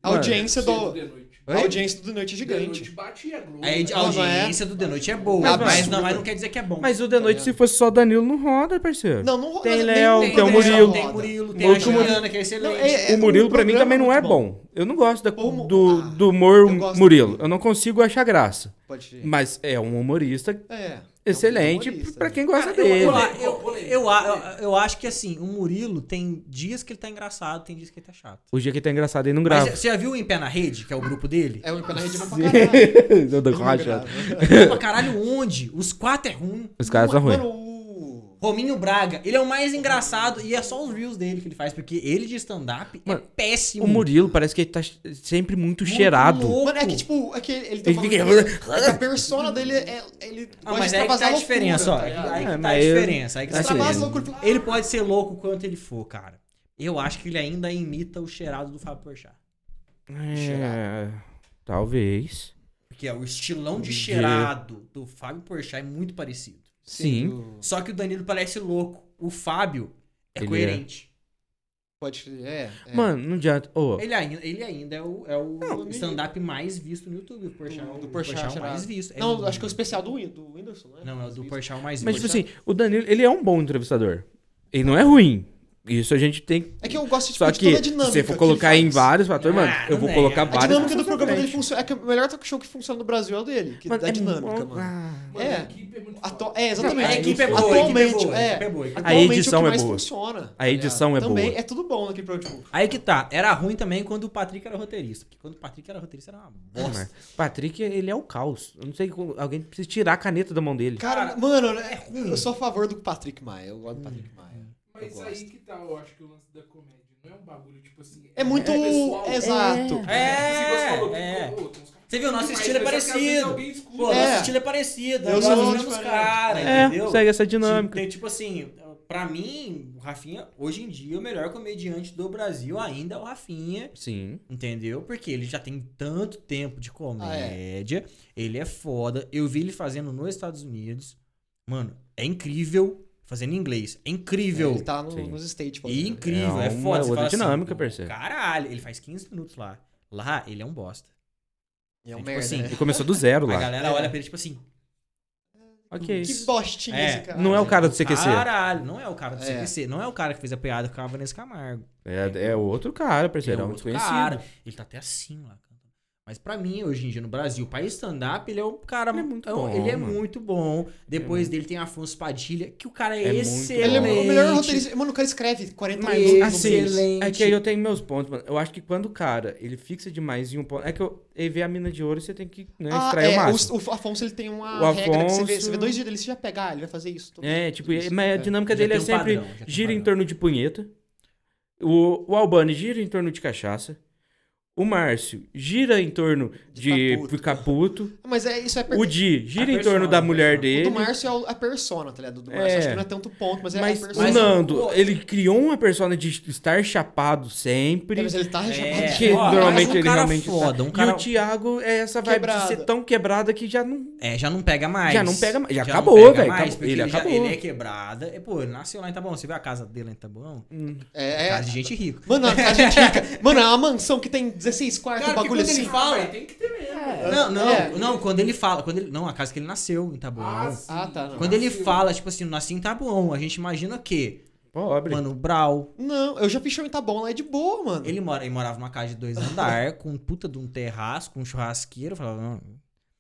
E: A audiência
C: cedo
E: do.
C: de noite.
E: A audiência do Noite é
C: De
E: gigante.
C: noite bate e é Globo.
B: Aí a
E: Não, não é.
B: audiência do The Noite é boa,
E: Mas,
B: mas,
E: mas-
B: não, mas não quer dizer que é bom.
A: Mas o
E: tá
A: The Noite, se fosse só Danilo, não roda, parceiro.
E: Não, né? não roda.
A: Tem
E: nenhum
A: Léo,
E: programa
A: tem o
E: só
A: Murilo.
E: roda.
B: tem o Murilo, tem
A: Outro
B: a Juliana, que é excelente.
E: Não, é- é
A: o Murilo,
E: um
A: pra mim,
E: programa
A: também não é
E: muito
A: bom. Eu não gosto da-
E: O mu-
A: do,
E: Ah,
A: do humor
E: eu gosto
A: Murilo.
E: dele.
A: Eu não consigo achar graça.
E: Pode
B: Hum.
E: ir.
A: Mas é um humorista
E: É.
A: excelente
E: É um humorista,
A: pra
E: né?
A: quem gosta
B: Eu,
A: dele.
B: eu, eu, eu, eu- eu acho que assim, o Murilo tem dias que ele tá engraçado, tem dias que ele tá chato.
A: O dia que tá engraçado, ele não
B: Mas
A: grava.
B: você já viu o Em Pé na Rede, que é o grupo dele?
E: É um pé na rede bom pra caralho.
A: Eu dou
E: Não
A: rachada.
E: grava.
B: É pra caralho onde? Os quatro é ruim.
A: Os caras são ruins.
E: Mano, o.
B: Rominho Braga, ele é o mais engraçado e é só os reels dele que ele faz, porque ele de stand-up é
A: Mano,
B: péssimo.
A: O Murilo parece que ele tá sempre muito,
B: Muito
A: cheirado.
B: louco.
E: Mano, é que tipo, é que ele
A: Ele
E: tem uma.
A: fica-
E: é que a persona dele é. Ele
B: Ah, mas aí
E: gosta de
B: que
E: extravasar
B: tá a
E: loucura,
B: diferença, ó.
E: tá
B: Aí que
E: ligado?
A: É,
B: tá a
A: mas eu-
B: diferença. Aí que tá a
A: Assim,
E: Extravasa
A: ele-
B: diferença.
E: loucura. fala,
B: Ele pode ser louco quanto ele for, cara. Eu acho que ele ainda imita o cheirado do Fábio Porchat.
A: É, talvez.
B: Porque ó, o estilão de cheirado do Fábio Porchat é muito parecido.
A: Sim.
E: Ah, do-
B: Só que o Danilo parece louco. O Fábio é
A: Ele é.
B: coerente.
E: Pode. É. é.
A: Mano, não adianta. Ô,
B: Ele ainda, ele ainda é o, é o
E: Não,
B: stand-up mais visto no YouTube. O Porchat,
E: Do-
B: é o-
E: do
B: o
E: Porchat
B: Porchat é o
E: cheirado.
B: mais visto. É
E: Não,
B: lindo.
E: acho que é o especial do, Whin- do Whindersson, né?
B: Não, é o do Porchat é o mais
A: mas tipo
B: visto.
A: assim, o Danilo, ele é um bom entrevistador. Ele não é ruim. Isso a gente tem
E: É que eu gosto tipo,
A: Só
E: de toda
A: que
E: a
A: se
E: dinâmica.
A: você for
E: que
A: colocar
E: ele
A: em
E: faz.
A: vários fatores,
B: Ah,
A: mano, eu vou
B: né,
A: colocar
B: a
E: A
A: vários.
E: dinâmica do
A: fatores
E: programa
A: pra
E: dele
A: frente.
E: funciona. É que o melhor talk show que funciona no Brasil é o dele, que
A: Mano,
E: dá
A: é
E: dinâmica,
A: muito-
E: mano.
A: Ah.
C: Mano,
E: É.
C: a equipe é muito
E: Ato-
C: foda.
E: É, exatamente.
B: a equipe é boa, a equipe é
E: Atualmente,
B: boa, a
E: é.
B: equipe é boa, a equipe é
E: Atualmente,
A: boa. A edição
E: o que
A: é
E: mais
A: boa.
E: funciona.
A: A edição é
E: Também
A: boa.
E: é tudo bom naquele programa. Tipo,
B: Aí que tá. Era ruim também quando o Patrick era roteirista. Porque quando o Patrick era roteirista era uma bosta.
A: Mano, Patrick, ele é o caos. Eu não sei como. Alguém precisa tirar a caneta da mão dele.
E: cara, mano, é ruim. Eu sou a favor do Patrick Maia. Eu gosto do Patrick Maia.
C: Mas
E: Eu
C: aí
E: gosto.
C: que tá, eu acho que o lance da comédia. Não é um bagulho tipo assim.
E: É muito.
C: pessoal.
E: Exato.
C: Se você falou que
B: É,
C: ficou, pô, tem uns caras
B: Você viu? Nosso
C: Mas
B: estilo é
C: às vezes
B: parecido.
C: alguém escuta.
B: Pô,
E: É.
B: nosso estilo é parecido.
E: Eu
B: Eu
E: sou
B: gosto dos
E: diferente.
B: caras,
A: É,
B: entendeu?
A: segue essa dinâmica.
B: Tem, tipo assim, pra mim, o Rafinha, hoje em dia, o melhor comediante do Brasil ainda é o Rafinha,
A: Sim.
B: entendeu? Porque ele já tem tanto tempo
E: Ah, é.
B: de comédia, ele é foda. Eu vi ele fazendo nos Estados Unidos. Mano, é incrível. Fazendo em inglês. É incrível.
E: Ele tá no-
A: Sim.
E: nos stage. pô.
B: E incrível,
A: É uma
B: é, foda. Você
A: outra
B: fala assim,
A: dinâmica,
B: "Pô,
A: parceiro."
B: Caralho, ele faz 15 minutos lá. Lá, ele é um bosta.
E: E É um
B: Tipo
E: merda.
B: assim,
E: né?
A: Ele começou do zero
B: A
A: lá.
B: galera
E: É.
B: olha pra ele, tipo assim,
A: Ok.
E: Que bostinha
B: É,
E: esse cara.
A: Não é o cara do CQC.
B: caralho, não é o cara do
E: É.
B: CQC, não é o cara que fez a piada com a Vanessa Camargo.
A: É, é outro cara,
B: Ele
A: parceiro.
B: é
A: É um
B: outro
A: desconhecido.
B: cara. Ele tá até assim lá. cara. Mas pra mim, hoje em dia, no Brasil, pra stand-up, ele é um cara...
A: Ele é muito
B: um-
A: bom,
B: Ele é
A: mano.
B: muito bom. Depois dele tem Afonso Padilha, que o cara é,
A: É muito
B: excelente.
A: bom.
E: Ele é o melhor roteirista. Mano, o cara escreve né? 40
B: Mas,
E: minutos. no
A: Assim,
E: mês.
B: excelente.
A: é que aí eu tenho meus pontos, mano. Eu acho que quando o cara, ele fixa demais em um ponto... É que eu, ele vê a mina de ouro e você tem que né,
E: Ah,
A: extrair o
E: é,
A: máximo.
E: o, o Afonso ele tem uma
A: O
E: regra que você vê,
A: Afonso-
E: você vê dois dias dele, você já pega, ah, ele vai fazer isso. todo
A: É,
E: dia,
A: tipo,
E: tudo
A: e-
E: isso.
A: mas a
E: É.
A: dinâmica
B: Já
A: dele é
B: tem um
A: sempre
B: padrão, já tem um
A: gira em
B: padrão.
A: torno de punheta. O, o Albani gira em torno de cachaça. O Márcio gira em torno de
E: De
A: caputo. caputo.
E: Mas é, isso é per...
A: O Di gira
B: A
A: em torno
B: persona,
A: da
B: a
A: mulher
B: persona.
E: O
A: dele.
E: do Márcio é o- a persona, tá ligado? Do Márcio,
A: É.
E: acho que não é tanto ponto, mas é
A: Mas
E: a persona.
A: o
B: Mas
A: Nando,
B: o-
A: ele criou uma persona de estar chapado sempre.
E: É, mas ele tá
B: É,
A: que
B: ó,
A: normalmente
B: mas um
A: ele
B: cara
A: realmente
B: foda,
A: tá.
B: um
A: E
B: cara-
A: o Thiago é essa vibe de ser
E: Quebrada.
A: tão quebrada que já não
B: É, já não pega mais.
A: Já não pega mais. Já
B: não
A: acabou,
B: pega
A: velho.
B: mais,
A: Acabou.
B: porque
A: Ele
B: já-
A: acabou.
B: ele é quebrada. É, pô, ele nasceu lá em Taboão. Você viu a casa dele lá em Taboão?
E: É,
B: Casa de
E: é.
B: gente rica.
E: Mano, a gente rica. Mano, é uma mansão que tem 16 quartos, um
B: Cara, porque
E: bagulho
B: quando
E: assim.
B: ele fala,
C: Ah, tem que ter mesmo. velho.
B: Não, não,
E: É.
B: não, quando ele fala, quando ele, não, a casa que ele nasceu em Taboão.
C: Ah, sim.
E: Ah, tá, não.
B: quando ele
C: Nasceu.
B: fala, tipo assim, nasci em Taboão, a gente imagina o quê?
A: pobre.
B: Mano, o Brau,
E: Não, eu já fiz show em Tabon lá, é de boa, mano.
B: ele, mora, ele morava numa casa de dois andares, com um puta de um terraço, com um churrasqueiro, eu falava, não.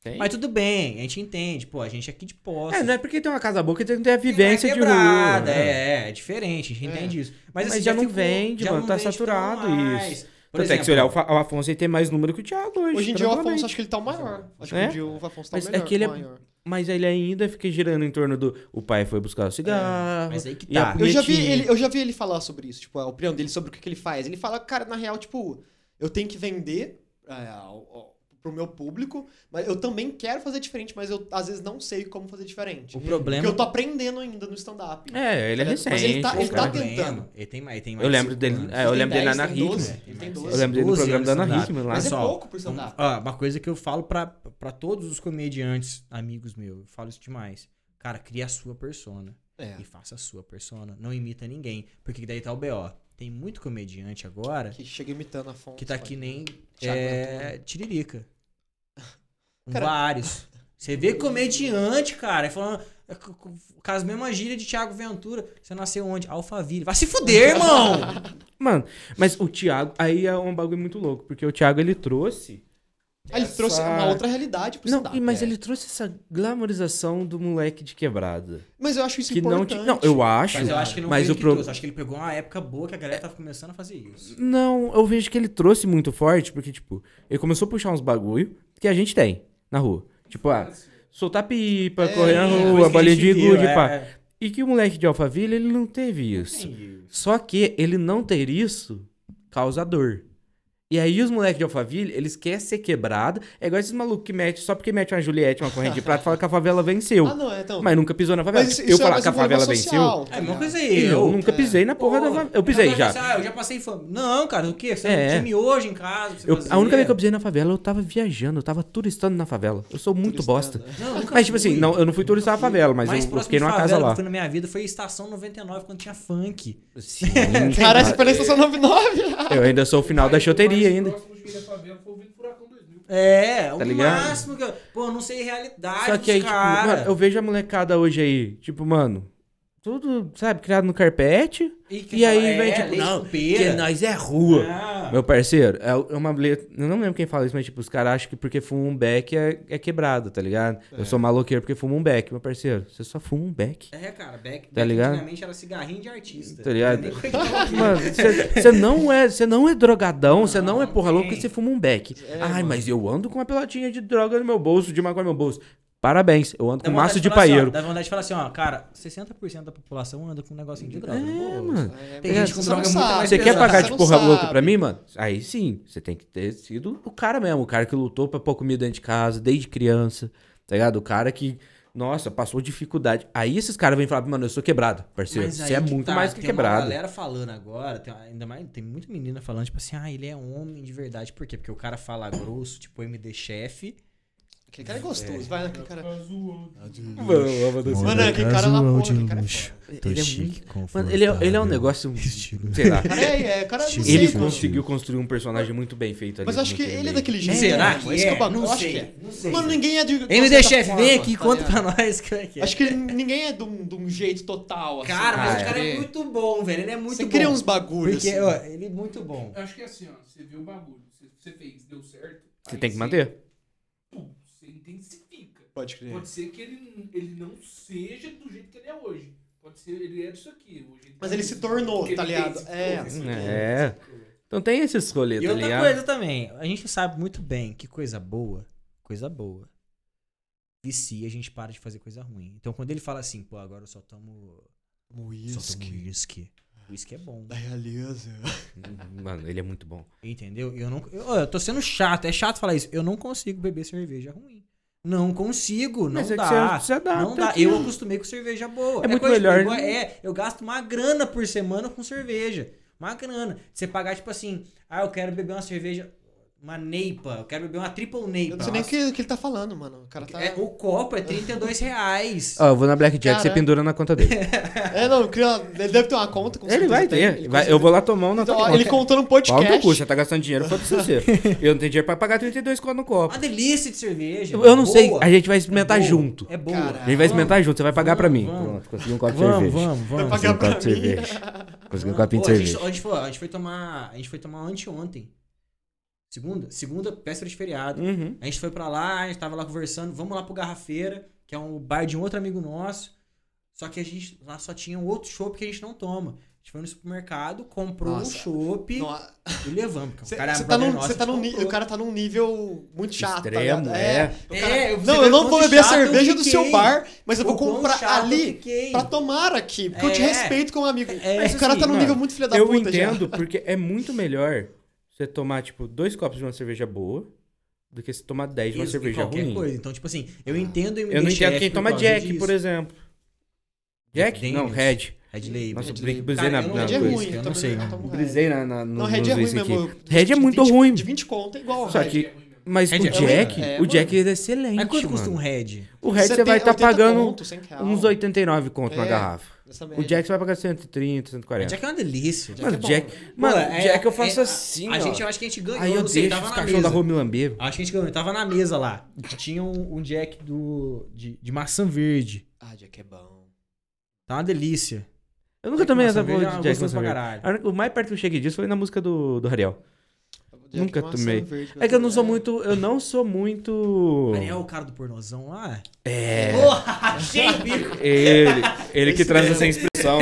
A: Tem?
B: Mas tudo bem, a gente entende, pô, a gente é aqui de posse.
A: É, não é porque tem uma casa boa que tem que ter a
B: Tem
A: vivência
B: uma
A: de rua.
B: quebrada,
A: né?
B: É, é, é diferente, a gente
E: É.
B: entende isso.
A: Mas
B: Mas, assim,
A: já não
B: ficou-
A: vende,
B: já
A: mano,
B: não
A: tá
B: vende
A: saturado
B: tão mais. Por Por
A: Até é que se olhar
B: exemplo,
A: o, Fa- o Afonso, ele tem mais número que o Thiago hoje.
E: Hoje em dia o
A: tranquilamente.
E: Afonso, acho que ele tá o maior. Acho que
A: É?
E: hoje em dia o Afonso tá o
A: Mas é
E: melhor,
A: que ele é-
E: maior.
A: Mas ele ainda fica girando em torno do. O pai foi buscar o cigarro.
B: mas aí que
A: e é a
B: tá.
E: Eu já, vi
A: punhetinha.
E: ele, eu já vi ele falar sobre isso, tipo, a opinião dele sobre o que, que ele faz. Ele fala, cara, na real, tipo, eu tenho que vender é, ao- ao- pro meu público, mas eu também quero fazer diferente, mas eu às vezes não sei como fazer diferente.
B: O
E: Porque
B: problema.
E: eu tô aprendendo ainda no stand-up.
A: É, ele é
E: Mas
A: recente.
E: ele tá-
B: Pô,
E: ele tá
A: cara.
B: cara,
E: tentando.
B: Ele tem mais. Ele tem mais
A: Eu lembro
B: cinco
A: dele.
B: anos.
A: é, eu
E: Ele
A: lembro dele
E: tem
A: na
E: 10,
A: Ana
E: tem 12,
A: Hickman.
E: ele tem 12.
A: Eu lembro dele no
B: 12
A: programa da
B: anos
A: Ana
B: de
A: Hickman lá.
E: Mas é
B: Pessoal, um,
E: pouco pro stand-up.
B: Ó, uma coisa que eu falo pra, pra todos os comediantes, amigos meus, eu falo isso demais. Cara, cria a sua persona.
E: É.
B: E faça a sua persona. Não imita ninguém. Porque daí tá o B.O. Tem muito comediante agora
E: Que chega imitando a fonte.
B: que tá que nem
E: Thiago
B: é, Tiririca.
E: né? Cara-
B: Vários. Você vê comediante, cara, falando é, c- c- com as mesmas gírias de Thiago Ventura. Você nasceu onde? Alphaville. Vai se fuder, irmão!
A: Mano, mas o Thiago. Aí é um bagulho muito louco, porque o Thiago ele trouxe.
E: Ah, ele
A: Essa-
E: trouxe uma outra realidade pro
A: Não,
E: stand-up.
A: e- mas
E: é.
A: ele trouxe essa glamorização do moleque de quebrada.
E: Mas eu acho isso é
A: Que não
E: importante.
A: tinha. Não, eu acho.
B: Mas eu acho que não
A: mas
B: foi
A: o
B: ele que
A: pro-
B: trouxe. Acho que ele pegou uma época boa que a galera tava começando a fazer isso.
A: Não, eu vejo que ele trouxe muito forte, porque, tipo, ele começou a puxar uns bagulho que a gente tem na rua. Tipo, ah, soltar pipa,
E: É,
A: correr na
E: é,
A: rua,
B: Depois que a
A: bolinha
B: gente
A: de
B: viu,
A: gude,
B: é,
A: pá.
B: é.
A: E que o moleque de Alphaville, ele não teve isso. Só que ele não ter isso causa dor. E aí os moleques de Alphaville, eles querem ser quebrado. É igual esses malucos que metem, só porque mete uma Juliette, uma corrente de prata, fala que a favela venceu.
E: Ah, não, é, então.
A: mas nunca pisou na favela.
E: isso-
A: eu
E: isso é
A: falar
E: mais
A: que a
E: um problema
A: favela
E: social,
A: venceu,
E: tá
B: É a mesma
E: ligado?
B: coisa aí.
A: eu, nunca
E: é.
A: pisei na porra da favela. Eu pisei já.
B: Ah, eu já passei fome. Não, cara, o quê? Você
A: É.
B: tem um time hoje em casa? pra você
A: Eu-
B: fazer.
A: a única vez que eu pisei na favela, eu tava viajando, eu tava turistando na favela. Eu sou
E: É
A: muito bosta.
E: Turistando,
B: Não, nunca
A: Mas, tipo assim,
B: fui.
A: não, eu não fui turistar na favela, mas
B: mais
A: eu, eu
B: próximo
A: fiquei
B: de
A: numa
B: favela
A: casa
B: que
A: lá.
B: eu fui na minha vida foi Estação 99, quando tinha funk.
A: Sim,
E: Cara, essa foi na estação 99.
A: eu ainda sou o final da choteria ainda.
C: O próximo de ir à favela foi o Vindo Furacão 2000.
B: É, o
A: Tá ligado?
B: máximo que eu... Pô, eu não sei a realidade
A: Só
B: dos
A: que aí, tipo,
B: cara.
A: mano, eu vejo a molecada hoje aí, tipo, mano, tudo, sabe, criado no carpete.
B: quem
A: E aí
B: fala,
A: vem,
B: é,
A: tipo,
B: leite
A: não,
B: com
A: que
B: pera.
A: nós é rua.
B: Ah.
A: Meu parceiro, é uma letra. Eu não lembro quem fala isso, mas tipo, os caras acham que porque fuma um beck é, é quebrado, tá ligado? Eu sou maloqueiro porque fumo um beck, meu parceiro. Você só fuma um beck.
B: É, cara, Beck,
A: Tá ligado?
B: antigamente era cigarrinho de artista.
A: Tá ligado?
B: Nem coitado.
A: Mano, você não é, você não é drogadão, você não, é
B: Não,
A: porra louca
B: tem.
A: porque você fuma um beck. Ai, mas eu ando com uma pelotinha de droga no meu bolso, de maconha no meu bolso. Parabéns, eu ando
B: Dá
A: com
B: vontade
A: maço de
B: falar assim, ó,
A: paieiro.
B: Dá vontade de falar assim, ó, cara, 60% da população anda com um negocinho de droga.
A: É, mano.
B: Tem
E: mas
B: gente com
E: você
B: droga
E: não
B: muito
E: sabe.
B: mais
A: Você quer
B: pesado.
A: pagar
E: Você
A: de
E: não
A: porra louca
E: sabe.
A: pra mim, mano? Aí sim, você tem que ter sido o cara mesmo, o cara que lutou pra pôr comida dentro de casa, desde criança, tá ligado? O cara que, nossa, passou dificuldade. Aí esses caras vêm falar, mano, eu sou quebrado, parceiro.
B: Mas
A: Você
B: aí
A: é
B: que
A: muito
B: tá,
A: mais que
B: tem Uma
A: quebrado.
B: galera falando agora, tem- ainda mais tem muita menina falando, tipo assim, ah, ele é homem de verdade. Por quê? Porque o cara fala grosso, tipo MD chefe.
E: Aquele cara é gostoso, vai naquele cara. é-
C: Tá zoando.
E: Mano,
A: é
E: aquele cara lá, porra, aquele cara é foda.
A: Ele é muito- Mano, ele é, ele é um negócio, sei lá.
E: Cara, é, é, cara, não sei,
A: Ele
E: cara.
A: conseguiu construir um personagem muito bem feito ali.
E: Mas acho que
A: naquele
E: ele é
A: meio.
E: daquele jeito.
B: Será
E: né?
B: que
E: Esse
B: é?
E: o bagulho,
B: Não
E: eu acho
B: sei,
E: que é.
B: não sei.
E: Mano, ninguém é de. de uma
B: MD
E: certa
B: chefe, vem
E: forma,
B: aqui,
E: tá
B: conta
E: ligado?
B: pra nós como é que é.
E: Acho que ninguém é de um, de um jeito total, assim.
B: Cara, mas
A: Ah,
B: o cara é. muito bom, velho. Ele é muito
E: Você
B: bom.
E: cria uns bagulhos.
B: Porque,
E: Assim.
B: ó,
A: né?
B: ele é muito bom.
C: Eu acho que é assim, ó. Você vê o bagulho. Você, você fez, deu certo.
A: Você
C: aí
A: tem que manter.
C: pum, Você intensifica.
E: Pode crer.
C: Pode ser que ele, ele não seja do jeito que ele é hoje. Pode ser, ele é disso aqui. Hoje
E: Mas ele se tornou,
C: Porque
E: tá
C: ele
E: ligado?
C: intensificou,
E: É.
C: intensificou,
A: É.
C: intensificou.
A: Então tem esses rolês,
B: E
A: tá
B: outra
A: ligado?
B: coisa também, a gente sabe muito bem que coisa boa, coisa boa, vicia, a gente para de fazer coisa ruim. Então quando ele fala assim, pô, agora eu só tomo. Só tomo
E: Muisque.
B: uísque. Uísque é bom.
E: Da realeza.
A: Mano, ele é muito bom.
B: Entendeu? Eu não. Eu, eu tô sendo chato, é chato falar isso. Eu não consigo beber cerveja ruim. Não consigo, não
A: Mas é que
B: dá.
A: você- você dá,
B: não
A: tá
B: dá.
A: aqui.
B: Eu acostumei com cerveja boa.
A: É muito
B: coisa de
A: melhor,
B: boa,
A: né?
B: É, eu gasto uma grana por semana com cerveja. Uma grana. Você pagar, tipo assim, ah, eu quero beber uma cerveja, uma neipa, eu quero beber uma triple neipa.
E: Eu não sei nem o que, o que ele tá falando, mano. O cara tá. Ah.
B: É, o copo é 32 reais.
A: Ó, eu vou na Blackjack, você
E: Caralho.
A: pendura na conta dele.
E: É, não, cria- ele deve ter uma conta com
A: Ele
E: certeza
A: vai
E: tem.
A: ter.
E: Ele
A: vai-
E: com
A: eu vou lá tomar um na
E: certeza-
A: tua
E: Ó, Ele
A: conta.
E: contou no
A: Pau no teu cu,
E: podcast.
A: você tá gastando dinheiro, foda-se você. Eu não tenho dinheiro pra pagar 32 conto no copo.
B: Uma delícia de cerveja.
A: Eu não sei,
B: boa.
A: a gente vai experimentar
B: É boa,
A: junto.
B: É boa.
E: Cara,
A: A gente vai experimentar junto, você vai pagar pra mim.
B: vamos.
A: Pronto, consegui um copo de
B: Vamos,
A: cerveja.
B: vamos, vamos.
E: Vai
A: Consegui um
E: pagar
A: copo de
E: pra mim.
A: cerveja. Consegui um copinho de
B: Pô, a gente-
A: cerveja.
B: A gente, foi, a gente foi tomar. A gente foi tomar anteontem. Segunda? Segunda, péssima de feriado.
A: Uhum.
B: A gente foi pra lá, a gente tava lá conversando, vamos lá pro Garrafeira, que é um bar de um outro amigo nosso. Só que a gente lá só tinha um outro show que a gente não toma. gente foi no supermercado, comprou
E: Nossa.
B: um chopp
E: Nossa,
B: e levamos. porque
E: Você
B: o cara é
E: tá
B: brother
E: num,
B: nosso,
E: cê tá
B: a gente
E: num ni-
B: comprou.
E: o cara tá num nível muito chato. tá
A: Extremo,
E: ligado?
A: é.
E: o cara-
B: É, eu- você
E: não,
B: vê
E: eu não
B: quanto
E: vou beber a
B: chato eu
E: cerveja do seu
B: fiquei.
E: bar, mas eu
B: O
E: vou
B: quão
E: comprar
B: chato eu
E: ali
B: fiquei.
E: pra tomar aqui. Porque eu te
B: É.
E: respeito como amigo.
B: É,
E: mas
B: isso
E: o cara tá
B: assim,
E: num nível
A: mano,
E: muito filho da
A: eu
E: puta já.
A: entendo, porque é muito melhor você tomar, tipo, dois copos de uma cerveja boa do que você tomar dez de uma
B: Isso,
A: cerveja
B: qualquer
A: ruim.
B: coisa. Então, tipo assim, eu entendo
A: Eu não entendo quem toma Jack, por exemplo. Jack?
B: Dennis.
A: Não, Red.
B: Red Label.
A: Nossa, eu brisei
E: Red Label.
A: brisei na,
B: Cara, eu
A: na
B: não-
E: Red é
B: coisa,
E: ruim,
B: eu
E: eu
B: não
E: também-
B: sei.
A: né?
E: eu
A: Então,
E: tomo Red.
A: Brisei na, na, no,
E: Não, Red é
A: nos
E: ruim
A: isso aqui.
E: mesmo.
A: Red é
E: De
A: muito
E: 20
A: ruim.
E: De 20 conto é igual.
A: Só
E: Red.
A: que, mas
B: Red
A: o
B: é ruim,
A: Jack,
E: né? É,
A: o
E: mano.
A: Jack ele é
B: Mas
A: excelente,
B: quanto custa um
A: mano. É.
B: Red?
A: O Red você vai
E: 70,
A: estar
E: 80
A: pagando
E: conto, 100 real.
A: uns 89 conto na
E: É.
A: garrafa.
E: Nessa
A: O
E: média.
A: Jack você vai pagar 130,
B: A
A: 140.
B: Jack é uma delícia.
E: Jack
A: Mano,
E: é bom.
A: Jack... Mano, Jack eu faço assim,
B: A
A: ó.
B: gente, eu acho que a gente ganhou,
A: Aí eu
B: não sei,
A: deixo
B: tava
A: os
B: na
A: cachorros da
B: mesa.
A: rua me lamber.
B: Acho que a gente ganhou, tava na mesa lá. Tinha um, um Jack do, de, de maçã verde.
E: Ah, Jack é bom.
B: Tá uma delícia.
A: Eu nunca tomei
B: Maçã
A: essa porra
B: verde é
A: de
B: uma
A: Jack
B: gostoso
A: Mansell
B: pra
A: Verde. Ah,
B: caralho.
A: A única- O mais perto que eu cheguei disso foi na música do, do Rariel.
E: Jack
A: Nunca
E: é maçã
A: tomei.
E: verde,
A: É que eu não sou
E: é.
A: muito... Eu não sou muito...
B: Ariel é o cara do pornozão lá?
A: É...
B: Porra, achei, bicho.
A: Ele, ele que
E: Esse
A: traz
E: mesmo.
A: essa expressão.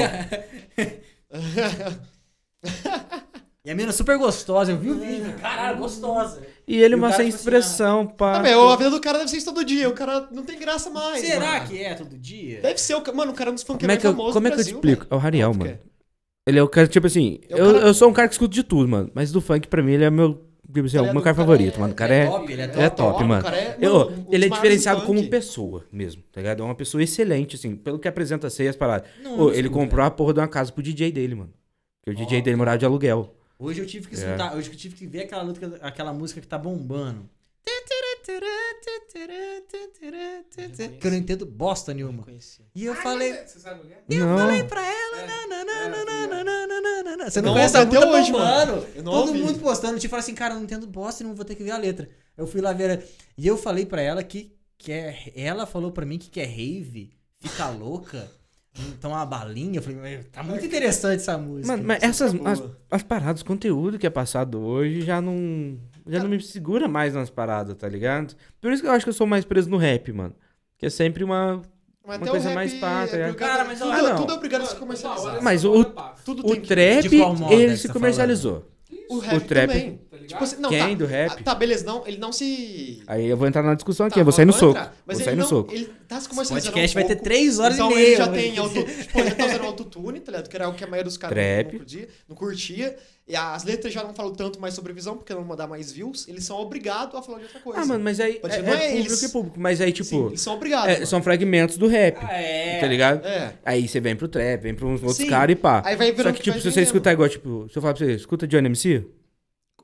B: E a menina super gostosa, eu vi
A: É.
B: o vídeo. Caralho, gostosa.
A: E ele
B: E o
A: uma
B: cara,
A: sem
B: tipo assim,
A: expressão, pá.
E: Ah, meu, a vida do cara deve ser isso todo dia. O cara não tem graça mais.
B: Será
E: mano.
B: que é todo dia?
E: Deve ser o ca- Mano, o cara é um dos
A: Como
E: funkeiros
A: é
E: mais
A: que eu,
E: famosos
A: como é que eu te
E: Brasil, né?
A: explico?
E: velho.
A: É o Rariel,
E: Por
A: mano.
E: quê?
A: Ele é o cara, tipo assim,
E: É o
A: eu,
E: cara-
A: eu sou um cara que escuto de tudo, mano. Mas do funk, pra mim, ele é meu, tipo assim,
E: Tá
A: é o meu
E: ligado?
A: cara
E: O cara
A: favorito,
E: é-
A: mano. O cara é.
B: top, ele é
A: Ele é
B: top.
A: top,
E: o
A: mano.
E: cara é-
A: Eu-
E: mano, um dos
A: ele é
E: maiores do
A: diferenciado como
E: funk.
A: pessoa mesmo, tá ligado? É uma pessoa excelente, assim, pelo que apresenta ser as paradas.
B: Não,
A: Ô,
B: eu não
A: ele
B: escuto,
A: comprou a porra de uma casa pro DJ dele, mano. Porque o DJ dele morava de aluguel.
B: Hoje eu tive que
A: É.
B: escutar, hoje eu tive que ver aquela, luta, aquela música que tá bombando. Que eu não entendo bosta nenhuma.
E: Conheci.
B: E eu falei,
C: Você sabe é o que é?
A: não.
B: falei pra ela, nananana. Você não
E: Não,
B: conhece a
E: até
B: música
E: hoje,
B: bombando.
E: Eu não
B: Todo
E: ouvi.
B: mundo postando, tipo assim, cara, eu não entendo bosta e não vou ter que ver a letra. Eu fui lá ver. a- E eu falei pra ela que, que é, ela falou pra mim que quer rave, fica louca, então uma balinha. Eu falei, "Mas tá muito interessante essa música.
A: Mano, mas essas
E: tá boa.
A: as, as paradas, o conteúdo que é passado hoje já não já
E: Tá.
A: não me segura mais nas paradas, tá ligado? Por isso que eu acho que eu sou mais preso no rap, mano. Que é sempre uma
E: Mas
A: Uma
E: até
A: coisa
E: o rap
A: mais pá, tá
E: é
A: ligado?
E: obrigado-
B: Cara, mas
E: tudo,
A: ah, não.
E: tudo é obrigado a se
C: Uma Tipo, hora
E: comercializar.
A: Mas
C: essa
A: o-
C: hora passa,
E: Tudo
A: o
E: tem que-
A: trap,
B: De qual moda
A: ele
E: né,
B: que
A: se
B: tá
A: comercializou.
E: O rap
A: trap.
E: também.
C: tá ligado?
E: Tipo assim, não,
A: Quem
E: tá,
A: do rap?
E: Tá, beleza, não, ele não se...
A: Aí eu vou entrar na discussão aqui,
E: Tá,
A: eu vou sair é no
E: vamos
A: soco.
E: entrar. Mas
A: vou
E: ele
A: sair no
E: não-
A: soco.
E: Ele tá se
B: O
E: comercializando
B: podcast
E: um
B: vai ter
E: pouco.
B: três horas
E: então
B: e meia. né?
E: ele já
A: né,
B: mano.
E: tem auto, tipo, ele tá usando autotune, tá ligado? Que era o que a maioria dos caras
A: Trap.
E: não podia, não curtia. E as letras já não falam tanto mais sobre visão, porque não mandar mais views. Eles são obrigados a falar de outra coisa.
A: Ah, mano, mas aí
E: Pode
A: é,
E: ser
A: é
E: mais-
A: público e público, mas aí
E: Sim,
A: tipo,
E: eles são obrigados.
A: é,
E: mano.
A: são fragmentos do rap,
B: Ah, é.
A: tá ligado?
E: É.
A: Aí você vem pro trap, vem pra uns outros
E: Sim.
A: caras e pá.
E: Aí vai
A: Só
E: virando um
A: que tipo,
E: vai
A: se você
E: vendendo.
A: escutar igual, tipo, se eu falar pra você, escuta Johnny MC,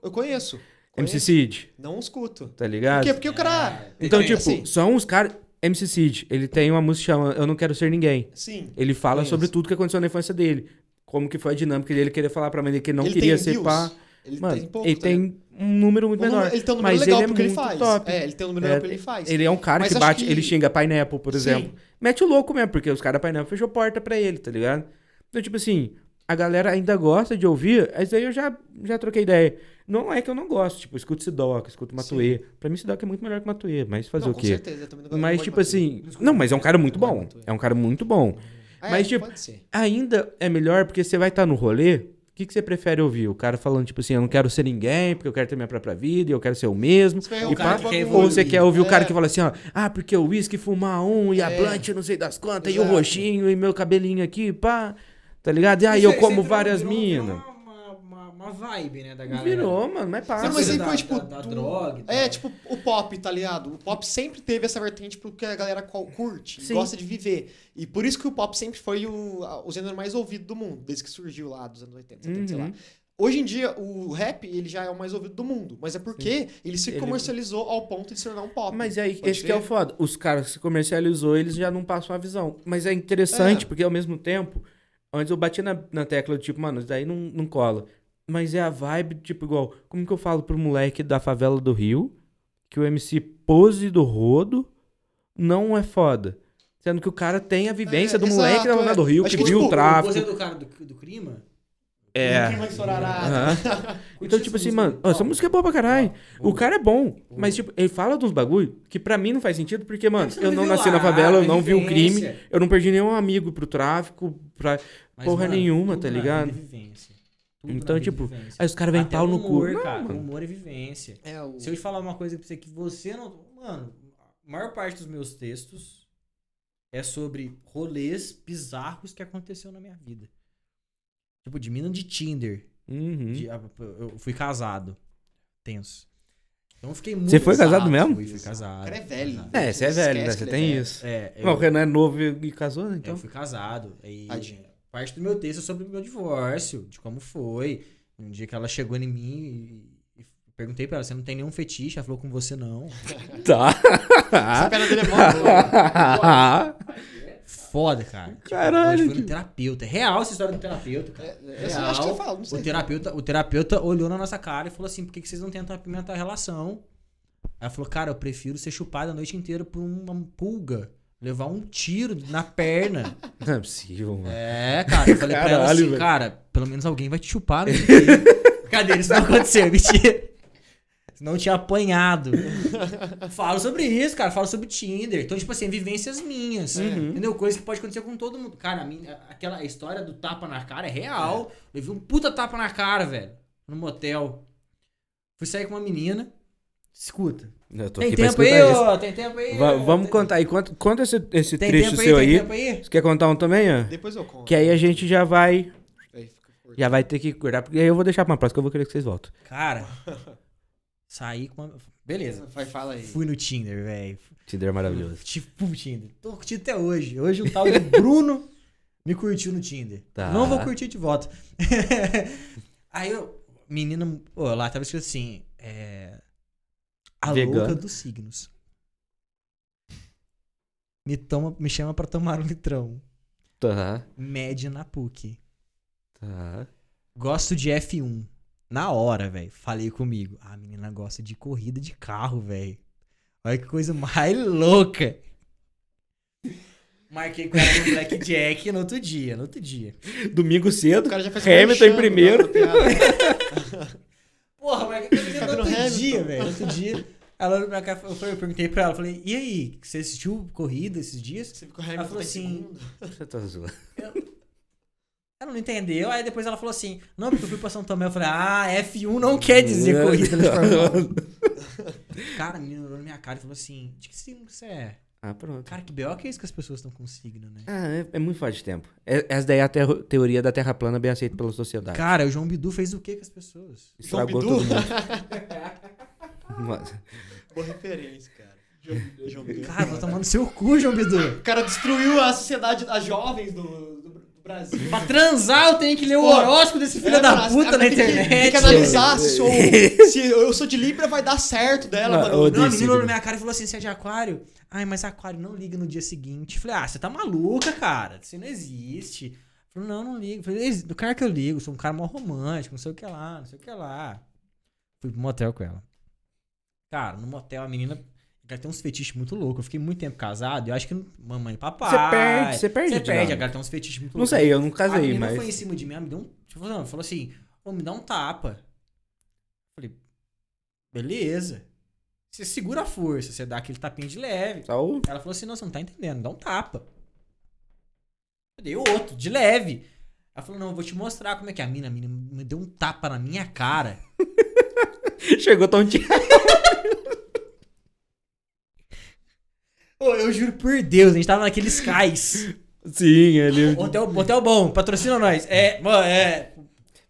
E: Eu conheço. conheço.
A: MC Cid,
E: Não escuto.
A: tá
E: Por
A: ligado?
E: quê? Porque o
B: É.
E: cara.
A: Então,
E: Tem-
A: tipo,
E: assim,
A: são uns caras. MC Cid, ele tem uma música chamada Eu Não Quero Ser Ninguém.
E: Sim.
A: Ele fala
E: Conheço.
A: sobre tudo que aconteceu na infância dele. Como que foi a dinâmica dele querer falar pra mãe dele que ele não
E: ele
A: queria
E: tem
A: ser
E: views.
A: pá.
E: Ele
A: Mano,
E: tem pouco.
A: ele
E: tá ligado?
A: tem um número muito
E: Um número-
A: menor.
E: ele tem um número
A: mas
E: legal
A: ele é
E: porque ele
A: muito
E: faz.
A: top.
E: É, ele tem um número
A: É,
E: legal porque ele faz.
A: Ele é um cara
E: Mas
A: que
E: acho
A: bate,
E: que-
A: ele xinga Pineapple, por
E: Sim.
A: exemplo. Mete o louco mesmo, porque os caras da Pineapple fechou porta pra ele, tá ligado? Então, tipo assim, a galera ainda gosta de ouvir, mas aí eu já, já troquei ideia. Não é que eu não gosto, tipo, escuto Sidoca, escuto Matuê. Pra mim, Sidoca é muito melhor que Matuê, mas fazer
E: não,
A: o
E: com
A: quê?
E: certeza. um eu também não gosto- não
A: Mas,
E: gosto
A: tipo
E: tá de bater.
A: assim. Não, mas é um cara muito
E: Não gosto
A: bom.
E: de bater.
A: É um cara muito bom.
E: É,
A: mas, tipo,
E: pode ser.
A: Ainda é melhor porque você vai estar no rolê. O que, que você prefere ouvir? O cara falando, tipo assim, eu não quero ser ninguém, porque eu quero ter minha própria vida, e eu quero ser o mesmo.
E: Você vai
A: e
E: ouvir o
A: pá,
E: cara que quer
A: ou você
B: evoluir.
A: quer ouvir o cara
E: É.
A: que fala assim, ó, ah, porque o uísque fumar um, e a
E: É.
A: blunt, não sei das quantas, e o
E: Exato.
A: roxinho, e meu cabelinho aqui, pá. Tá ligado? E aí
B: Isso
A: eu
B: aí
A: como
B: virou-
A: várias
B: virou- virou
A: minas.
B: Uma, uma, uma vibe, né, da galera.
A: Virou, mano, mas
E: Não,
A: passa.
E: mas aí
B: da-
E: foi tipo.
B: da- da droga e tal.
E: É, tipo o pop, tá ligado? O pop sempre teve essa vertente pro que a galera co- curte,
A: Sim.
E: gosta de viver. E por isso que o pop sempre foi o, a- o gênero mais ouvido do mundo, desde que surgiu lá dos anos 80, 70, sei lá.
A: Uhum.
E: Hoje em dia, o rap, ele já é o mais ouvido do mundo. Mas é porque ele se
A: Ele-
E: comercializou ao ponto de se tornar um pop.
A: Mas aí,
E: Pode
A: esse que é o
E: ver?
A: foda. Os caras que se comercializou, eles já não passam a visão. Mas é interessante,
E: É.
A: porque ao mesmo tempo, antes eu batia na, na tecla do tipo, mano, isso daí não, não cola. Mas é a vibe, tipo, igual, como que eu falo pro moleque da favela do Rio que o MC Pose do Rodo não é foda? Sendo que o cara tem a vivência
E: É,
A: do moleque
E: exato,
A: da favela
E: é.
A: do Rio,
E: Acho
A: que
E: que,
A: viu
E: tipo,
A: o
B: O
E: o
A: tráfico.
B: Você é do cara do, do crime? É.
D: Ninguém vai estourar nada.
A: Aham. Então,
D: Curti
A: tipo
D: essa música.
A: assim, mano, ó, essa música é boa pra caralho.
B: boa.
A: O cara é bom, mas, tipo, ele fala de uns bagulho que pra mim não faz sentido, porque, mano,
B: Você
A: eu não
B: viveu
A: nasci na
B: lá, né,
A: favela, eu não vi o
B: vivência.
A: crime, eu não perdi nenhum amigo pro tráfico, pra.
B: Mas,
A: Porra
B: mano,
A: nenhuma,
B: tudo
A: tá
B: na
A: ligado?
B: vida é vivência. Tudo
A: Então,
B: na vida é
A: tipo,
B: vivência.
A: Aí os caras vêm
B: Até
A: pau
B: o
A: no cu.
B: humor,
A: Não,
B: cara.
A: mano.
B: Humor é vivência.
E: É, o...
B: Se eu te falar uma coisa pra você que você não. Mano, a maior parte dos meus textos é sobre rolês bizarros que aconteceu na minha vida. Tipo, de mina de Tinder.
A: Uhum.
B: de- ah, eu fui casado. Tenso. Então eu fiquei muito.
A: Você foi casado
E: Exato,
A: mesmo?
B: Fui, fui casado.
E: O cara é
B: fui
E: velho.
B: casado.
A: É, você é velho, né?
E: Esquece
A: Você
E: que ele
A: tem
E: é velho.
A: isso.
B: É, eu,
A: Mas o Renan é novo e e casou, né?
B: eu
A: Então.
B: fui casado. E
E: Tadinho.
B: parte do meu texto é sobre o meu divórcio, de como foi. Um dia que ela chegou em mim e, e perguntei pra ela: você não tem nenhum fetiche? Ela falou com você não. É.
E: Essa
B: Ah?
A: Tá.
E: perna dele é mó boa.
B: Foda, cara. Tipo,
A: Caralho,
B: hoje Foi
A: tio.
B: no terapeuta. É real essa história do terapeuta, cara.
E: É, assim, Eu só acho que eu falo, não
B: O
E: sei.
B: terapeuta, o terapeuta olhou na nossa cara e falou assim: por que que vocês não tentam apimentar a relação? Aí ela falou: cara, eu prefiro ser chupado a noite inteira por uma pulga, levar um tiro na perna.
A: Não é possível, mano.
B: é, cara. Eu falei pra ela
A: Caralho,
B: assim:
A: velho.
B: cara, pelo menos alguém vai te chupar. a noite inteira." Cadê? Isso não aconteceu, mentira. Senão eu tinha apanhado. falo sobre isso, cara. Falo sobre Tinder. Então, tipo assim, vivências minhas.
A: É. Uhum.
B: Entendeu? Coisa que pode acontecer com todo mundo. Cara, a minha, aquela história do tapa na cara é real. Eu vi um puta tapa na cara, velho. No motel. Fui sair com uma menina. Escuta.
A: Eu tô
B: Tem
A: aqui pra
B: tempo
A: escutar
B: aí,
A: isso.
B: ó. Tem tempo aí.
A: Va-
B: ó.
A: vamos
B: Tem-
A: contar aí. Conta, conta esse, esse
B: Tem
A: trecho
B: tempo aí,
A: seu
B: tem
A: aí.
B: tempo aí.
A: Você quer contar um também, ó?
E: Depois eu conto.
A: Que
B: é
A: aí a gente já vai.
E: Aí fica curto.
A: Já vai ter que cuidar. Porque aí eu vou deixar pra uma próxima, que eu vou querer que vocês voltem.
B: Cara. Saí com uma. Beleza.
E: Vai, fala aí.
B: Fui no Tinder, velho.
A: Tinder é maravilhoso.
B: Tipo o Tinder. Tô curtindo até hoje. Hoje o tal de Bruno me curtiu no Tinder.
A: Tá.
B: Não vou curtir de volta. Aí eu. Menina. Pô, lá tava escrito assim. É. A
A: Vegano.
B: louca dos signos. Me, toma, me chama pra tomar um litrão.
A: Tá,
B: Média na PUC.
A: tá.
B: Gosto de F1. Na hora, velho. Falei comigo. A menina gosta de corrida de carro, velho. Olha que coisa mais louca. Marquei com ela no Blackjack no outro dia, no outro dia.
A: Domingo cedo.
E: O cara já fez
A: Hamilton em
E: merchan,
A: primeiro.
E: mano, piada. assim,
B: Porra, marquei com ela
E: Tá
B: no
E: vendo
B: outro
E: Hamilton?
B: dia, velho. Outro dia. Ela olhou pra cá, eu falei- eu perguntei pra ela, falei, e aí, você assistiu corrida esses dias?
E: Você ficou Hamilton
B: falou
E: tá em
B: assim,
E: segundo.
A: Você tá zoando.
B: Ela não entendeu, aí depois ela falou assim, não, porque eu fui pra São Tomé. Eu falei, ah, F1 não quer dizer é corrida de Fórmula 1. Cara, a menina olhou na minha cara e falou assim, de que signo que você é?
A: Ah, pronto.
B: Cara, que B.O. que é isso que as pessoas estão com signo, né?
A: Ah, é, é muito fora de tempo. É- Essa daí é a ter- teoria da Terra plana bem aceita pela sociedade.
B: Cara, o João Bidu fez o que com as pessoas?
A: Estragou
E: João
A: todo
E: Bidu?
A: mundo. Mas-
E: Boa referência, cara. João Bidu.
B: Cara, vou tomar no seu cu, João Bidu.
E: O cara destruiu a sociedade, as jovens do, do- do Brasil.
B: Pra transar, eu tenho que ler o
E: Pô,
B: horóscopo desse filho
E: É,
B: da
E: mano,
B: puta
E: cara
B: na
E: tem que- Tem
B: internet.
E: que analisar se, sou, se eu sou de Libra, vai dar certo dela,
A: Não,
E: mano.
A: eu-
B: Não, a
A: Desse,
B: menina
A: né?
B: olhou na minha cara e falou assim, você é de aquário? Ai, mas aquário não liga no dia seguinte. Falei, ah, você tá maluca, cara. Você não existe. Falei, não, não ligo. Falei, "Ex- do cara que eu ligo, sou um cara mó romântico, não sei o que lá, não sei o que lá. Fui pro motel com ela. Cara, no motel a menina... Ela tem uns fetiches muito loucos. Eu fiquei muito tempo casado. Eu acho que mamãe e papai.
A: Você perde, você perde,
B: Você perde.
A: Dinamo.
B: A cara tem uns fetiches muito
A: Não
B: loucos.
A: sei, eu não
B: A
A: casei,
B: menina
A: mas.
B: foi em cima de mim, ela me deu um. Tipo, não, falou assim: Ô, me dá um tapa. Falei, beleza. Você segura a força, você dá aquele tapinha de leve.
A: Só o.
B: Ela falou assim: não, você não tá entendendo, me dá um tapa. Eu dei outro, de leve. Ela falou: não, eu vou te mostrar como é que é. A mina, a mina me deu um tapa na minha cara.
A: Chegou tão dia.
B: Ô, eu juro por Deus, a gente tava naqueles cais.
A: Sim, ele.
B: Hotel, hotel bom, patrocina nós. É, mano, é.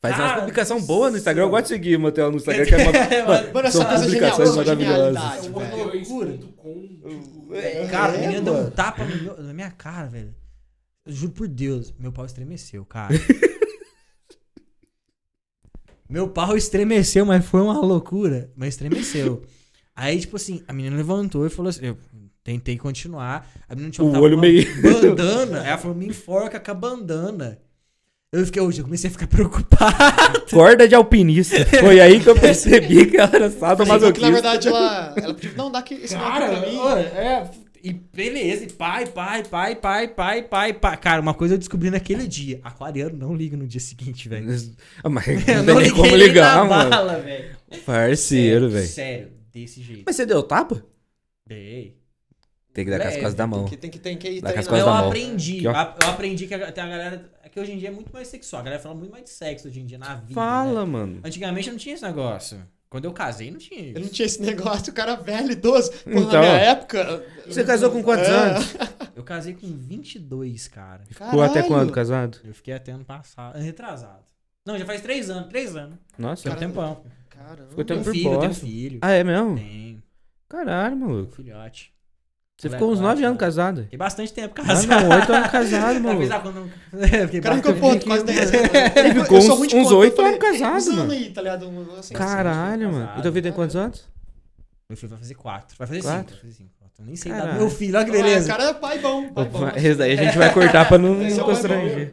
A: Faz umas
B: Ah,
A: publicação boa no Instagram. Eu
B: sim.
A: gosto de seguir, Motel, no Instagram, que é uma.
B: Mano,
E: Mano, essa
A: São
E: coisa é genial,
A: publicações
E: essa
A: maravilhosas.
C: É
E: genialidade, velho.
B: loucura.
C: um Com, tipo,
B: Cara,
E: É,
B: a menina deu
E: mano.
B: um tapa no meu- na minha cara, velho. Eu juro por Deus, meu pau estremeceu, cara. meu pau estremeceu, mas foi uma loucura. Mas estremeceu. Aí, tipo assim, a menina levantou e falou assim: Eu tentei continuar. A menina tinha
A: O
B: tava
A: olho
B: com
A: meio-
B: bandana. Aí ela falou: Me enforca com a bandana. Eu fiquei, hoje eu comecei a ficar preocupado.
A: Corda de alpinista. Foi aí que eu percebi que ela era
E: Mas que, na
A: sadomasoquista.
E: verdade, ela, ela pediu, não, dá que esse nome aqui pra mim.
B: olha, é, E beleza, e pai, pai, pai, pai, pai, pai, pai. Cara, uma coisa eu descobri naquele dia. Aquariano não liga no dia seguinte, velho.
A: Ah, Mas não tem nem como ligar, mano.
B: Bala, velho. É.
A: Parceiro, velho.
B: Sério, desse jeito.
A: Mas você deu tapa?
B: Dei.
A: Tem que dar com as
B: Leve,
A: costas da mão.
E: Que tem que, tem que ir
A: Dá com as
E: treinar.
A: costas
B: Eu
A: da mão.
B: aprendi.
A: Aqui,
B: Eu
A: ó.
B: aprendi que a- tem a galera. É que hoje em dia é muito mais sexual. A galera fala muito mais de sexo hoje em dia na vida. né?
A: Fala, mano.
B: Antigamente não tinha esse negócio. Quando eu casei, não tinha isso.
E: Eu não tinha esse negócio, o cara velho, idoso. Porra,
A: Então.
E: na minha época.
A: Você casou com quantos
E: É.
A: anos?
B: Eu casei com 22, cara.
A: Ficou até
E: Caralho.
A: quando casado?
B: Eu fiquei até ano passado. ano Retrasado. Não, já faz três anos. Três anos.
A: Nossa.
B: Tem um
E: Caramba.
B: tempão.
E: Caramba.
A: Ficou
B: Tem
A: tempo
B: um
A: por
B: filho, tem um
A: bosta.
B: filho.
A: Ah, é mesmo?
B: Tem.
A: Caralho,
B: Um
A: maluco.
B: filhote.
A: Você
B: Moleque
A: ficou uns
B: lá,
A: 9 anos
B: cara.
A: casado.
B: Fiquei bastante tempo
A: Ah,
B: casado.
A: não, 8 anos casado,
B: né? Talvez
A: maluco.
B: a quando... É, fiquei
E: O cara ficou,
B: bastante-
E: porra, quase 10 anos.
A: Ele
E: Eu
A: ficou
E: sou
A: uns-
E: ruim de
A: uns
E: conta, eu
A: oito
E: falei,
A: anos casado,
E: "Uns anos
A: mano."
E: aí, tá ligado? Um- assim,
A: Caralho,
B: casado.
A: mano. E teu filho tem quantos anos?
B: Meu filho vai fazer quatro. Vai fazer
A: Quatro?
B: cinco. Vai fazer cinco. Eu nem sei dar
A: Caralho.
B: meu filho. Olha que
E: assim. Ah,
B: beleza.
E: O cara é pai bom. Pai bom.
A: Opa, é- Esse daí a gente vai cortar pra não
E: Esse é o
A: constranger.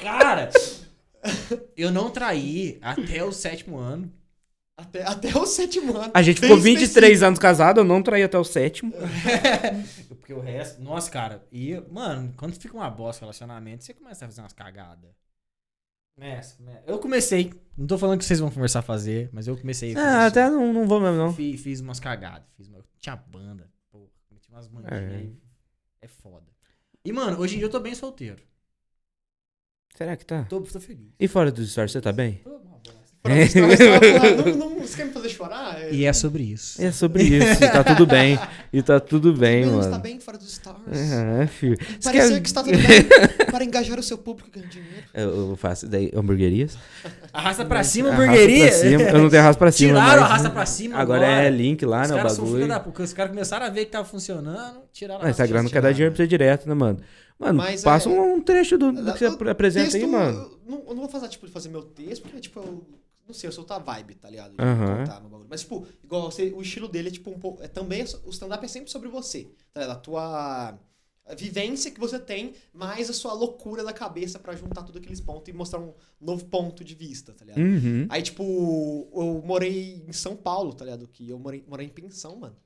B: Cara, eu não traí até o sétimo ano.
E: Até, até o sétimo ano.
A: A gente ficou
E: Tem- tem
A: 23 anos casado, eu não traí até o sétimo.
B: Porque o resto. Nossa, cara. E, mano, quando fica uma bosta o relacionamento, você começa a fazer umas cagadas. Começa, começa. Eu comecei. Não tô falando que vocês vão começar a fazer, mas eu comecei. a fazer
A: Ah, até não, não vou mesmo, não.
B: Fiz, fiz umas cagadas. Fiz uma... Tinha banda. Porra, meti umas manguinhas.
A: É.
B: aí. É foda. E, mano, hoje em dia eu tô bem solteiro.
A: Será que tá?
B: Tô, tô feliz.
A: E fora dos stories, você tá bem?
B: Tô uma bosta.
E: Pra você, pra você, porra, não, não, você quer me fazer chorar? É,
B: E é sobre isso.
A: É sobre isso, e tá tudo bem. E tá tudo bem,
E: Não,
A: mano.
E: está bem fora dos stars.
A: É, filho. Você
E: Parecer
A: quer-
E: que está tudo bem para engajar o seu público e ganhar dinheiro.
A: Eu eu faço daí hamburguerias.
B: Arrasta pra cima,
A: Arrasta
B: hamburgueria.
A: pra cima. Eu não tenho arrasto pra cima.
B: Tiraram
A: mas-
B: arrasta pra cima
A: Agora
B: agora.
A: é link lá,
B: os
A: né? O
B: caras são filha
A: bagulho.
B: da puta. Os caras começaram a ver que tava funcionando, tiraram
A: Ah, Instagram não quer dar dinheiro pra você direto, né, mano? Mano,
E: Mas
A: passa
E: é-
A: um, um trecho do, do que você
E: Eu-
A: ap- apresenta aí,
E: Texto,
A: mano.
E: Eu não, eu não vou fazer, tipo, fazer meu texto, porque, tipo, eu não sei, eu sou outra vibe, tá ligado? De
A: Aham.
E: contar meu bagulho. Mas, tipo, igual você, o estilo dele é, tipo, um pouco... É, também, é so- o stand-up é sempre sobre você, tá ligado? A tua vivência que você tem, mais a sua loucura da cabeça pra juntar tudo aqueles pontos e mostrar um novo ponto de vista, tá ligado?
A: Uhum.
E: Aí, tipo, eu morei em São Paulo, tá ligado? Que eu morei, morei em pensão, mano.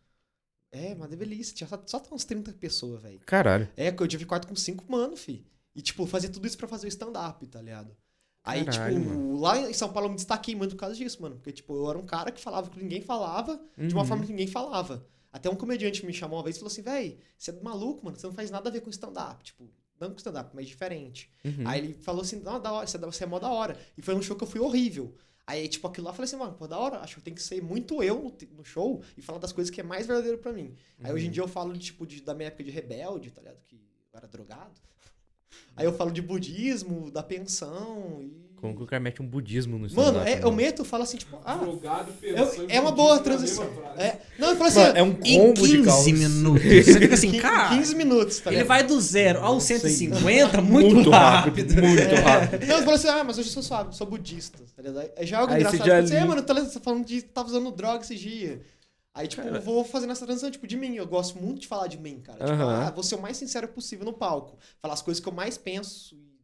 E: É, uma delícia. Tinha só, só uns 30 pessoas, velho.
A: Caralho.
E: É, que eu tive quarto com cinco mano, fi. E, tipo, fazia tudo isso pra fazer o stand-up, tá ligado? Aí,
A: Caralho,
E: tipo, lá em São Paulo eu me destaquei muito por causa disso, mano. Porque, tipo, eu era um cara que falava o que ninguém falava, de uma
A: Uhum.
E: forma que ninguém falava. Até um comediante me chamou uma vez e falou assim, véi, você é maluco, mano, você não faz nada a ver com stand-up. Tipo, não com stand-up, mas diferente.
A: Uhum.
E: Aí ele falou assim, não, da hora, você é da- você é mó da hora. E foi um show que eu fui horrível. Aí, tipo, aquilo lá, eu falei assim, mano, pô, da hora, acho que tem que ser muito eu no, te- no show e falar das coisas que é mais verdadeiro pra mim. Aí
A: Uhum.
E: hoje em dia eu falo, de, tipo, de- da minha época de rebelde, tá ligado? Que eu era drogado. Aí eu falo de budismo, da pensão e...
A: Como que o cara mete um budismo no stand-up?
E: Mano, é, eu meto, eu falo assim, tipo, ah,
C: Drogado, pensão
E: eu-
C: e
E: é uma boa
C: budismo na mesma
E: transição.
C: frase.
E: É, não, eu falo assim, ó,
A: é um
B: Em
A: combo de
B: 15
A: calça.
B: minutos. Você fica assim,
E: quin-
B: cara.
E: 15 minutos, tá
B: ele
E: ligado?
B: vai do zero ao 150 né?" muito, rápido.
A: Muito rápido.
E: Não, você falou assim, ah, mas hoje eu sou suave, sou budista, tá ligado? Aí Já é algo
A: Aí você já
E: engraçado. Já... Assim, é,
A: li-
E: mano, tá, você tá falando de tá usando droga esse dia. Aí, tipo, eu vou fazendo essa transição, tipo, de mim. Eu gosto muito de falar de mim, cara. Tipo,
A: Aham.
E: ah, vou ser o mais sincero possível no palco. Falar as coisas que eu mais penso e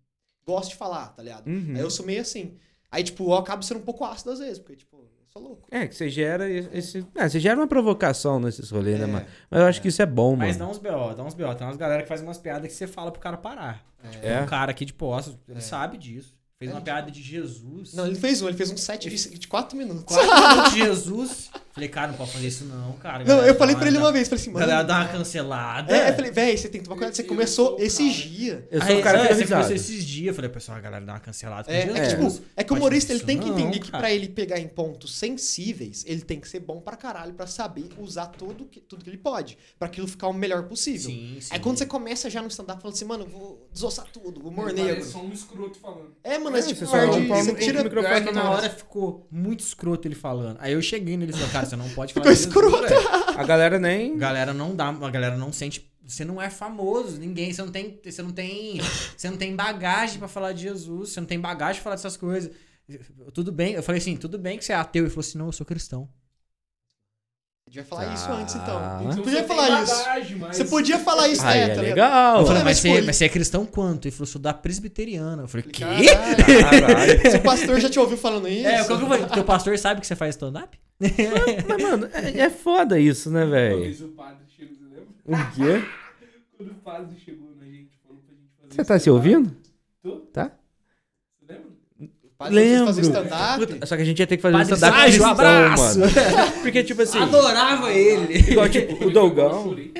E: gosto de falar, tá ligado?
A: Uhum.
E: Aí eu sou meio assim. Aí, tipo, eu acabo sendo um pouco ácido às vezes, porque, tipo, eu sou louco.
A: É, que você gera esse. Ah, você gera uma provocação nesses rolês, né,
E: É.
A: mano? Mas eu acho que isso é bom,
B: Mas dá
A: mano.
B: uns BO, dá uns BO. Tem umas galera que faz umas piadas que você fala pro cara parar. Tipo,
A: É.
B: um cara aqui de poço, ele sabe disso. Fez
E: É,
B: uma
E: tipo-
B: piada de Jesus.
E: Não, ele fez um, ele fez um set de, de 4 minutos.
B: Quatro minutos de Jesus. Falei, cara, não pode fazer isso não, cara.
E: Não, eu falei pra ele uma
B: mano.
E: vez, falei assim, mano.
B: é Galera, dá uma cancelada.
E: É, eu falei, véi, você tem que tomar cuidado, você
C: Eu
E: começou
C: sou o
E: esse
C: cara.
E: dia.
A: Eu sou
B: Aí,
A: o cara
B: é,
A: que dá
B: você
A: risada.
B: começou esses dias. Eu falei, pessoal, a galera dá uma cancelada.
E: É,
B: com
E: é que,
B: Jesus.
E: tipo, é que o
B: Pode
E: humorista
B: fazer
E: ele tem
B: isso
E: que
B: não,
E: entender que
B: cara.
E: pra ele pegar em pontos sensíveis, ele tem que ser bom pra caralho pra saber usar tudo que, tudo que ele pode, Pra aquilo ficar o melhor possível.
B: Sim, sim.
E: Aí é tipo, quando você começa já no stand-up falando assim, mano, eu vou desossar tudo, o humor
C: Parece
E: negro.
C: só um escroto falando.
E: É, mano, esse
A: É, você
E: tipo de
A: só
E: parte,
A: é um palmo-
E: você tira
A: um microfone
B: Pior que na
A: na
B: hora ficou muito escroto ele falando. Aí eu cheguei nele e falei, cara, você não pode falar
E: Ficou
B: isso,
E: escroto.
B: velho.
A: A galera nem.
B: Galera não dá, a galera não sente, você não é famoso, ninguém, você não tem, você não tem, você não tem bagagem pra falar de Jesus, você não tem bagagem pra falar dessas coisas. Tudo bem, eu falei assim, tudo bem que você é ateu, ele falou assim, não, eu sou cristão.
E: Devia falar isso antes, então.
A: Tá.
E: Podia falar isso. Você podia falar isso,
A: Aí
E: né?
A: é
E: tá ligado?
A: legal.
B: Eu falei,
E: Não,
B: mas,
E: mas,
B: você,
E: tipo,
B: mas você é cristão quanto? Ele falou, sou da presbiteriana. Eu falei, quê?
E: Caralho,
A: Caralho.
E: se o pastor já te ouviu falando isso.
B: É, o que eu falei? Teu pastor sabe que você faz stand-up?
A: Mas, mano, é, é foda isso, né,
C: Uma
A: velho?
C: vez o padre chegou, você lembra?
A: O quê?
C: Quando o padre chegou na gente, falou pra gente fazer né?
A: Você tá se
C: stand-up,
A: ouvindo?
C: Tô.
A: Tá?
C: Você lembra?
E: Padre, vocês fazem
A: Lembro.
E: um stand-up?
A: Puta, Só que a gente ia ter que fazer um
B: Padre
A: stand-up
B: Sérgio,
A: cristão,
B: abraço!
A: mano. Porque, tipo assim,
B: Adorava ele!
A: igual, tipo, o
C: Eu
A: Dogão,
C: chorei.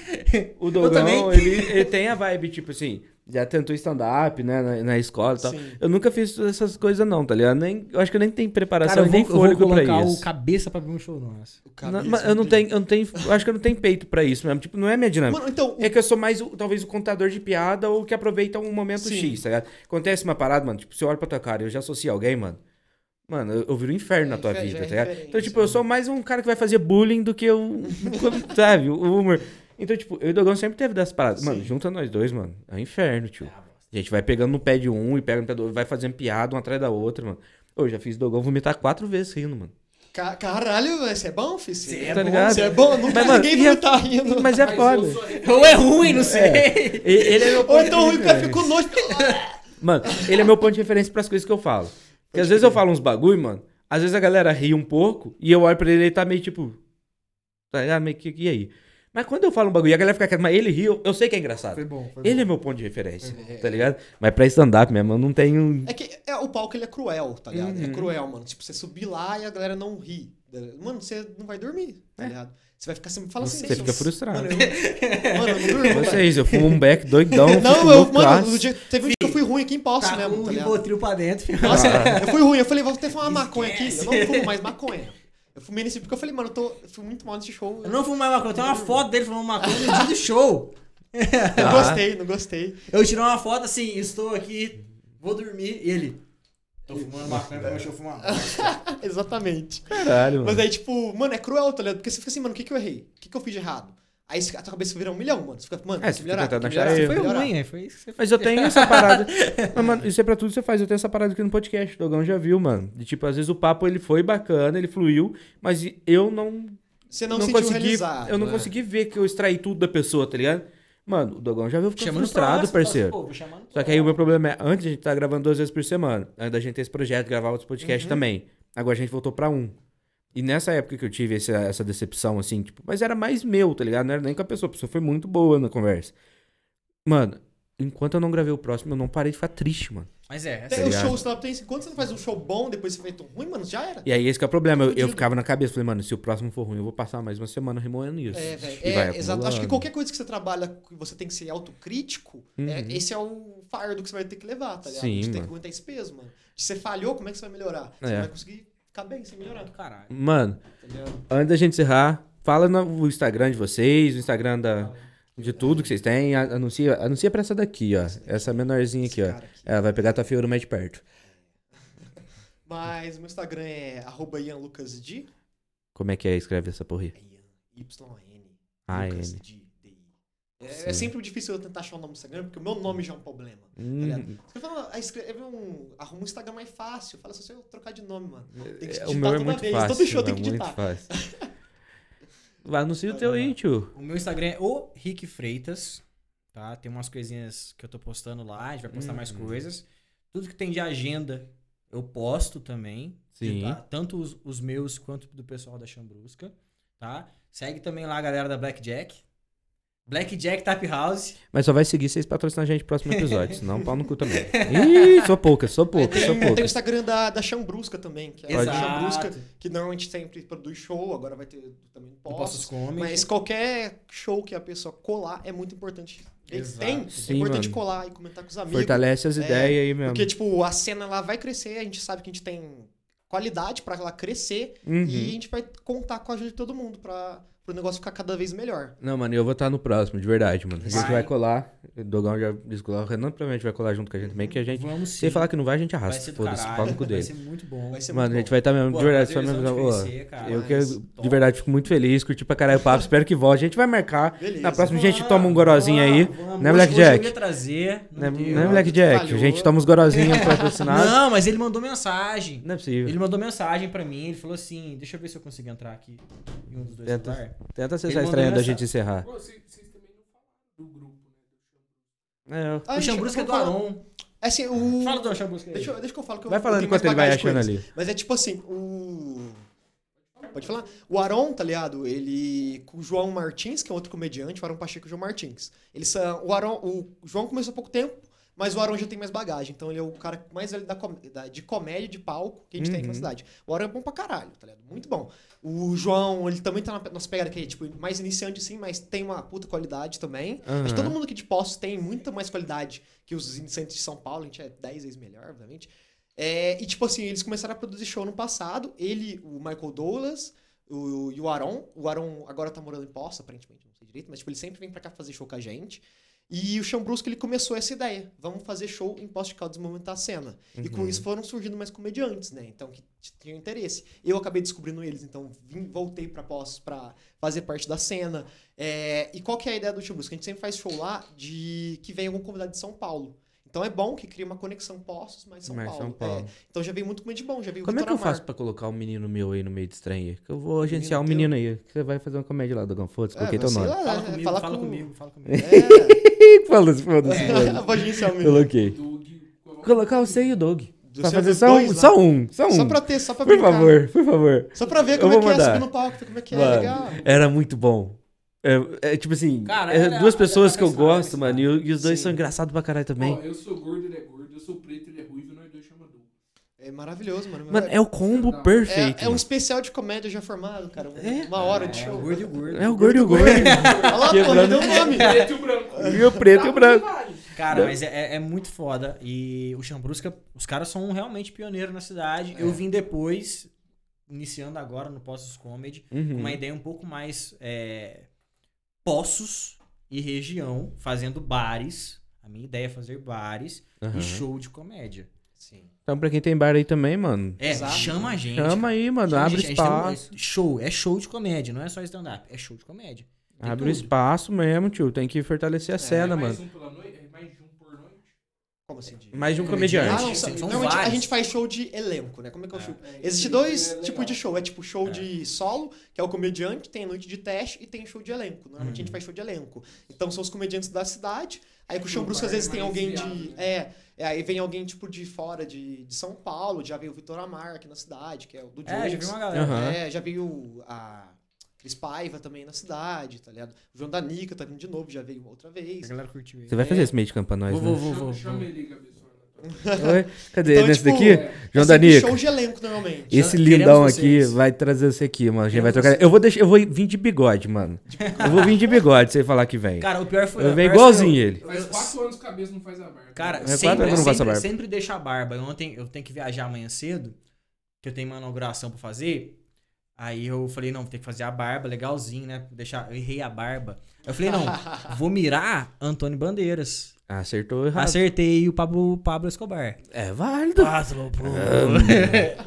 A: o Dogão,
B: também.
A: ele, ele tem a vibe, tipo assim, já tentou stand-up, né, na, na escola e tal.
E: Sim.
A: Eu nunca fiz essas coisas não, tá ligado? Nem, eu acho que eu nem tenho preparação,
B: Cara, eu vou,
A: nem
B: eu vou
A: fôlego pra
B: colocar o
A: isso.
B: cabeça pra abrir um show nosso.
E: O
A: Não,
E: cabeça,
A: mas eu não tenho, eu não tenho, eu acho que eu não tenho peito pra isso mesmo. Tipo, não é minha dinâmica.
E: Mano, então,
A: É que eu sou mais, o- talvez, o contador de piada ou que aproveita um momento
E: Sim.
A: X, tá ligado? Acontece uma parada, mano, tipo, você olha pra tua cara e eu já associo alguém, mano. Mano, eu, eu viro um inferno na
E: É,
A: tua
E: já é
A: vida, tá ligado? Então,
E: referência,
A: tipo, eu sou mais um cara que vai fazer bullying do que eu. sabe, o humor. Então, tipo, eu e o Dogão sempre teve dessas paradas. Mano, junta nós dois, mano. É um inferno, tio. A gente vai pegando no pé de um e pega no pé do outro, vai fazendo piada uma atrás da outra, mano. Eu já fiz o Dogão vomitar quatro vezes rindo, mano.
E: ca- caralho, velho, você é bom, filho? Você
A: Tá ligado?
E: Você é bom? Nunca
A: Mas, mano,
E: ninguém
A: e
E: viu
A: é-
E: é... tá rindo.
A: Mas é
C: Mas
A: foda.
C: eu sou arre-
B: Ou é ruim, não sei.
A: E- Ele é meu
E: Ou
A: ponto
E: é tão
A: de
E: ruim que o cara
A: referência.
E: ficou nojo.
A: Mano, ele é meu ponto de referência pras coisas que eu falo. Porque às vezes eu falo uns bagulho, mano. Às vezes a galera ri um pouco e eu olho pra ele e ele tá meio tipo. Tá ligado? Meio que. E aí? Mas quando eu falo um bagulho e a galera fica quieta, mas ele ri, eu, eu sei que é engraçado.
B: bom, foi
A: Ele é meu ponto de referência, tá ligado? Mas pra stand-up mesmo, eu não tenho.
E: É que é, o palco ele é cruel, tá ligado?
A: Uhum.
E: É cruel, mano. Tipo, você subir lá e a galera não ri. tá Mano, você não vai dormir, tá ligado? Você vai ficar sempre falando assim.
A: É. Você fica frustrado.
E: Mano, eu, mano, eu não durmo. velho.
A: Vocês, eu fumo um back doidão. fico
E: Não, eu,
A: loucaço.
E: mano, no dia, teve um dia que eu fui ruim aqui em Poço
B: Tá
E: mesmo,
B: um
E: tá ligado?
B: ribotril pra dentro, filho.
E: Nossa, eu fui ruim. Eu falei, vou até fumar uma maconha aqui. Eu não fumo mais maconha. Eu fumei nesse porque eu falei, mano, eu, tô, eu fui muito mal nesse show.
B: Eu não fumo mais maconha. Tem uma foto dele fumando maconha no dia do show.
E: Não
A: Ah.
E: gostei, não gostei.
B: Eu tirei uma foto assim, estou aqui, vou dormir. E ele. Tô fumando maconha pra meu show fumar.
E: Exatamente.
A: Caralho, mano.
E: Mas aí, tipo, mano, é cruel, tá ligado? Porque você fica assim, mano, o que, que eu errei? O que, que eu fiz de errado? Aí você- a tua cabeça vira um milhão, mano. Você fica, mano,
A: É,
E: tem
A: você
E: que
A: fica
E: melhorar.
A: tentando
E: tem que
A: achar
E: melhorar, tem que
A: erro.
B: Foi
E: melhorar.
B: ruim, é, foi isso que você fez.
A: Mas eu tenho essa parada. Mas, mano, isso é pra tudo que você faz. Eu tenho essa parada aqui no podcast. O Dogão já viu, mano. De tipo, às vezes o papo ele foi bacana, ele fluiu, mas eu não.
E: Você não,
A: Não,
E: se sentiu
A: consegui.
E: realizado.
A: Eu não
E: né?
A: consegui ver que eu extraí tudo da pessoa, tá ligado? Mano, o Dogão já viu ficando
B: Chamando
A: frustrado,
B: próximo,
A: parceiro.
B: tá Pô, vou chamar no
A: Só que aí o meu problema é, antes a gente tá gravando duas vezes por semana. Antes da gente ter esse projeto, gravar outros
E: Uhum.
A: podcasts também. Agora a gente voltou pra um. E nessa época que eu tive essa, essa decepção, assim, tipo, mas era mais meu, tá ligado? Não era nem com a pessoa. A pessoa foi muito boa na conversa. Mano, enquanto eu não gravei o próximo, eu não parei de ficar triste, mano.
B: Mas é,
E: Tem
A: Tá
E: o
A: ligado?
E: show, stand-up, tem isso. Enquanto você não faz um show bom, depois você fez um ruim, mano, já era.
A: E aí esse que é o problema. Eu, eu
E: Fudido.
A: ficava na cabeça, falei, mano, se o próximo for ruim, eu vou passar mais uma semana remoendo isso.
E: É, velho.
A: E vai
E: É, exato. Acho que
A: acumulando.
E: qualquer coisa que você trabalha, que você tem que ser autocrítico, é, esse é o fardo que você vai ter que levar, tá ligado?
A: Uhum. Sim,
E: você tem
A: mano.
E: que aguentar esse peso, mano. Se você falhou, como é que você vai melhorar? Você
A: É.
E: não vai conseguir ficar bem sem melhorar, tá
B: Caralho.
A: Mano,
E: ligado?
A: antes da gente encerrar, fala no o Instagram de vocês, o Instagram da, de tudo que vocês têm. a- Anuncia, anuncia pra essa daqui, ó. Essa menorzinha aqui, ó. É.
E: cara aqui.
A: Ela vai pegar tua feiura mais de perto.
E: Mas meu Instagram é arroba ianlucasd,
A: Como é que é? Escreve essa porra aí.
E: é Ian, Y-N,
A: Ah,
E: Lucas
A: ele.
E: D, D, I. É,
A: Sim.
E: é sempre difícil eu tentar achar o nome do Instagram, porque o meu nome já é um problema.
A: Hum,
E: Tá ligado? Escreve uma- ah, escreve um, arruma um Instagram mais fácil, fala só se eu trocar de nome, mano. Tem que
A: é,
E: digitar
A: o meu é
E: toda
A: muito
E: vez,
A: fácil.
E: todo show
A: é
E: tem que
A: muito
E: digitar.
A: fácil. Vai, anuncia o teu aí, tio.
B: O meu Instagram é o Rick Freitas, tá? Tem umas coisinhas que eu tô postando lá, a gente vai postar mais
A: Uhum.
B: coisas. Tudo que tem de agenda eu posto também,
A: Sim.
B: tá? Tanto os, os meus quanto do pessoal da Chambrusca, tá? Segue também lá a galera da Blackjack. Blackjack Tap House.
A: Mas só vai seguir se vocês patrocinarem a gente no próximo episódio. Senão, pau no cu também. Ih, sou pouca, sou pouca, sou
E: Tem, tem o
A: pouca.
E: Instagram da, da Chambrusca também, que é a
A: Pode-
E: Chambrusca, que normalmente sempre produz show, agora vai ter também
B: Do
E: postos.
B: Comedy.
E: Mas qualquer show que a pessoa colar é muito importante. Tem,
B: Exato.
E: tem,
A: Sim,
E: é importante
A: mano.
E: colar e comentar com os amigos.
A: Fortalece as
E: É,
A: ideias aí mesmo.
E: Porque, tipo, a cena lá vai crescer, a gente sabe que a gente tem qualidade pra ela crescer
A: Uhum.
E: e a gente vai contar com a ajuda de todo mundo pra o negócio ficar cada vez melhor.
A: Não, mano, eu vou estar no próximo, de verdade, mano. A gente
B: Vai.
A: vai colar. O Dogão já descolou. O Renan provavelmente vai colar junto com a gente também, que a gente.
B: Vamos
A: Se ele
B: sim.
A: falar que não vai, a gente
B: vai
A: arrasta.
B: ser do
A: Foda-se,
B: caralho,
A: pau no cu
B: Vai
A: dele.
B: ser muito bom.
E: Vai ser
A: Mano, a
E: muito
A: gente
E: bom.
A: vai estar mesmo,
B: Pô,
A: de verdade, só
B: prazerzão
A: mesmo.
B: te
A: Ô,
B: conhecer, cara.
A: eu que,
E: Mas,
A: de verdade, fico muito feliz, curti pra caralho o papo, espero que volte. A gente vai marcar.
E: Beleza.
A: Na próxima, a gente toma um gorozinho aí.
E: é
B: Vamos,
A: Né,
B: hoje-
A: Blackjack?
B: hoje eu ia trazer. não
A: Né,
B: deu.
A: né, Blackjack? A
E: Falhou.
A: gente toma uns gorozinhos patrocinados.
B: Não, mas ele mandou mensagem.
A: Não é possível.
B: Ele mandou mensagem pra mim, ele falou assim, deixa eu ver se eu consigo entrar aqui em um dos dois
A: Tenta-
B: lugares.
E: Ah,
A: Tenta
B: Ele
A: acessar a
B: mandou
A: estranha da
B: engraçado.
A: gente encerrar.
C: Vocês também não falaram do grupo, né?
A: É,
E: Ah,
B: o
E: gente,
B: Chambrusca é
E: eu
B: do
E: vou falar-
B: Arão.
E: É assim, o.
B: Fala do Chambrusca aí.
E: Deixa, eu- deixa que eu falo que eu
A: vai
E: eu
A: falando
E: tenho mais
A: enquanto ele vai
E: bagagem com
A: achando
E: eles.
A: ali.
E: Mas é tipo assim, o. Pode falar? O Aron, tá ligado? Ele. Com o João Martins, que é outro comediante, o Aron Pacheco e o João Martins. Eles são. O Aron. O João começou há pouco tempo, mas o Aron já tem mais bagagem. Então ele é o cara mais velho da, com- da- de comédia de palco que a gente tem aqui na
A: Uhum.
E: cidade. O Aron é bom pra caralho, tá ligado? Muito bom. O João, ele também tá na nossa pegada que é, tipo, mais iniciante sim, mas tem uma puta qualidade também. Acho que todo mundo é aqui de Poços tem muita mais qualidade que os iniciantes de São Paulo. A gente é 10 vezes melhor, obviamente. É, e, tipo assim, eles começaram a produzir show no passado. Ele, o Michael Douglas o, e o Aron. O Aron agora tá morando em Poços, aparentemente, não sei direito. Mas, tipo, ele sempre vem pra cá fazer show com a gente. E o Chambrusco, ele começou essa ideia. Vamos fazer show em Poços de Caldas e movimentar a cena. E com
A: Uhum.
E: isso foram surgindo mais comediantes, né? Então, que t- tinham interesse. Eu acabei descobrindo eles, então vim, voltei pra Poços pra fazer parte da cena. É, e qual que é a ideia do Tio Brusque? A gente sempre faz show lá de que vem algum convidado de São Paulo. Então é bom que cria uma conexão Poços, mas São
A: Mas
E: Paulo.
A: São Paulo.
E: É, então já veio muito comida de bom, já veio
A: Como é que
E: Vitor
A: eu faço
E: Amar.
A: pra colocar um menino meu aí no meio de estranho? Que eu vou agenciar um
E: Menino
A: menino aí. Você vai fazer uma comédia lá, Dogão. Foda-se,
E: É,
A: coloquei teu
E: sei
A: nome.
E: lá,
B: Fala
E: é,
B: comigo,
E: fala
B: fala
E: com-
B: comigo, fala comigo.
E: É,
A: Foda-se, foda-se, foda-se.
E: eu vou agenciar o menino.
A: Coloquei.
C: Doug, coloca-
A: Colocar você e o Doug.
E: Do
A: pra
E: seu-
A: fazer
E: é dos
A: só um,
E: dois lá.
A: só um, só um.
E: Só pra ter, só pra
A: por
E: brincar.
A: favor, por favor.
E: Só pra ver
A: Eu
E: como
A: vou
E: é que é
A: mandar.
E: subir no palco, como é que é,
A: Mano.
E: legal.
A: Era muito bom. É, é tipo assim,
B: Cara,
A: é
B: era-
A: duas pessoas
B: era
A: que eu
B: engraçado,
A: gosto, mano, e, o- e os dois são engraçados pra caralho também.
C: Ó, eu sou gordo, ele é gordo. Eu sou preto, ele é ruivo. Nós dois chamamos Doug.
E: É maravilhoso, mano.
A: Mano, é o combo perfeito.
E: é um especial de comédia já formado, cara. um-
A: É?
E: Uma hora de
B: É, o
E: show.
B: gordo e o gordo.
A: É o gordo e o gordo.
E: Olha lá, pô,
A: Quebrando-
E: me deu um nome.
C: Preto e o branco.
A: E o preto e o branco.
B: Cara, mas é, é- é muito foda. E o Chambrusca, os caras são realmente pioneiros na cidade.
E: É.
B: Eu vim depois, iniciando agora no Poços Comedy, com
A: Uhum.
B: uma ideia um pouco mais é, Poços e região, fazendo bares. A minha ideia é fazer bares
A: Aham.
B: e show de comédia. Sim.
A: Então, pra quem tem bar aí também, mano,
B: É,
E: Exato.
B: chama a gente.
A: chama aí, mano,
B: Chama a
A: abre
B: gente, a gente tem um-
A: espaço.
B: Show, é show de comédia, não é só stand-up, é show de comédia. tem
A: Abre o
B: tudo.
A: espaço mesmo, tio. Tem que fortalecer a cena,
C: é mais
A: mano.
C: Um pela noite, é mais um por noite.
E: Como assim? de-
A: Mais de um
B: Comediante.
E: Ah,
A: comediante.
E: não,
B: São
E: são- normalmente a
B: vários.
E: gente faz show de elenco, né? Como é que é o show?
C: É,
E: Existe
C: isso
E: dois
C: é
E: tipos
C: legal.
E: de show. É tipo show de solo, que é o comediante, tem a noite de teste e tem show de elenco. Normalmente a gente faz show de elenco. Então são os comediantes da cidade. Aí com o show
C: Sim,
E: brusco, às
C: vai
E: vezes tem
C: mais
E: alguém
C: viado,
E: de.
C: né?
E: É, é, aí vem alguém tipo de fora de, de São Paulo, já veio o Vitor Amar aqui na cidade, que é o do
B: É, já vi
E: Jones.
B: uma galera.
A: Aham.
E: É, já veio a Cris Paiva também na cidade, tá ligado? O João da Nica tá vindo de novo, já veio outra
B: A
E: vez.
B: galera curtiu aí.
A: Você vai fazer esse meio de campo pra nós,
B: é. Vou,
A: né?
B: vou, vou,
C: Chama,
B: vou.
C: chama ele, cabeçona.
A: Oi? Cadê?
E: Então,
A: Nesse
E: tipo,
A: daqui?
B: assim,
A: João
E: é sempre
A: Danica.
E: show de elenco normalmente.
A: Esse
B: Queremos
A: lindão aqui
B: vocês.
A: vai trazer você aqui, mano. A gente vai
E: Queremos
A: trocar. Eu vou deixar, eu vou vir de bigode, mano. Eu vou vir de bigode sem falar que vem.
B: Cara, o pior foi.
A: Eu
B: o
A: venho
B: pior sou
A: igualzinho ele.
C: Faz quatro anos que a cabeça não faz a barba.
B: Cara,
A: É, quatro
B: sempre,
A: anos eu não faço a
B: sempre,
A: barba.
B: sempre deixa a barba. Ontem eu tenho que viajar amanhã cedo, que eu tenho uma inauguração pra fazer. Aí eu falei, não, vou ter que fazer a barba, legalzinho, né? Deixar, eu errei a barba. Eu falei, não, vou mirar Antônio Bandeiras.
A: Acertou errado.
B: Acertei o Pablo, Pablo Escobar.
A: É válido.
B: Pablo,
A: Ah,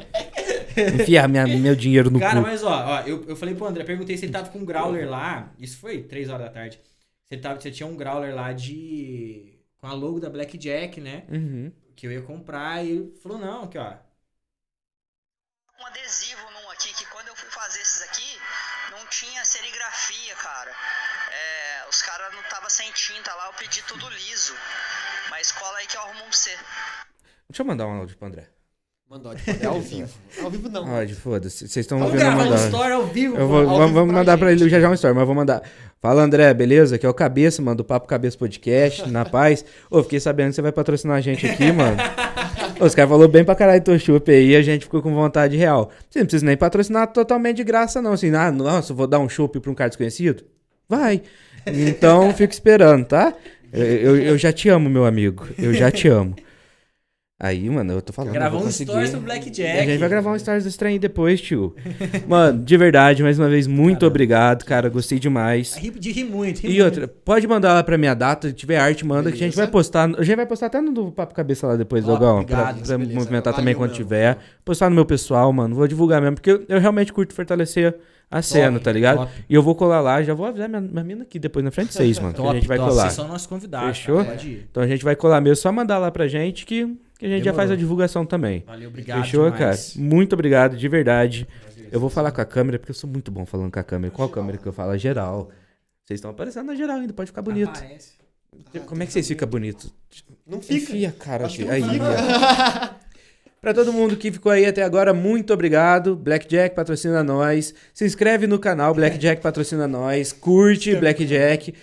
A: Enfiar minha- meu dinheiro no
B: Cara,
A: cu.
B: mas ó, ó, eu, eu falei pro André, perguntei se ele tava com um growler lá. Isso foi 3 horas da tarde. Se ele tava, se ele tinha um growler lá de. com a logo da Blackjack, né?
A: Uhum.
B: Que eu ia comprar. E ele falou, não, aqui, ó.
F: um adesivo num aqui que quando eu fui fazer esses aqui não tinha serigrafia, cara. É, os caras não tava sem tinta lá, eu pedi tudo liso. Mas cola aí que eu arrumo um pra você.
A: Deixa eu mandar um áudio pro André.
E: Mandou, é ao vivo. Ao vivo não.
A: Áudio, foda-se. Vocês estão
B: Então, Vamos
A: ouvindo eu
B: gravar um
A: mandar.
B: story ao vivo.
A: Eu vou,
E: ao
A: vamos,
E: vivo
A: vamos
E: pra
A: mandar pra
E: gente.
A: ele já já um story, mas eu vou mandar. Fala, André, beleza? Aqui é o Cabeça, mano, do Papo Cabeça Podcast, na paz. Ô, fiquei sabendo que você vai patrocinar a gente aqui, mano. Ô, Os caras falaram bem pra caralho do Chup aí, a gente ficou com vontade real. Você não precisa nem patrocinar totalmente de graça, não. Assim, ah, nossa, eu vou dar um chup pra um cara desconhecido? Vai. Então, fico esperando, tá? Eu, eu, eu já te amo, meu amigo. Eu já te amo. Aí, mano, eu tô falando. eu
B: Gravar
A: vou
B: um
A: conseguir.
B: story sobre Blackjack.
A: A gente vai gravar um Stars do Estranho depois, tio. Mano, de verdade, mais uma vez, muito obrigado, cara. Gostei demais.
B: É Ri- De rir muito, ri
A: E
B: muito.
A: outra, pode mandar lá pra minha data, se tiver arte, manda que a gente vai postar. A gente vai postar até no do Papo Cabeça lá depois,
B: Ó,
A: Dogão. Pra,
B: obrigado,
A: pra
E: beleza.
A: movimentar também
E: Valeu
A: quando
E: mesmo.
A: tiver. Postar no meu pessoal, mano. Vou divulgar mesmo, porque eu, eu realmente curto fortalecer a cena, tá ligado?
B: top.
A: E eu vou colar lá, já vou avisar minha, minha mina aqui depois na frente de vocês, mano. que
B: Top,
A: a gente vai
B: top.
A: colar.
B: Vocês são nossos convidados.
A: Fechou?
B: cara, Pode ir.
A: Então a gente vai colar mesmo, só mandar lá pra gente que, que a gente já faz
B: Demorou.
A: a divulgação também.
B: Valeu, obrigado.
A: Fechou,
B: demais.
A: cara? Muito obrigado, de verdade. Eu vou falar com a câmera, porque eu sou muito bom falando com a câmera. Qual câmera que eu falo? A geral. Vocês estão aparecendo na geral ainda, pode ficar bonito.
B: Ah,
C: Aparece.
A: Como é que vocês ficam bonitos?
E: Não fica.
A: Enfia a cara
E: Acho que
A: aqui.
E: não
A: Aí,
E: vai.
A: ó. Pra todo mundo que ficou aí até agora, muito obrigado. Blackjack patrocina nós. Se inscreve no canal Blackjack patrocina nós. Curte Blackjack,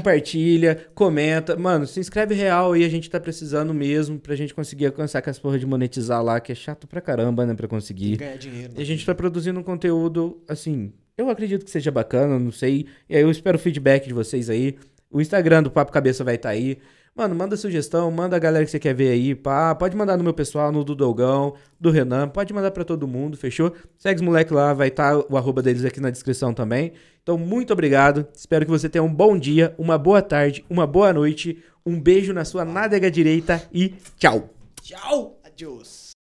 A: compartilha, comenta. Mano, se inscreve real aí, a gente tá precisando mesmo pra gente conseguir alcançar com as porra de monetizar lá, que é chato pra caramba, né, pra conseguir.
E: Ganhar dinheiro.
A: E a gente tá produzindo um conteúdo, assim, eu acredito que seja bacana, não sei. E aí eu espero o feedback de vocês aí. O Instagram do Papo Cabeça vai estar aí. Mano, manda sugestão, manda a galera que você quer ver aí, pá. Pode mandar no meu pessoal, no do Dogão, do Renan. Pode mandar pra todo mundo, fechou? Segue os moleques lá, vai estar o arroba deles aqui na descrição também. Então, muito obrigado. Espero que você tenha um bom dia, uma boa tarde, uma boa noite. Um beijo na sua nádega direita e tchau!
E: Tchau. Adiós.